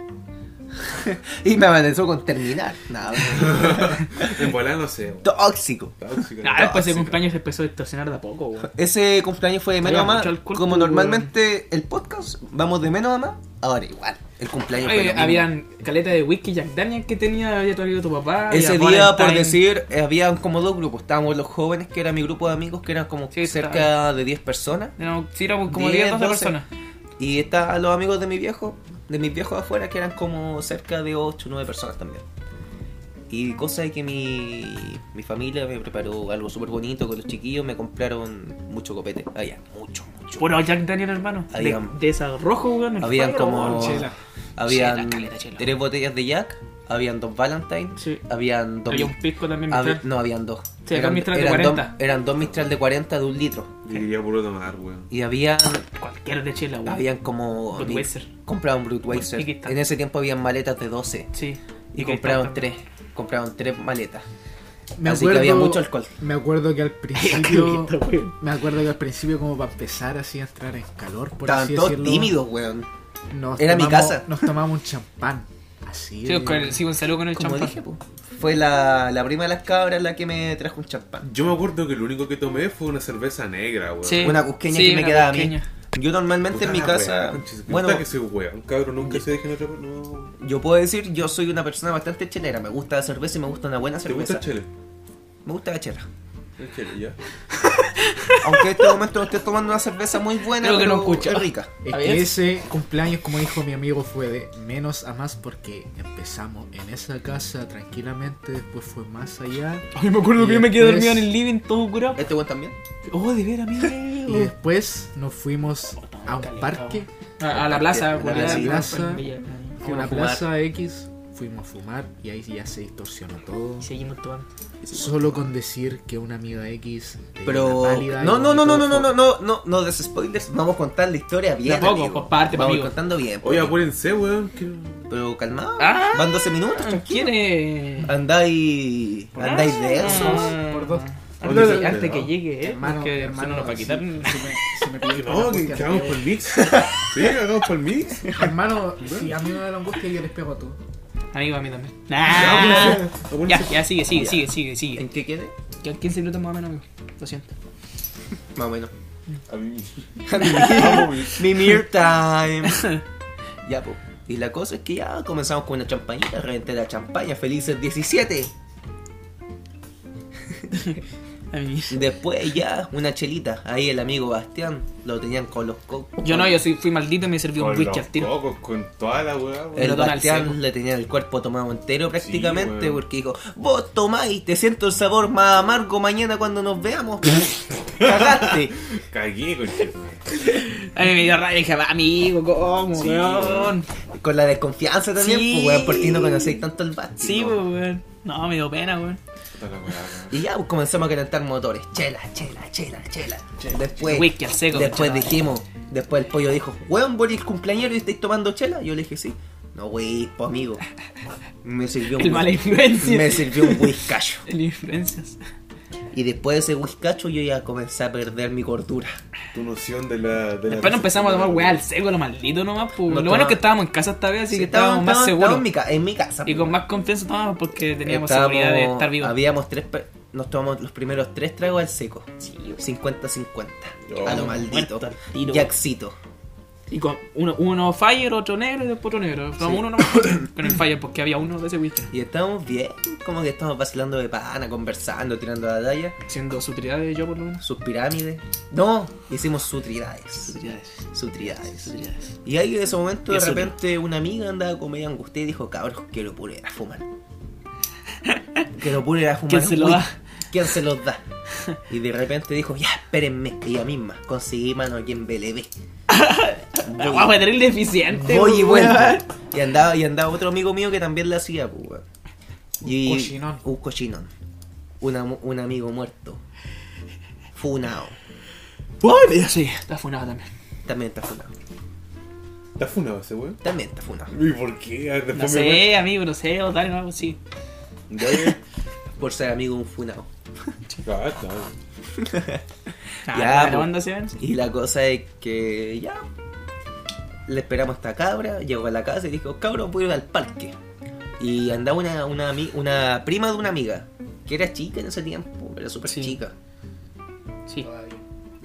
C: Y me amenazó con terminar. Nada,
B: (laughs) En volar no sé. weón.
C: tóxico.
B: Tóxica.
D: Ah, después de
B: tóxica.
D: cumpleaños se empezó a distorsionar de a poco, weón.
C: Ese cumpleaños fue de menos a
D: Había
C: más.
D: mucho alcohol,
C: Como
D: pues, weón.
C: normalmente el podcast vamos de menos a más. Ahora igual. El cumpleaños fue
D: Eh,
C: lo mismo.
D: habían caleta de whisky Jack Daniel que tenía, había traído tu papá.
C: Ese
D: había
C: día, por
D: Valentine.
C: decir, eh, habían como dos grupos. Estábamos los jóvenes, que era mi grupo de amigos, que eran como
D: Sí,
C: cerca
D: estaba.
C: de 10 personas.
D: No, sí, éramos como
C: 10,
D: 10, 12
C: 12.
D: personas.
C: Y estaban los amigos de mi viejo, de mis viejos afuera, que eran como cerca de 8 o 9 personas también. Y cosa de que mi, mi familia me preparó algo súper bonito con los chiquillos, me compraron mucho copete. Allá, mucho, mucho.
D: Bueno, Jack Daniel, hermano. De,
C: Habían-
D: de esa rojo, weón. el
C: habían
D: faro,
C: como.
B: Oh.
A: Oh,
D: weón.
C: Habían
D: Chela, caleta, chela.
C: tres botellas de Jack, habían dos Valentine,
D: Sí.
C: habían dos.
D: Había
C: Mist-
D: un pisco también.
C: hab-
D: Mistral.
C: no, habían dos.
D: Sí, dos Mistral de
C: eran
D: 40.
C: Dos, eran dos Mistral de 40 de un litro.
B: Y quería puro tomar, weón.
C: Y habían,
D: Cualquier de chela, weón.
C: habían como.
D: Budweiser.
C: Compraban Brutweiser.
D: Y Cristal.
C: En ese tiempo habían maletas de 12.
D: Sí.
C: Y
D: Cristal
C: compraron
D: también.
C: tres. Compraron tres maletas.
A: Me
C: Así que había mucho alcohol.
A: Me acuerdo
C: (laughs)
A: que al (laughs) principio. me acuerdo que al principio, como para empezar así a entrar en calor, por
C: Estaban
A: así
C: todos
A: decirlo.
C: tímidos, weón.
A: Nos
C: Era mi
A: tomamos-
C: casa.
A: Nos tomamos un champán. Así.
D: Sí, pues,
A: de-
D: con, sí, un saludo con el
C: Como
D: champán.
C: dije, pues. po. fue la, la prima de las cabras la que me trajo un champán.
B: Yo me acuerdo que lo único que tomé fue una cerveza negra, weón.
D: Sí.
C: Una cusqueña
D: Sí,
C: que me
D: una
C: quedaba a
D: cusqueña.
C: mí. Yo normalmente
B: Puta
C: en mi
B: la
C: casa.
B: weá, conchis-
C: bueno,
B: puta que soy weón, cabrón, nunca se dejen otra. No.
C: yo puedo decir, yo soy una persona bastante chelera. Me gusta la cerveza y me gusta una buena
B: ¿Te
C: cerveza.
B: gusta el chile?
C: Me gusta la chela.
B: El chile, ya.
C: Aunque en este momento no esté tomando una cerveza muy buena,
D: Creo que
C: pero
D: no escucha.
C: es rica.
A: Es que ese cumpleaños, como dijo mi amigo, fue de menos a más porque empezamos en esa casa tranquilamente, después fue más allá.
D: Ay, me acuerdo que yo me quedé dormido en el living, todo curado.
C: ¿Este buen también?
D: Oh, de veras,
A: Y
D: amigo.
A: después nos fuimos a un parque,
D: A, a la plaza,
C: A la
D: culiao.
A: plaza. a
C: Fuimos
A: una
C: a fumar.
A: plaza X, fuimos a fumar y ahí ya se distorsionó todo.
G: Y seguimos tomando.
A: Solo con decir que una amiga X. tenía
C: Pero.
A: una pálida y
C: No, no, no, no, no, no, no,
A: vomitó,
C: no, no, no des spoilers. Vamos a contar la historia bien.
D: Tampoco,
C: amigo.
D: por parte,
C: Vamos
D: amigo.
C: contando bien.
B: Oye,
C: porque-
B: acuérdense, weón. Que...
C: Pero calmado.
D: Ah.
C: Van 12 minutos, tranquilo.
D: ¿Quién es?
C: Andáis. Andáis denso.
D: Ah,
A: Por dos.
D: Antes,
B: Oye,
D: antes que
B: no.
D: llegue, eh.
A: Hermano,
D: porque,
A: hermano,
D: hermano, para quitar.
A: fue. Si me- si me pillé
B: Que
A: con
B: No, que,
A: angustia, eh.
B: que hagamos por el mix. Sí, hagamos por el mix.
D: (laughs)
A: Hermano, si a mí me da la angustia, yo les pego a todos.
D: Amigo, a mí también. Nah. Ah, Ya,
B: Acuérdense.
D: ya, sigue, sigue,
C: Ya.
D: sigue, sigue,
C: ¿En
D: sigue.
C: qué quede?
D: Ya 15 minutos más o menos, amigo. Lo siento.
C: Más o menos.
B: A mí mismo.
C: Mimir time. (laughs) ya, pues. Y la cosa es que ya comenzamos con una champañita, reventé la champaña, felices 17.
D: A mí.
C: Después ya, una chelita. Ahí el amigo Bastián lo tenían con los cocos.
D: Yo no, yo soy, fui maldito y me serví un
B: Con
D: whisky al
B: los
D: tiro.
B: cocos, con toda la weá, weón.
C: El
D: Lo toma al
C: Bastián
D: seco.
C: le tenía el cuerpo tomado entero prácticamente
B: weón.
C: porque dijo, vos tomáis, te siento el sabor más amargo mañana cuando nos veamos. Cagaste.
B: Cagué, con
D: A mí me dio rabia y dije, "Va, amigo, ¿cómo,
B: Sí,
D: weón?
C: Con la desconfianza también,
D: Sí.
C: pues, weón, por ti no conocéis tanto el Bastián.
D: Sí, pues, weón. No, me dio pena, weón.
B: Puta la weá, weón.
C: Y ya pues, comenzamos a calentar motores. Chela, chela, chela, chela. Después,
D: Whisky al seco,
C: después
D: conchetumare.
C: dijimos, después el pollo dijo, weón, Boris cumpleañero y estáis tomando chela. Yo le dije, sí. No, wey, pues amigo. Me
D: (laughs)
C: sirvió
D: El
C: un
D: mala
C: whis-
D: influencia.
C: Me sirvió un whiskacho.
D: El influencias.
C: Y después de ese whiskacho yo ya comencé a perder mi cordura.
B: Tu noción de la. De la
D: Después nos empezamos a tomar weá al seco, lo maldito nomás. pues.
C: No
D: Lo bueno
C: toma-
D: es que estábamos en casa esta vez, así que estábamos más
C: estábamos
D: seguros.
C: en mi, ca- en mi casa.
D: Y con más confianza tomábamos porque teníamos
C: Estábamos-
D: seguridad de estar vivos.
C: Habíamos tres, per- nos tomamos los primeros tres tragos al seco. 50-50.
B: Oh,
C: a lo maldito.
D: muerto al tiro.
C: Jacksito.
D: Y con uno, uno fire, otro negro y después otro negro. Tomamos uno nomás (coughs) con el fire porque había uno de ese whisky.
C: Y estábamos bien, como que estábamos vacilando de pana, conversando, tirando la talla.
D: Siendo su trinidad de yo por lo menos.
C: Sus pirámides. No, hicimos sutridades.
D: Sutridades.
C: Sutridades. Y ahí en ese momento,
D: Y
C: de
D: eso no.
C: repente, una amiga andaba con media angustia y dijo: Cabros, quiero puro ir a
D: (laughs)
C: fumar. Quiero puro ir a fumar.
D: ¿Quién se lo
C: weed.
D: da?
C: ¿Quién se los
D: (laughs)
C: da? Y de repente dijo: Ya, espérenme. Ella misma conseguí mano aquí en BLB. Voy-
D: Vamos a tener el deficiente.
C: Voy y
D: pues, weón.
C: vuelvo. Y andaba, y andaba otro amigo mío que también la hacía, pues, weón. Y-
A: Un cochinón.
C: Un cochinón. Una mu- un amigo muerto. Funao.
D: Uy, Sí, está funado también.
C: También está funao.
B: ¿Estás funado ese weón?
C: También está funao.
B: ¿Y por qué? (laughs) Ah, Después
D: No sé, amigo, no sé, o tal, no, sí.
B: me. Ya, ya.
C: Por ser amigo de un funao.
B: Ah, está.
D: Ah,
C: Ya,
D: la
C: po.
D: banda se ven.
C: Y la cosa es que ya. Le esperamos a esta cabra, llegó a la casa y dijo, cabros, voy a ir al parque. Y andaba una, una, ami- una prima de una amiga, que era chica en ese tiempo, era súper
D: Sí.
C: chica.
D: Sí.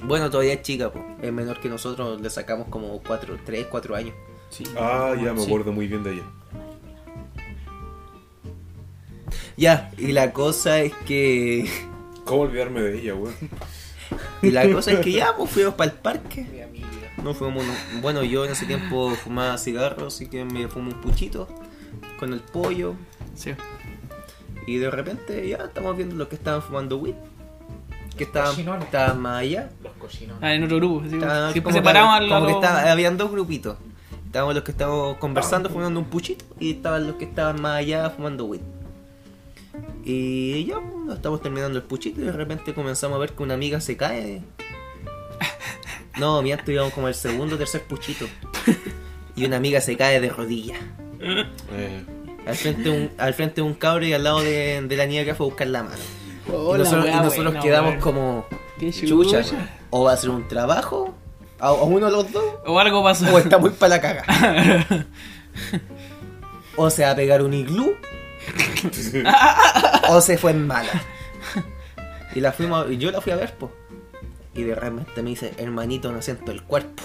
C: Bueno, todavía es chica, po. es menor que nosotros, le sacamos como 4, 3, 4 años.
D: sí.
B: Ah, ya me
D: Sí.
B: acuerdo muy bien de ella.
C: Ya, y la cosa es que.
B: ¿Cómo olvidarme de ella, weón?
C: Y la cosa es que ya, pues fuimos para el parque. No fuimos. no- Bueno, yo en ese tiempo fumaba cigarros, así que me fumé un puchito con el pollo.
D: Sí.
C: Y de repente ya estamos viendo los que estaban fumando weed. Que estaban,
A: Cochinones.
C: estaban más allá.
A: Los cochinones.
D: Ah, en otro grupo. sí,
C: Estaban
D: Siempre
C: como
D: separamos
C: que,
D: a
C: como que
D: los-
C: estaba- eh, habían dos grupitos. Estábamos los que estábamos conversando, fumando un puchito, y estaban los que estaban más allá fumando weed. Y ya bueno, estamos terminando el puchito y de repente comenzamos a ver que una amiga se cae. No, miento, íbamos como el segundo o tercer puchito. Y una amiga se cae de rodillas.
B: Eh, (laughs)
C: Al frente de un, al frente de un cabro y al lado de, de la niña que fue a buscar la mano.
D: Oh,
C: y
D: la
C: nosotros, y
D: weá,
C: nosotros
D: buena,
C: quedamos
D: weón.
C: como
D: Qué
C: chucha.
D: chucha.
C: O va a ser un trabajo, a, a uno de los dos,
D: O algo pasó.
C: O
D: (laughs)
C: está muy para la caga. O se va a pegar un iglú. o se fue en mala. Y la fuimos, a- y yo la fui a ver, po. Y de repente me dice, hermanito, no siento el cuerpo.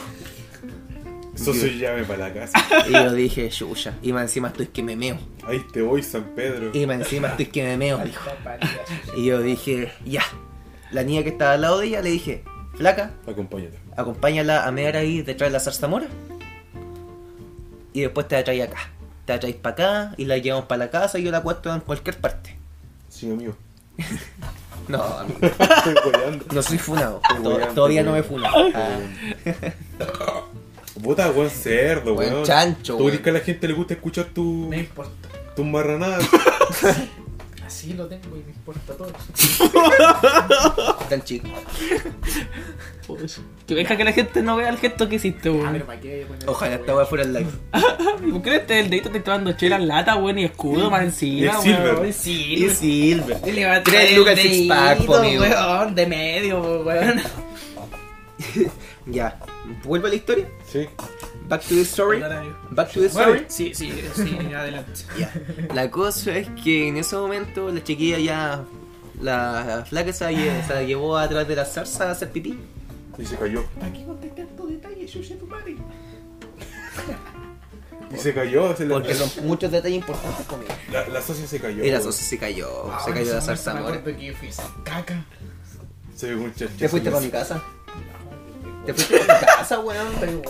B: Eso soy llave para la casa.
C: Y yo dije, chucha. Y más encima estoy que me meo.
B: Ahí te voy, San Pedro.
C: Y más encima estoy que me meo, dijo. Y yo dije, ya. La niña que estaba al lado de ella le dije, flaca,
B: Acompáñate.
C: acompáñala a mear ahí detrás de la zarzamora. Y después te la traes acá. Te la traes para acá y la llevamos para la casa y yo la cuento en cualquier parte.
B: Sí, amigo.
C: No,
B: (laughs) Estoy goleando.
C: no soy funado.
B: Estoy
C: To-
B: weando,
C: Todavía
B: estoy
C: no me
B: weando.
C: funo.
B: Puta, buen cerdo,
C: Buen
B: weón.
C: chancho,
B: Tú
C: weón.
B: crees que a la gente le gusta escuchar tu,
E: No importa.
B: tus (laughs) marranadas.
A: Ah,
E: Así lo tengo y me importa todo.
C: Ah, tan chico.
D: Que deja que la gente no vea el gesto que hiciste,
C: Ah,
D: weón.
A: ¿para qué poner
C: Ojalá
A: esta
C: esta weá fuera el live.
D: ¿Por qué no este el dedito te está dando chela en lata, weón? Y escudo más
B: Y el
D: encima,
B: silver.
D: weón.
C: Y
D: Sí,
C: Silver.
D: Le va a
C: Tres
D: traer
C: lucas
D: el
C: el six-pack,
D: dedito,
C: po, amigo.
D: weón, de medio, weón.
C: Ya. ¿Vuelvo a la historia?
B: Sí.
C: Back to the story. Back to the story.
D: Sí, sí, sí, adelante.
C: Ya. La cosa es que en ese momento la chiquilla ya. La flaca se la, lle- se la llevó atrás de la zarza a hacer pipí.
B: Y se cayó.
A: ¿Para qué conté tanto detalle, Yuya, tu madre?
B: Y se cayó. Se la,
C: Porque son muchos detalles importantes conmigo.
B: la, la socia se cayó.
C: Y la
B: weón.
C: socia se cayó.
A: Oh,
C: Se cayó la zarza ahora.
A: Ah, que fui caca.
B: Se dio un chachazo.
C: ¿Te fuiste para mi casa? ¿Te fuiste para mi casa, weón? Pero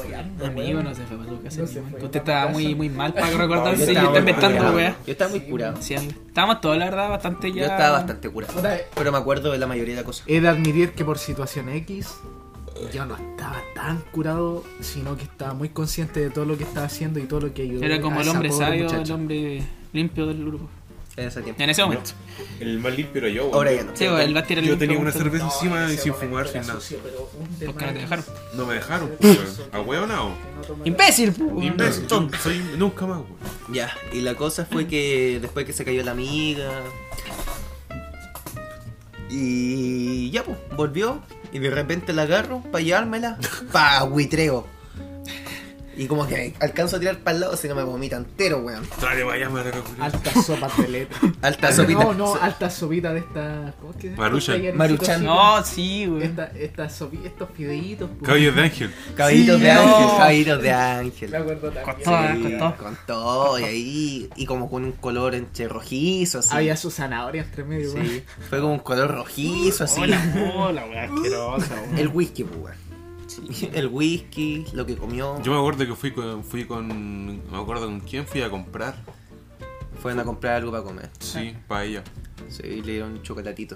D: Amigo, no se fue para tu casa.
A: No se
D: weón.
A: fue
D: Usted
A: para mi
D: estaba muy,
A: casa.
D: muy mal para recordar
B: Yo
D: si yo
B: estaba
D: estaba
B: muy
D: inventando,
B: curado.
D: weón.
C: Yo estaba muy curado.
D: Sí, estábamos todos, la verdad, bastante
C: Yo
D: ya.
C: estaba bastante curado. Pero me acuerdo de la mayoría de las cosas.
A: He de admitir que por situación X yo no estaba tan curado, sino que estaba muy consciente de todo lo que estaba haciendo y todo lo que ayudó.
D: Era como
A: a
D: el
A: esa
D: hombre
A: pobre
D: sabio, el
A: muchacha.
D: hombre limpio del grupo.
C: En ese tiempo.
D: En ese momento.
B: El más limpio era yo. weón.
C: Ahora ya no.
D: Sí, weón, el Basti era el
B: Yo
D: limpio,
B: tenía una
D: weón.
B: cerveza
A: No,
B: encima
A: en
B: y
A: ese
B: sin
A: momento
B: fumar,
A: era
B: sin nada.
A: sucio, pero un
D: ¿Por qué
A: tema
D: no te dejaron?
A: es
B: No me dejaron,
A: que
B: ¿A huevo no?
A: no tomaron-
D: ¡Imbécil! po,
B: Imbécil. yo Soy nunca más, weón.
C: Ya, y la cosa fue que después que se cayó la amiga. Y ya, pues, volvió. Y de repente la agarro para
D: (laughs)
C: llevármela. Pa, buitreo. Y como que alcanzo a tirar para el lado si no me vomita entero, weón.
B: Dale, vaya, me ataca, culiao.
A: Alta sopa de
B: (laughs)
A: letra.
C: Alta sopita.
A: No, no, alta sopita de estas. ¿Cómo es que se llama?
B: Maruchan.
A: Estas
C: Maruchan.
D: No, sí, weón.
A: Esta, esta sopi- estos fideitos. pues.
B: Caballos de ángel.
C: Caballitos
D: Sí,
C: de
D: no.
C: ángel, caballitos de
A: Me
C: ángel.
A: acuerdo también.
D: Con toda,
C: Sí,
D: con todo.
C: Con todo, y ahí. Y como con un color entre rojizo, así.
A: Había sus zanahorias entre medio, weón.
C: Sí, Fue como un color rojizo, así.
D: (laughs) Hola, hola, weón, asquerosa, weón.
C: El whisky, pues, weón. (laughs) El whisky, lo que comió.
B: Yo me acuerdo que fui con, fui con. No me acuerdo con quién fui a comprar.
C: Fueron a comprar algo para comer.
B: Sí, para ella.
C: Sí, y le dieron un chocolatito.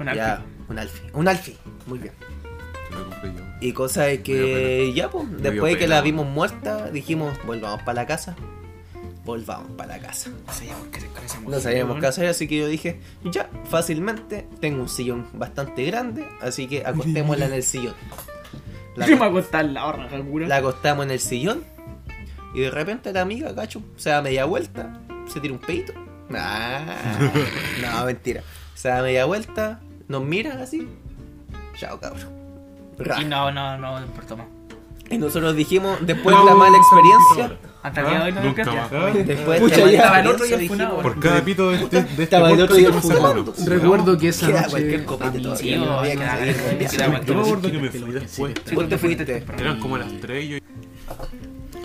D: Una
C: ya, un alfi. Un alfi. Muy bien.
B: Lo compré yo.
C: Y cosa de
B: Me
C: que ya, pues,
B: dio
C: después de que
B: pena,
C: la
B: weón.
C: vimos muerta, dijimos, volvamos para la casa. Volvamos para la casa. No sabíamos qué hacer, así que yo dije, ya, fácilmente, tengo un sillón bastante grande, así que acostémosla en el sillón.
D: (laughs)
C: La,
D: Yo me acosté al lado, raja, cura.
C: la acostamos en el sillón y de repente la amiga, cacho, se da media vuelta, se tira un peito. (laughs) Ah, no, mentira. Se da media vuelta, nos mira así. Chao, cabrón. Ra.
D: Y no, no, no, no importó más.
C: Y nosotros dijimos, después de la mala experiencia,
D: Hasta el día de hoy no
B: Ah, Nunca
D: me
B: más.
C: después
D: Pucha,
C: de la
D: ya estaba
C: mala
D: el otro y el
C: experiencia,
D: funado,
C: dijimos,
B: Por cada pito de este, de este
C: Estaba el otro día
B: podcast hay que
C: fumando.
B: pasar uno.
A: Recuerdo que esa
C: Queda
A: noche.
C: cualquier copete
A: a mí-
C: todavía,
D: sí,
C: no había
D: claro,
C: que seguir
D: claro,
C: con
D: claro.
C: el
B: Yo me acuerdo que me fui después.
C: ¿Vos te fuiste?
B: Eran como las 3 y yo.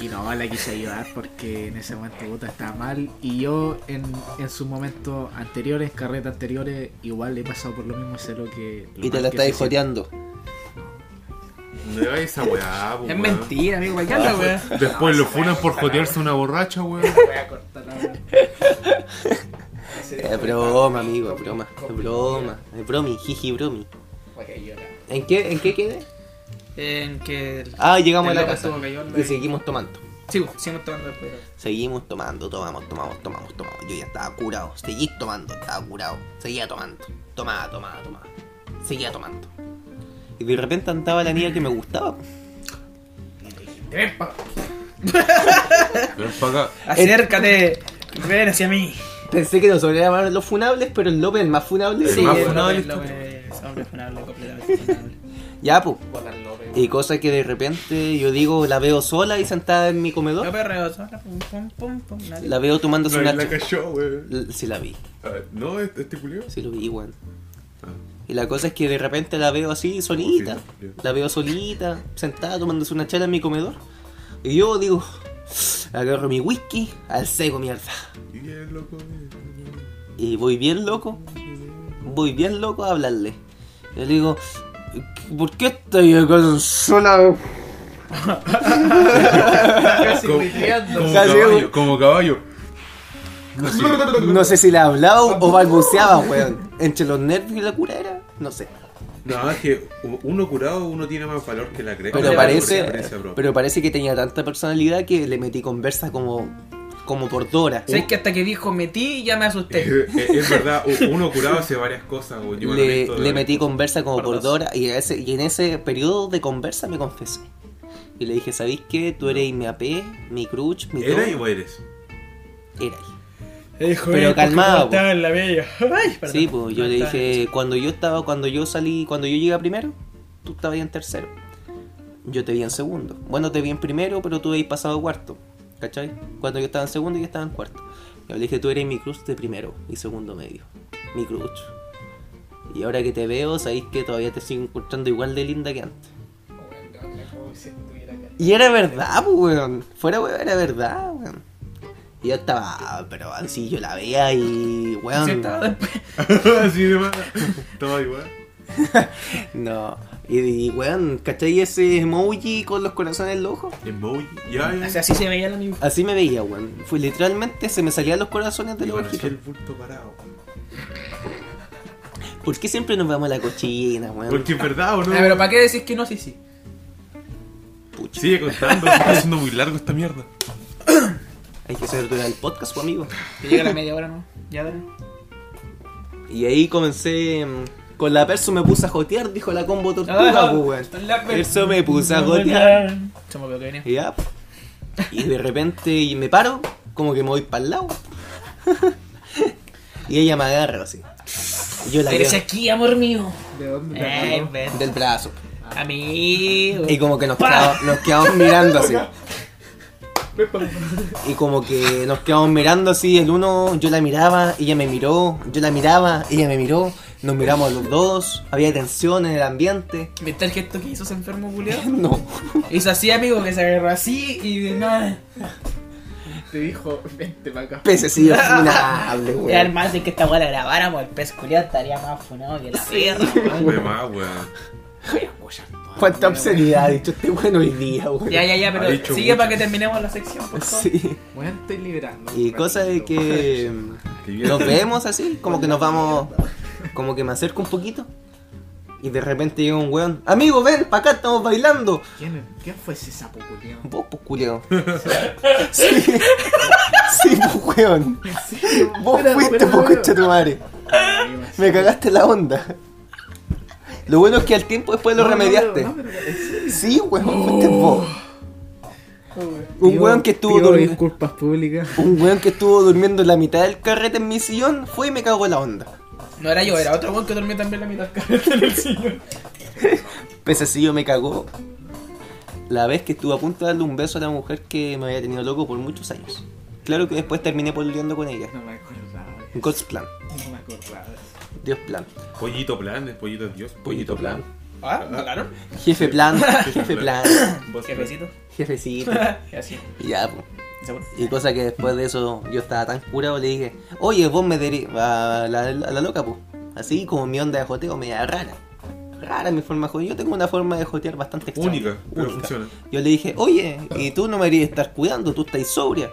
A: Y no, la quise ayudar porque en ese momento puta estaba mal. Y yo en, en sus momentos anteriores, carretas anteriores, igual he pasado por lo mismo, sé lo que. lo
C: Y te
A: mal
C: la
A: que
C: estáis
A: se
C: joteando.
B: No era esa weá, po,
D: Es
B: weón.
D: mentira, amigo, ¿para qué anda, weón?
B: Después lo funan por jotearse una borracha, weón.
C: (laughs) Es broma, amigo, es broma. Es broma. Es bromi, jiji, bromi. ¿En qué, ¿En qué quedé?
D: En que. el-
C: Ah, llegamos a
D: el
C: la
D: loco
C: casa.
D: estuvo cayendo
C: Y
D: ahí.
C: seguimos tomando.
D: Sí, weón, seguimos tomando después.
C: Seguimos tomando, tomamos, tomamos, tomamos, tomamos. Yo ya estaba curado. Seguí tomando, estaba curado. Seguía tomando. Tomaba, tomaba, tomaba. Seguía tomando. Y de repente andaba la niña que me gustaba.
B: Ven para acá.
D: Acércate, ven hacia mí.
C: Pensé que nos solían llamar los funables, pero el López, el más funable,
B: El
C: sí.
B: más
C: el-
B: funable.
D: López, López, hombre funable, completamente funable.
C: Ya, pues. Y cosa que de repente yo digo, la veo sola y sentada en mi
D: Yo
C: comedor.
D: perreo sola, pum, pum, pum, pum, nadie.
C: La veo tomándose
B: La,
C: una
B: la cayó, weón.
C: Sí la vi,
B: A ver, No, este, este culiao.
C: sí lo vi igual. Y la cosa es que de repente la veo así, solita. La veo solita, sentada, tomándose una chela en mi comedor. Y yo digo, agarro mi whisky, al seco mierda.
B: Y el loco. eh,
C: Y voy bien loco, voy bien loco a hablarle. Yo le digo, ¿por qué estoy acá sola?
B: Como, como
C: Casi-
B: caballo, como caballo. Así.
C: No sé si le hablaba o balbuceaba, weón. Entre los nervios y la cura era, no sé.
B: No, es que uno curado uno tiene más valor que la crema.
C: Pero
B: La
C: parece,
B: experiencia propia.
C: pero parece que tenía tanta personalidad que le metí conversa como, como por dos horas.
D: ¿Sabes que hasta que dijo metí ya me asusté?
B: Eh, eh, es verdad, u- uno curado hace varias cosas. güey. Yo me
C: Le,
B: arrepiento de
C: le
B: haber-
C: metí conversa como por
D: Pardas.
C: dos horas y, a ese- y en ese periodo de conversa me confesé. Y le dije, ¿sabéis qué? Tú eres mi AP, mi cruch, mi todo.
B: ¿Era y o eres?
C: Era ahí.
D: Dijo,
C: Pero
D: "Eh, porque
C: calmado,
D: como
C: po.
D: Estaba en la bella. (laughs) Ay, perdón.
C: Sí, pues yo le
D: Estaba-
C: dije, cuando yo estaba, cuando yo salí, cuando yo llegué a primero, tú estabas ahí en tercero. Yo te vi en segundo. Bueno, te vi en primero, pero tú habías pasado a cuarto. ¿Cachai? Cuando yo estaba en segundo, yo estaba en cuarto. Yo le dije, tú eres mi cruz de primero y segundo medio. Mi cruz. Y ahora que te veo, sabéis que todavía te sigo encontrando igual de linda que antes. Y era verdad, pues, weón. Fuera, weón, era verdad, weón. Y yo estaba, pero así yo la veía y, weón.
D: Sí, estaba después.
B: (laughs) Así de más. (laughs) Estaba igual.
C: No. Y, y, weón, ¿cachai ese emoji con los corazones en los ojos?
B: Emoji. Ya,
D: O
B: ya.
D: sea, así se veía el amigo.
C: Así me veía, weón. Fue literalmente se me salían los corazones de
B: Y
C: los
B: parecía
C: ojitos.
B: el bulto parado.
C: ¿Por qué siempre nos vamos a la cochina, weón?
B: Porque es verdad o no.
D: Ah, pero ¿para qué decís que no? Sí, sí.
C: Pucha,
B: Sigue contando, se está haciendo muy largo esta
C: (laughs)
B: mierda.
C: hay que ser durante el podcast, pues, amigo.
D: Que llega la media hora, ¿no? Ya dale.
C: Y ahí comencé. mm, Con la perso me puse a jotear, dijo la combo tortuga, pues, weón.
D: Ah, La per-
C: Eso me puse a gotear.
D: Se me olvidó que venía.
C: Y ya. pues. Y de repente y me paro, como que me voy para el lado. (laughs) y ella me agarra así. Y yo la
D: Eres
C: veo
D: aquí, amor mío.
E: ¿De dónde?
D: Eh, ven.
C: del brazo.
D: Amigo.
C: Y como que nos, queda- nos quedamos mirando así. Y como que nos quedamos mirando así, el uno, yo la miraba, ella me miró, yo la miraba, ella me miró, nos miramos los dos, había tensión en el ambiente.
D: ¿Viste el gesto que hizo ese enfermo culiado?
C: No.
D: Hizo así, amigo, que se agarró así y de nada.
E: Te dijo, vente para acá.
C: Pececillo funable,
G: Ya,
C: weón.
G: hermano, si es que esta weá la grabáramos, el pez culiado estaría más funado que la perra.
C: Ah,
B: Fue más, weón.
C: Cuánta obscenidad ha dicho este bueno hoy día, weón.
D: Ya, ya, ya,
B: Ha
D: pero
B: dicho
D: sigue
B: mucho.
D: para que terminemos la sección, por favor.
C: Sí.
E: Bueno, estoy liberando.
C: Y cosa de que mm,
B: Qué bien.
C: nos vemos así, como que nos vamos, como que me acerco un poquito. Y de repente llega un weón, amigo, ven, pa' acá estamos bailando.
A: ¿Quién, quién fue ese sapo culiao?
C: Vos, pues, culiao. Sí. Sí, pues, weón. Vos fuiste, pues, concha tu madre. Me cagaste la onda. Lo bueno es que al tiempo después lo remediaste. Sí, weón, fuiste vos. Un weón que estuvo durmiendo.
E: disculpas públicas.
C: Un weón que estuvo durmiendo en la mitad del carrete en mi sillón fue y me cagó la onda.
D: No era yo, era otro weón que dormía también la mitad del carrete en el sillón.
C: Pececillo me cagó. La vez que estuve a punto de darle un beso a la mujer que me había tenido loco por muchos años. Claro que después terminé pololeando con ella.
E: No me acordaba.
C: God's plan.
E: No me acordaba.
C: Dios plan.
B: Pollito plan, es pollito es Dios.
C: Pollito plan.
D: Ah, ¿hablaron?
C: Jefe plan, jefe plan,
B: Vos-
D: Jefecito. (laughs)
B: (laughs)
C: jefecito.
D: Y así.
C: Y Ya, po.
D: Se fue.
C: Y cosa que después de eso yo estaba tan curado, le dije, oye, vos me deri a la, a la loca, po. Así como mi onda de joteo media rara. Rara mi forma de jotear. Yo tengo una forma de jotear bastante extraña.
B: Única, pero funciona.
C: Yo le dije, oye, y tú no me deberías estar cuidando, tú estás sobria.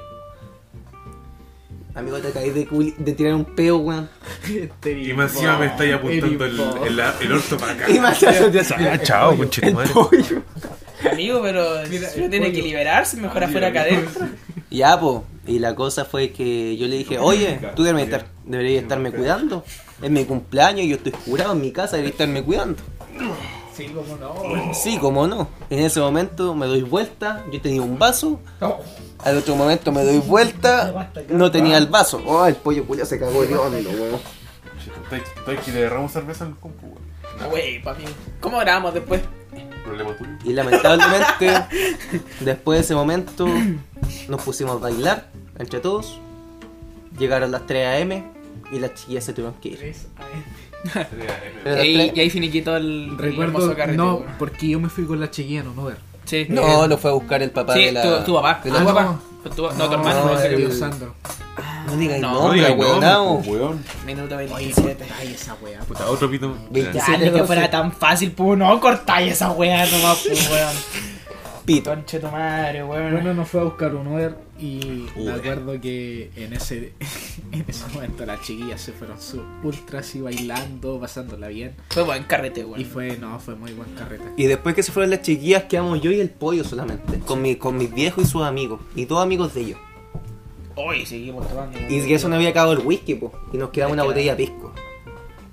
C: Amigo, te caí de, culi- de tirar un peo, weón. (laughs)
A: Este
B: Y más encima me estáis apuntando el, el, el orto para acá.
C: Y me hace hacer-
B: Ah, chao, conchetumare.
D: Amigo, pero uno tiene que liberarse, mejor afuera que adentro.
C: Ya, po. Y la cosa fue que yo le dije, oye, tú deberías, estar, deberías estarme cuidando. Es mi cumpleaños, yo estoy curado en mi casa, deberías estarme cuidando.
E: Sí, como no.
C: Sí, como no. En ese momento me doy vuelta, yo tenía un vaso. Al otro momento me doy vuelta, no tenía el vaso. Oh, el pollo culiao se cagó de hondo, weón.
D: Ah,
B: Estoy estoy que le derramos cerveza al compu, weón.
D: Wey, papi. ¿Cómo grabamos después?
B: problema tuyo.
C: Y lamentablemente, después de ese momento, nos pusimos a bailar entre todos. Llegaron las 3 a.m. y las chiquillas se tuvieron que ir. Pero las
D: Y,
C: 3
D: y ahí finiquitó el, el hermoso
A: Recuerdo,
D: carrete.
A: no,
D: weón.
A: porque yo me fui con la chiquilla en un Uber.
D: Sí.
C: No, lo fue a buscar el papá
D: Eh, Sí,
C: de la.
D: tu, tu papá.
C: de
D: Tu
C: la- Ah.
A: Ah,
D: papá.
A: no.
D: Tu- tu, no, tu hermano.
C: No,
D: no,
A: el...
C: el-
A: Sandro.
C: No digáis
D: No,
C: nombre,
B: diga,
C: weón.
B: no, weón.
D: Minuto
A: Oye,
D: 27.
A: ay, esa weá.
B: Puta, otro pito.
C: 27.
D: Ya, ni que fuera tan fácil, pues no cortáis esa weá nomás, pues weón.
C: Pito.
D: Conche tu madre, weón.
A: Bueno, nos fue a buscar un Uber y me
B: Uber.
A: acuerdo que en ese, (laughs) en ese momento las chiquillas se fueron su ultra así bailando, pasándola bien.
D: Fue buen carrete,
A: Y
D: weón.
A: fue, no, fue muy buen carrete.
C: Y después que se fueron las chiquillas, quedamos yo y el pollo solamente. Con, mi, con mis viejos y sus amigos. Y dos amigos de ellos.
D: Hoy seguimos tomando.
C: Y que eso no había acabado el whisky, po. Y nos quedaba una botella de pisco.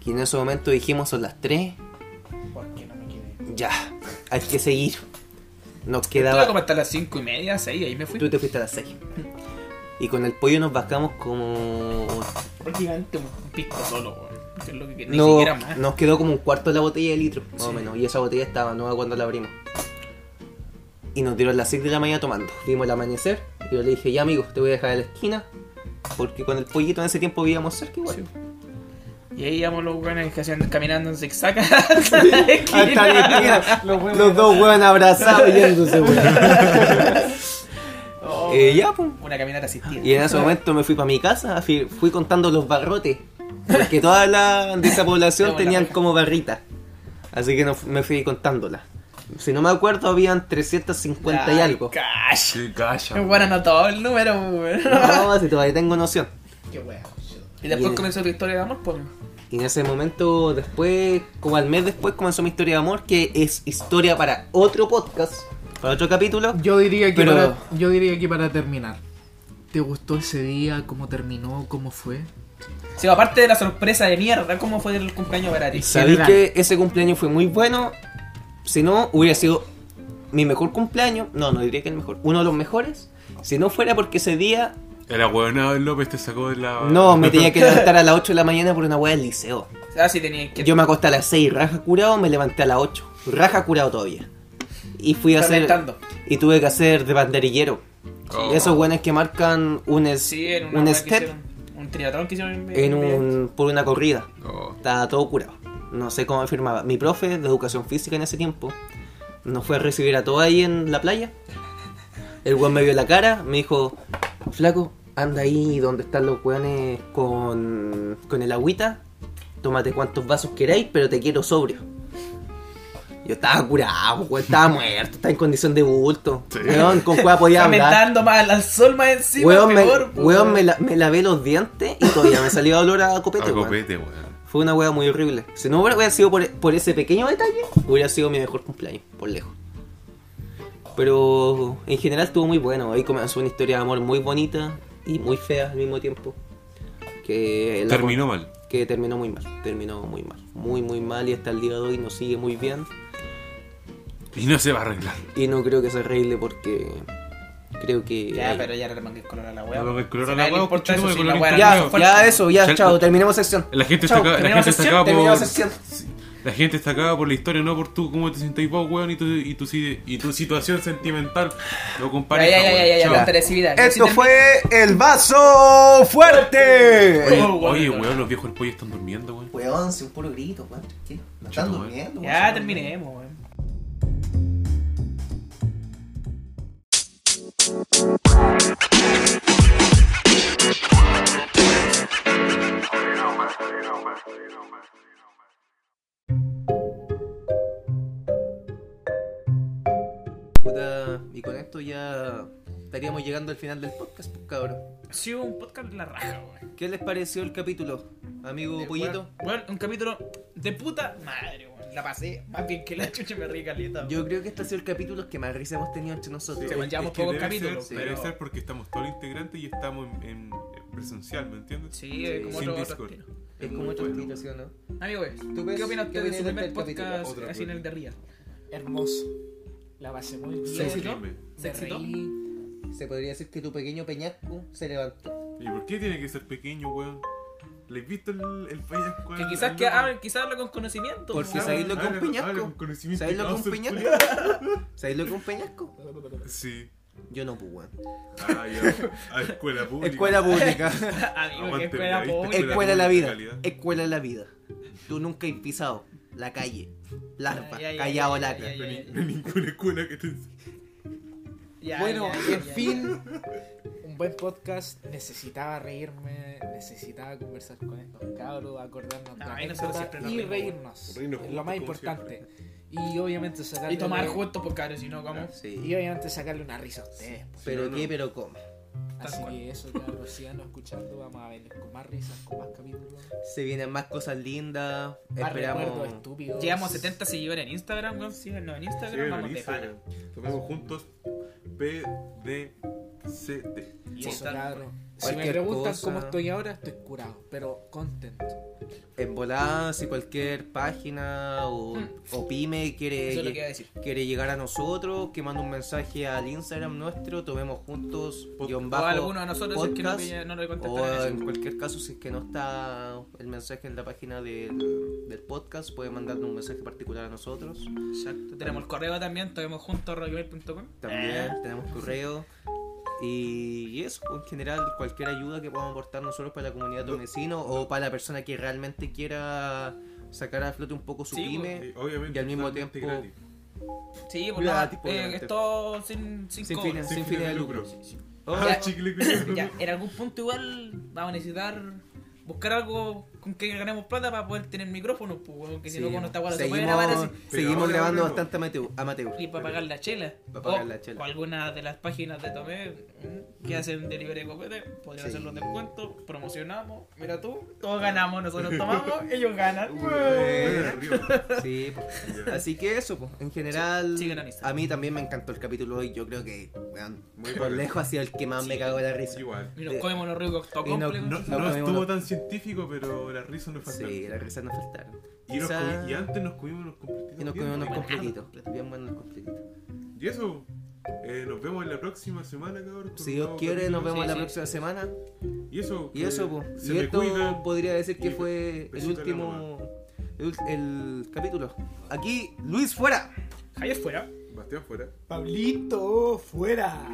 C: Que en ese momento dijimos, son las 3. Ya, (laughs) hay que seguir. Nos
D: Estuve como
C: quedaba...
D: hasta las 5 y media, 6, ahí me
C: Tú
D: fui.
C: te fuiste a las 6. Y con el pollo nos bajamos como...
D: Prácticamente un pisco solo, weón. Que es lo que que- ni
C: No,
D: siquiera más.
C: nos quedó como un cuarto de la botella de litro, más o
D: Sí.
C: menos. Y esa botella estaba nueva cuando la abrimos. Y nos dieron las 6 de la mañana tomando. Vimos el amanecer. Y yo le dije, ya amigos, te voy a dejar en la esquina. Porque con el pollito en ese tiempo vivíamos cerca igual.
D: Y ahí íbamos los weones que hacían caminando en zigzag. (laughs) Ah,
C: Hasta la esquina. (laughs) Los dos weón abrazados yéndose, weón.
D: Oh,
C: Eh, ya, pues.
D: Una caminata asistida.
C: Y en ese momento me fui para mi casa, fui, fui contando los barrotes.
D: (laughs)
C: Porque toda la de esa población
D: Estamos en la
C: tenían
D: raja.
C: como barritas. Así que no fu- me fui contándolas. Si no me acuerdo, habían 350 y
D: Ay,
C: algo.
D: Cash.
B: Qué calla.
D: Bueno, anotó el número, weón.
C: No, si todavía tengo noción.
A: Qué weá.
D: Y después
C: Bien.
D: comenzó tu historia de amor, pues.
C: Y en ese momento, después, como al mes después, comenzó mi historia de amor, que es historia para otro podcast, para otro capítulo.
A: Yo diría, que
C: Pero-
A: para, yo diría que para terminar, ¿te gustó ese día? ¿Cómo terminó? ¿Cómo fue?
D: Sí, aparte de la sorpresa de mierda, ¿cómo fue el cumpleaños para ti?
C: Sabéis
A: General.
C: que ese cumpleaños fue muy bueno. Si no, hubiera sido mi mejor cumpleaños. No, no diría que el mejor. Uno de los mejores. Si no fuera porque ese día.
B: El ahueonado del López te sacó de la.
C: No, me tenía que levantar a las 8 de la mañana por una weá del liceo.
D: Ah, sí, tenía que.
C: Yo me acosté a las 6, raja curado, me levanté a las 8. Raja curado todavía. Y fui a hacer.
D: Fermentando.
C: Y tuve que hacer de banderillero.
B: Oh.
C: Esos weones que marcan un, es-
D: Sí, en una
C: un
D: weá que
C: step
D: hicieron- Un triatlón que hicieron en,
C: en un, por una corrida.
B: Oh.
C: Estaba todo curado. No sé cómo me firmaba. Mi profe de educación física en ese tiempo nos fue a recibir a todos ahí en la playa. El weón me vio la cara, me dijo, flaco, anda ahí donde están los weones con, con el agüita. Tómate cuantos vasos queráis, pero te quiero sobrio. Yo estaba curado, weón, estaba muerto, estaba en condición de bulto. Weón, con cuál
D: (laughs)
C: podía hablar.
D: Fermentando más al sol más encima.
C: Weón, me,
D: peor, pues,
C: weón, me la- me lavé los dientes y todavía me salió olor a copete,
B: (laughs) A
C: weón.
B: copete, weón.
C: Fue una hueá muy horrible. Si no hubiera hubiera sido por, por ese pequeño detalle, hubiera sido mi mejor cumpleaños, por lejos. Pero en general estuvo muy bueno. Ahí comenzó una historia de amor muy bonita y muy fea al mismo tiempo. Que la-
B: Terminó mal.
C: Que terminó muy mal. Terminó muy mal. Muy, muy mal y hasta el día de hoy nos sigue muy bien.
B: Y no se va a arreglar.
C: Y no creo que se arregle porque creo que...
D: Ya,
C: ahí-
D: pero ya le mangué el color a la weá.
B: No, el color
D: Si
B: a la
D: nadie le
B: weá,
D: importa eso,
B: conchetumare,
D: si
B: con
D: la
B: la
D: weá
B: gente-
D: era
C: Ya,
D: muy fuerte.
C: ya eso, ya,
B: Chao.
C: chao, terminemos sección.
B: La gente está
C: Chao,
B: acá, la
C: terminemos
B: gente está
C: sección,
B: acá
C: terminemos
B: por-
C: sección.
B: La gente está acá por la historia, no por tú, cómo te sentís vos, weón, y tu, y tu, si- y tu situación sentimental. Lo
D: Ya,
B: compares.
D: ya, ya, ya, ya, ya, la agresividad. Ya, sí
F: Esto
D: termina-
F: fue el vaso fuerte.
B: Oye,
D: Oh,
B: oye,
D: weón.
B: weón, los viejos del pollo están durmiendo, weón.
C: Weón, si un puro grito, weón. ¿Qué? ¿No
B: están Chuta, durmiendo,
D: Ya terminemos, weón.
C: Puta, y con esto ya estaríamos llegando al final del podcast, pues, cabrón.
D: Ha sido un podcast de la raja, weón.
C: ¿Qué les pareció el capítulo, amigo Pollito?
D: Weón, un capítulo de puta madre, weón. La pasé más bien que la chucha me rí caleta.
C: Yo creo que este ha sido el capítulo que más risa hemos tenido entre nosotros.
D: Sí, Llevamos pocos
B: debe
D: capítulos,
B: ser-
D: pero-
B: Debe ser porque estamos todos los integrantes y estamos en, en- en presencial, ¿me entiendes?
D: Sí, es como
B: Sin
D: otro, otro
B: Discord.
D: estilo.
C: Es como otra situación, ¿no?
D: Amigo, ¿ves?
C: ¿Tú ves-
D: ¿qué opina
C: qué
D: usted de
C: opinas
D: su primer
C: del capítulo?
D: podcast
B: Otro,
D: así en
B: otro.
D: el de Ría?
A: Hermoso. La pasé muy bien.
D: Sí,
B: Sí,
D: yo.
B: dime.
D: ¿Se
A: Me
D: excitó?
A: reí.
C: Se podría decir que tu pequeño peñasco se levantó.
B: ¿Y por qué tiene que ser pequeño, weón? ¿Les visto el, el payaso?
D: Que quizás, que hable, quizás hable con conocimiento.
C: Porque
D: po.
C: sabéis lo que es un
B: Habla
C: peñasco.
B: con conocimiento
C: ¿Sabéis lo que
B: de
C: es un
B: causa, el
C: peñasco? ¿Sabéis lo que es un peñasco?
B: culiao. Sí.
C: Yo no, pues, weón.
B: Ah, ya.
D: (laughs)
B: A escuela pública.
C: Escuela (laughs) pública.
D: (laughs) Amigo, que
B: Aguante,
D: escuela
B: ¿viste?
D: pública.
C: Escuela de la vida.
B: Calidad.
C: Escuela de la vida. Tú nunca has pisado la calle. Larva,
D: Ya, ya, ya,
C: callao,
D: ya,
C: lacra.
D: ya, ya,
B: No hay ninguna escuela que te enseñe.
D: ya,
E: bueno,
D: ya, ya,
E: en
D: ya.
E: fin, un buen podcast. Necesitaba reírme, necesitaba conversar con estos cabros, acordarnos
D: No,
E: de
D: ahí nosotros
E: anécdotas
D: siempre nos
E: y
D: reímos.
E: reírnos. es lo
B: Reírnos juntos,
E: más
B: como
E: importante. Y obviamente sacarle
D: Y tomar juntos, pues cabrón, si no, ¿cómo?
C: Sí.
E: Y obviamente sacarle una risa a ustedes. pues.
C: Pero
B: Sí, no,
C: qué,
B: no.
C: pero cómo.
E: Así
D: cual.
E: que eso, cabros, sigan escuchando. Vamos a verles con más risas, con más capítulos.
C: Se vienen más cosas lindas.
E: Más recuerdos
C: Esperamos.
E: estúpidos.
D: Llegamos a 70 seguidores en Instagram, weón. Síganos en
B: Sí,
D: Instagram, vamos de
B: organiza.
D: pana.
B: Tomemos juntos P, D, C, D.
E: Y eso,
D: Tal
E: cabros. Si me
C: Cualquier
E: preguntan
C: cosa.
E: cómo estoy ahora, estoy curado, pero contento.
C: En voladas, si cualquier página o, o pyme quiere,
D: Hmm. Eso es lo que iba a decir.
C: quiere llegar a nosotros, que mande un mensaje al Instagram nuestro, tomemos juntos guión
D: O
C: bajo,
D: alguno de nosotros si es que no,
C: podcast,
D: pilla- no le
C: o
D: contestaron
C: en
D: eso.
C: cualquier caso, si es que no está el mensaje en la página del, del podcast, puede mandarnos un mensaje particular a nosotros.
D: Exacto. Tenemos el correo también, tomemos juntos rockyourmail.com.
C: También
D: Eh.
C: tenemos correo. Y y eso, pues, en general, cualquier ayuda que podamos aportar nosotros para la comunidad de vecino o para la persona que realmente quiera sacar a flote un poco su
D: Sí, pues,
C: pyme.
B: Y obviamente.
C: Y al mismo
B: totalmente
C: tiempo-
B: gratis.
D: Sí, pues
C: Ya,
D: nada,
C: tipo,
D: eh,
C: obviamente.
D: es todo sin, sin,
C: Sin
D: cobro.
C: fines.
B: Sin fines de lucro.
D: Oh. Ya.
B: Ah, chicle culiao.
D: (laughs) Ya, en algún punto igual vamos a necesitar buscar algo con que ganemos plata para poder tener micrófonos, pues, weón, que si no
C: Sí.
D: con esta guarda se puede grabar
C: seguimos
D: así.
C: seguimos
B: Pero
C: grabando
B: ahora
C: bastante a Mateo. a Mateo.
D: Y para pagar la chela.
C: Para pagar
D: O-
C: la chela.
D: O alguna de las páginas de Tomé mm, que hacen delivery de copete, podrían
C: Sí.
D: hacer los descuentos, promocionamos. Mira tú, todos ganamos,
C: (laughs)
D: nosotros tomamos, ellos ganan.
B: Bueno,
D: (laughs)
B: arriba.
C: (laughs) Sí, pues. Así que eso, pues. en general.
D: Sí, sigan a Instagram.
C: a mí también me encantó el capítulo hoy. Yo creo que, weón,
B: Muy
C: por
B: bacán.
C: lejos ha sido el que más me cagó la risa.
B: Igual.
D: Y nos comemos los ricos
C: Y no-
D: tocomple.
B: No,
C: Nos
B: no
C: comimos
B: estuvo
C: los-
B: tan científico, pero las risas nos faltaron.
C: Sí, las risas nos faltaron.
B: Y, nos
C: Quizá-
B: comi- y antes nos comimos unos completitos.
C: Y nos
B: bien
C: comimos unos
B: ricos.
C: completitos. pues, Bien buenos los completitos.
B: Y eso, eh, nos vemos en la próxima semana, cabrón. con
C: Si
B: un
C: Dios
B: nuevo
C: quiere, nos
B: capítulo.
C: vemos
D: Sí,
C: la
D: sí.
C: próxima semana.
B: Y eso,
C: Y
B: que
C: eso, pues.
B: Eh, se
C: Y
B: me
C: esto
B: cuidan.
C: podría decir que
B: Y
C: fue el
B: besito a la
C: último. El, ul- el capítulo. Aquí, Luis fuera.
D: Javier fuera.
B: Bastián fuera.
E: Pablito, fuera.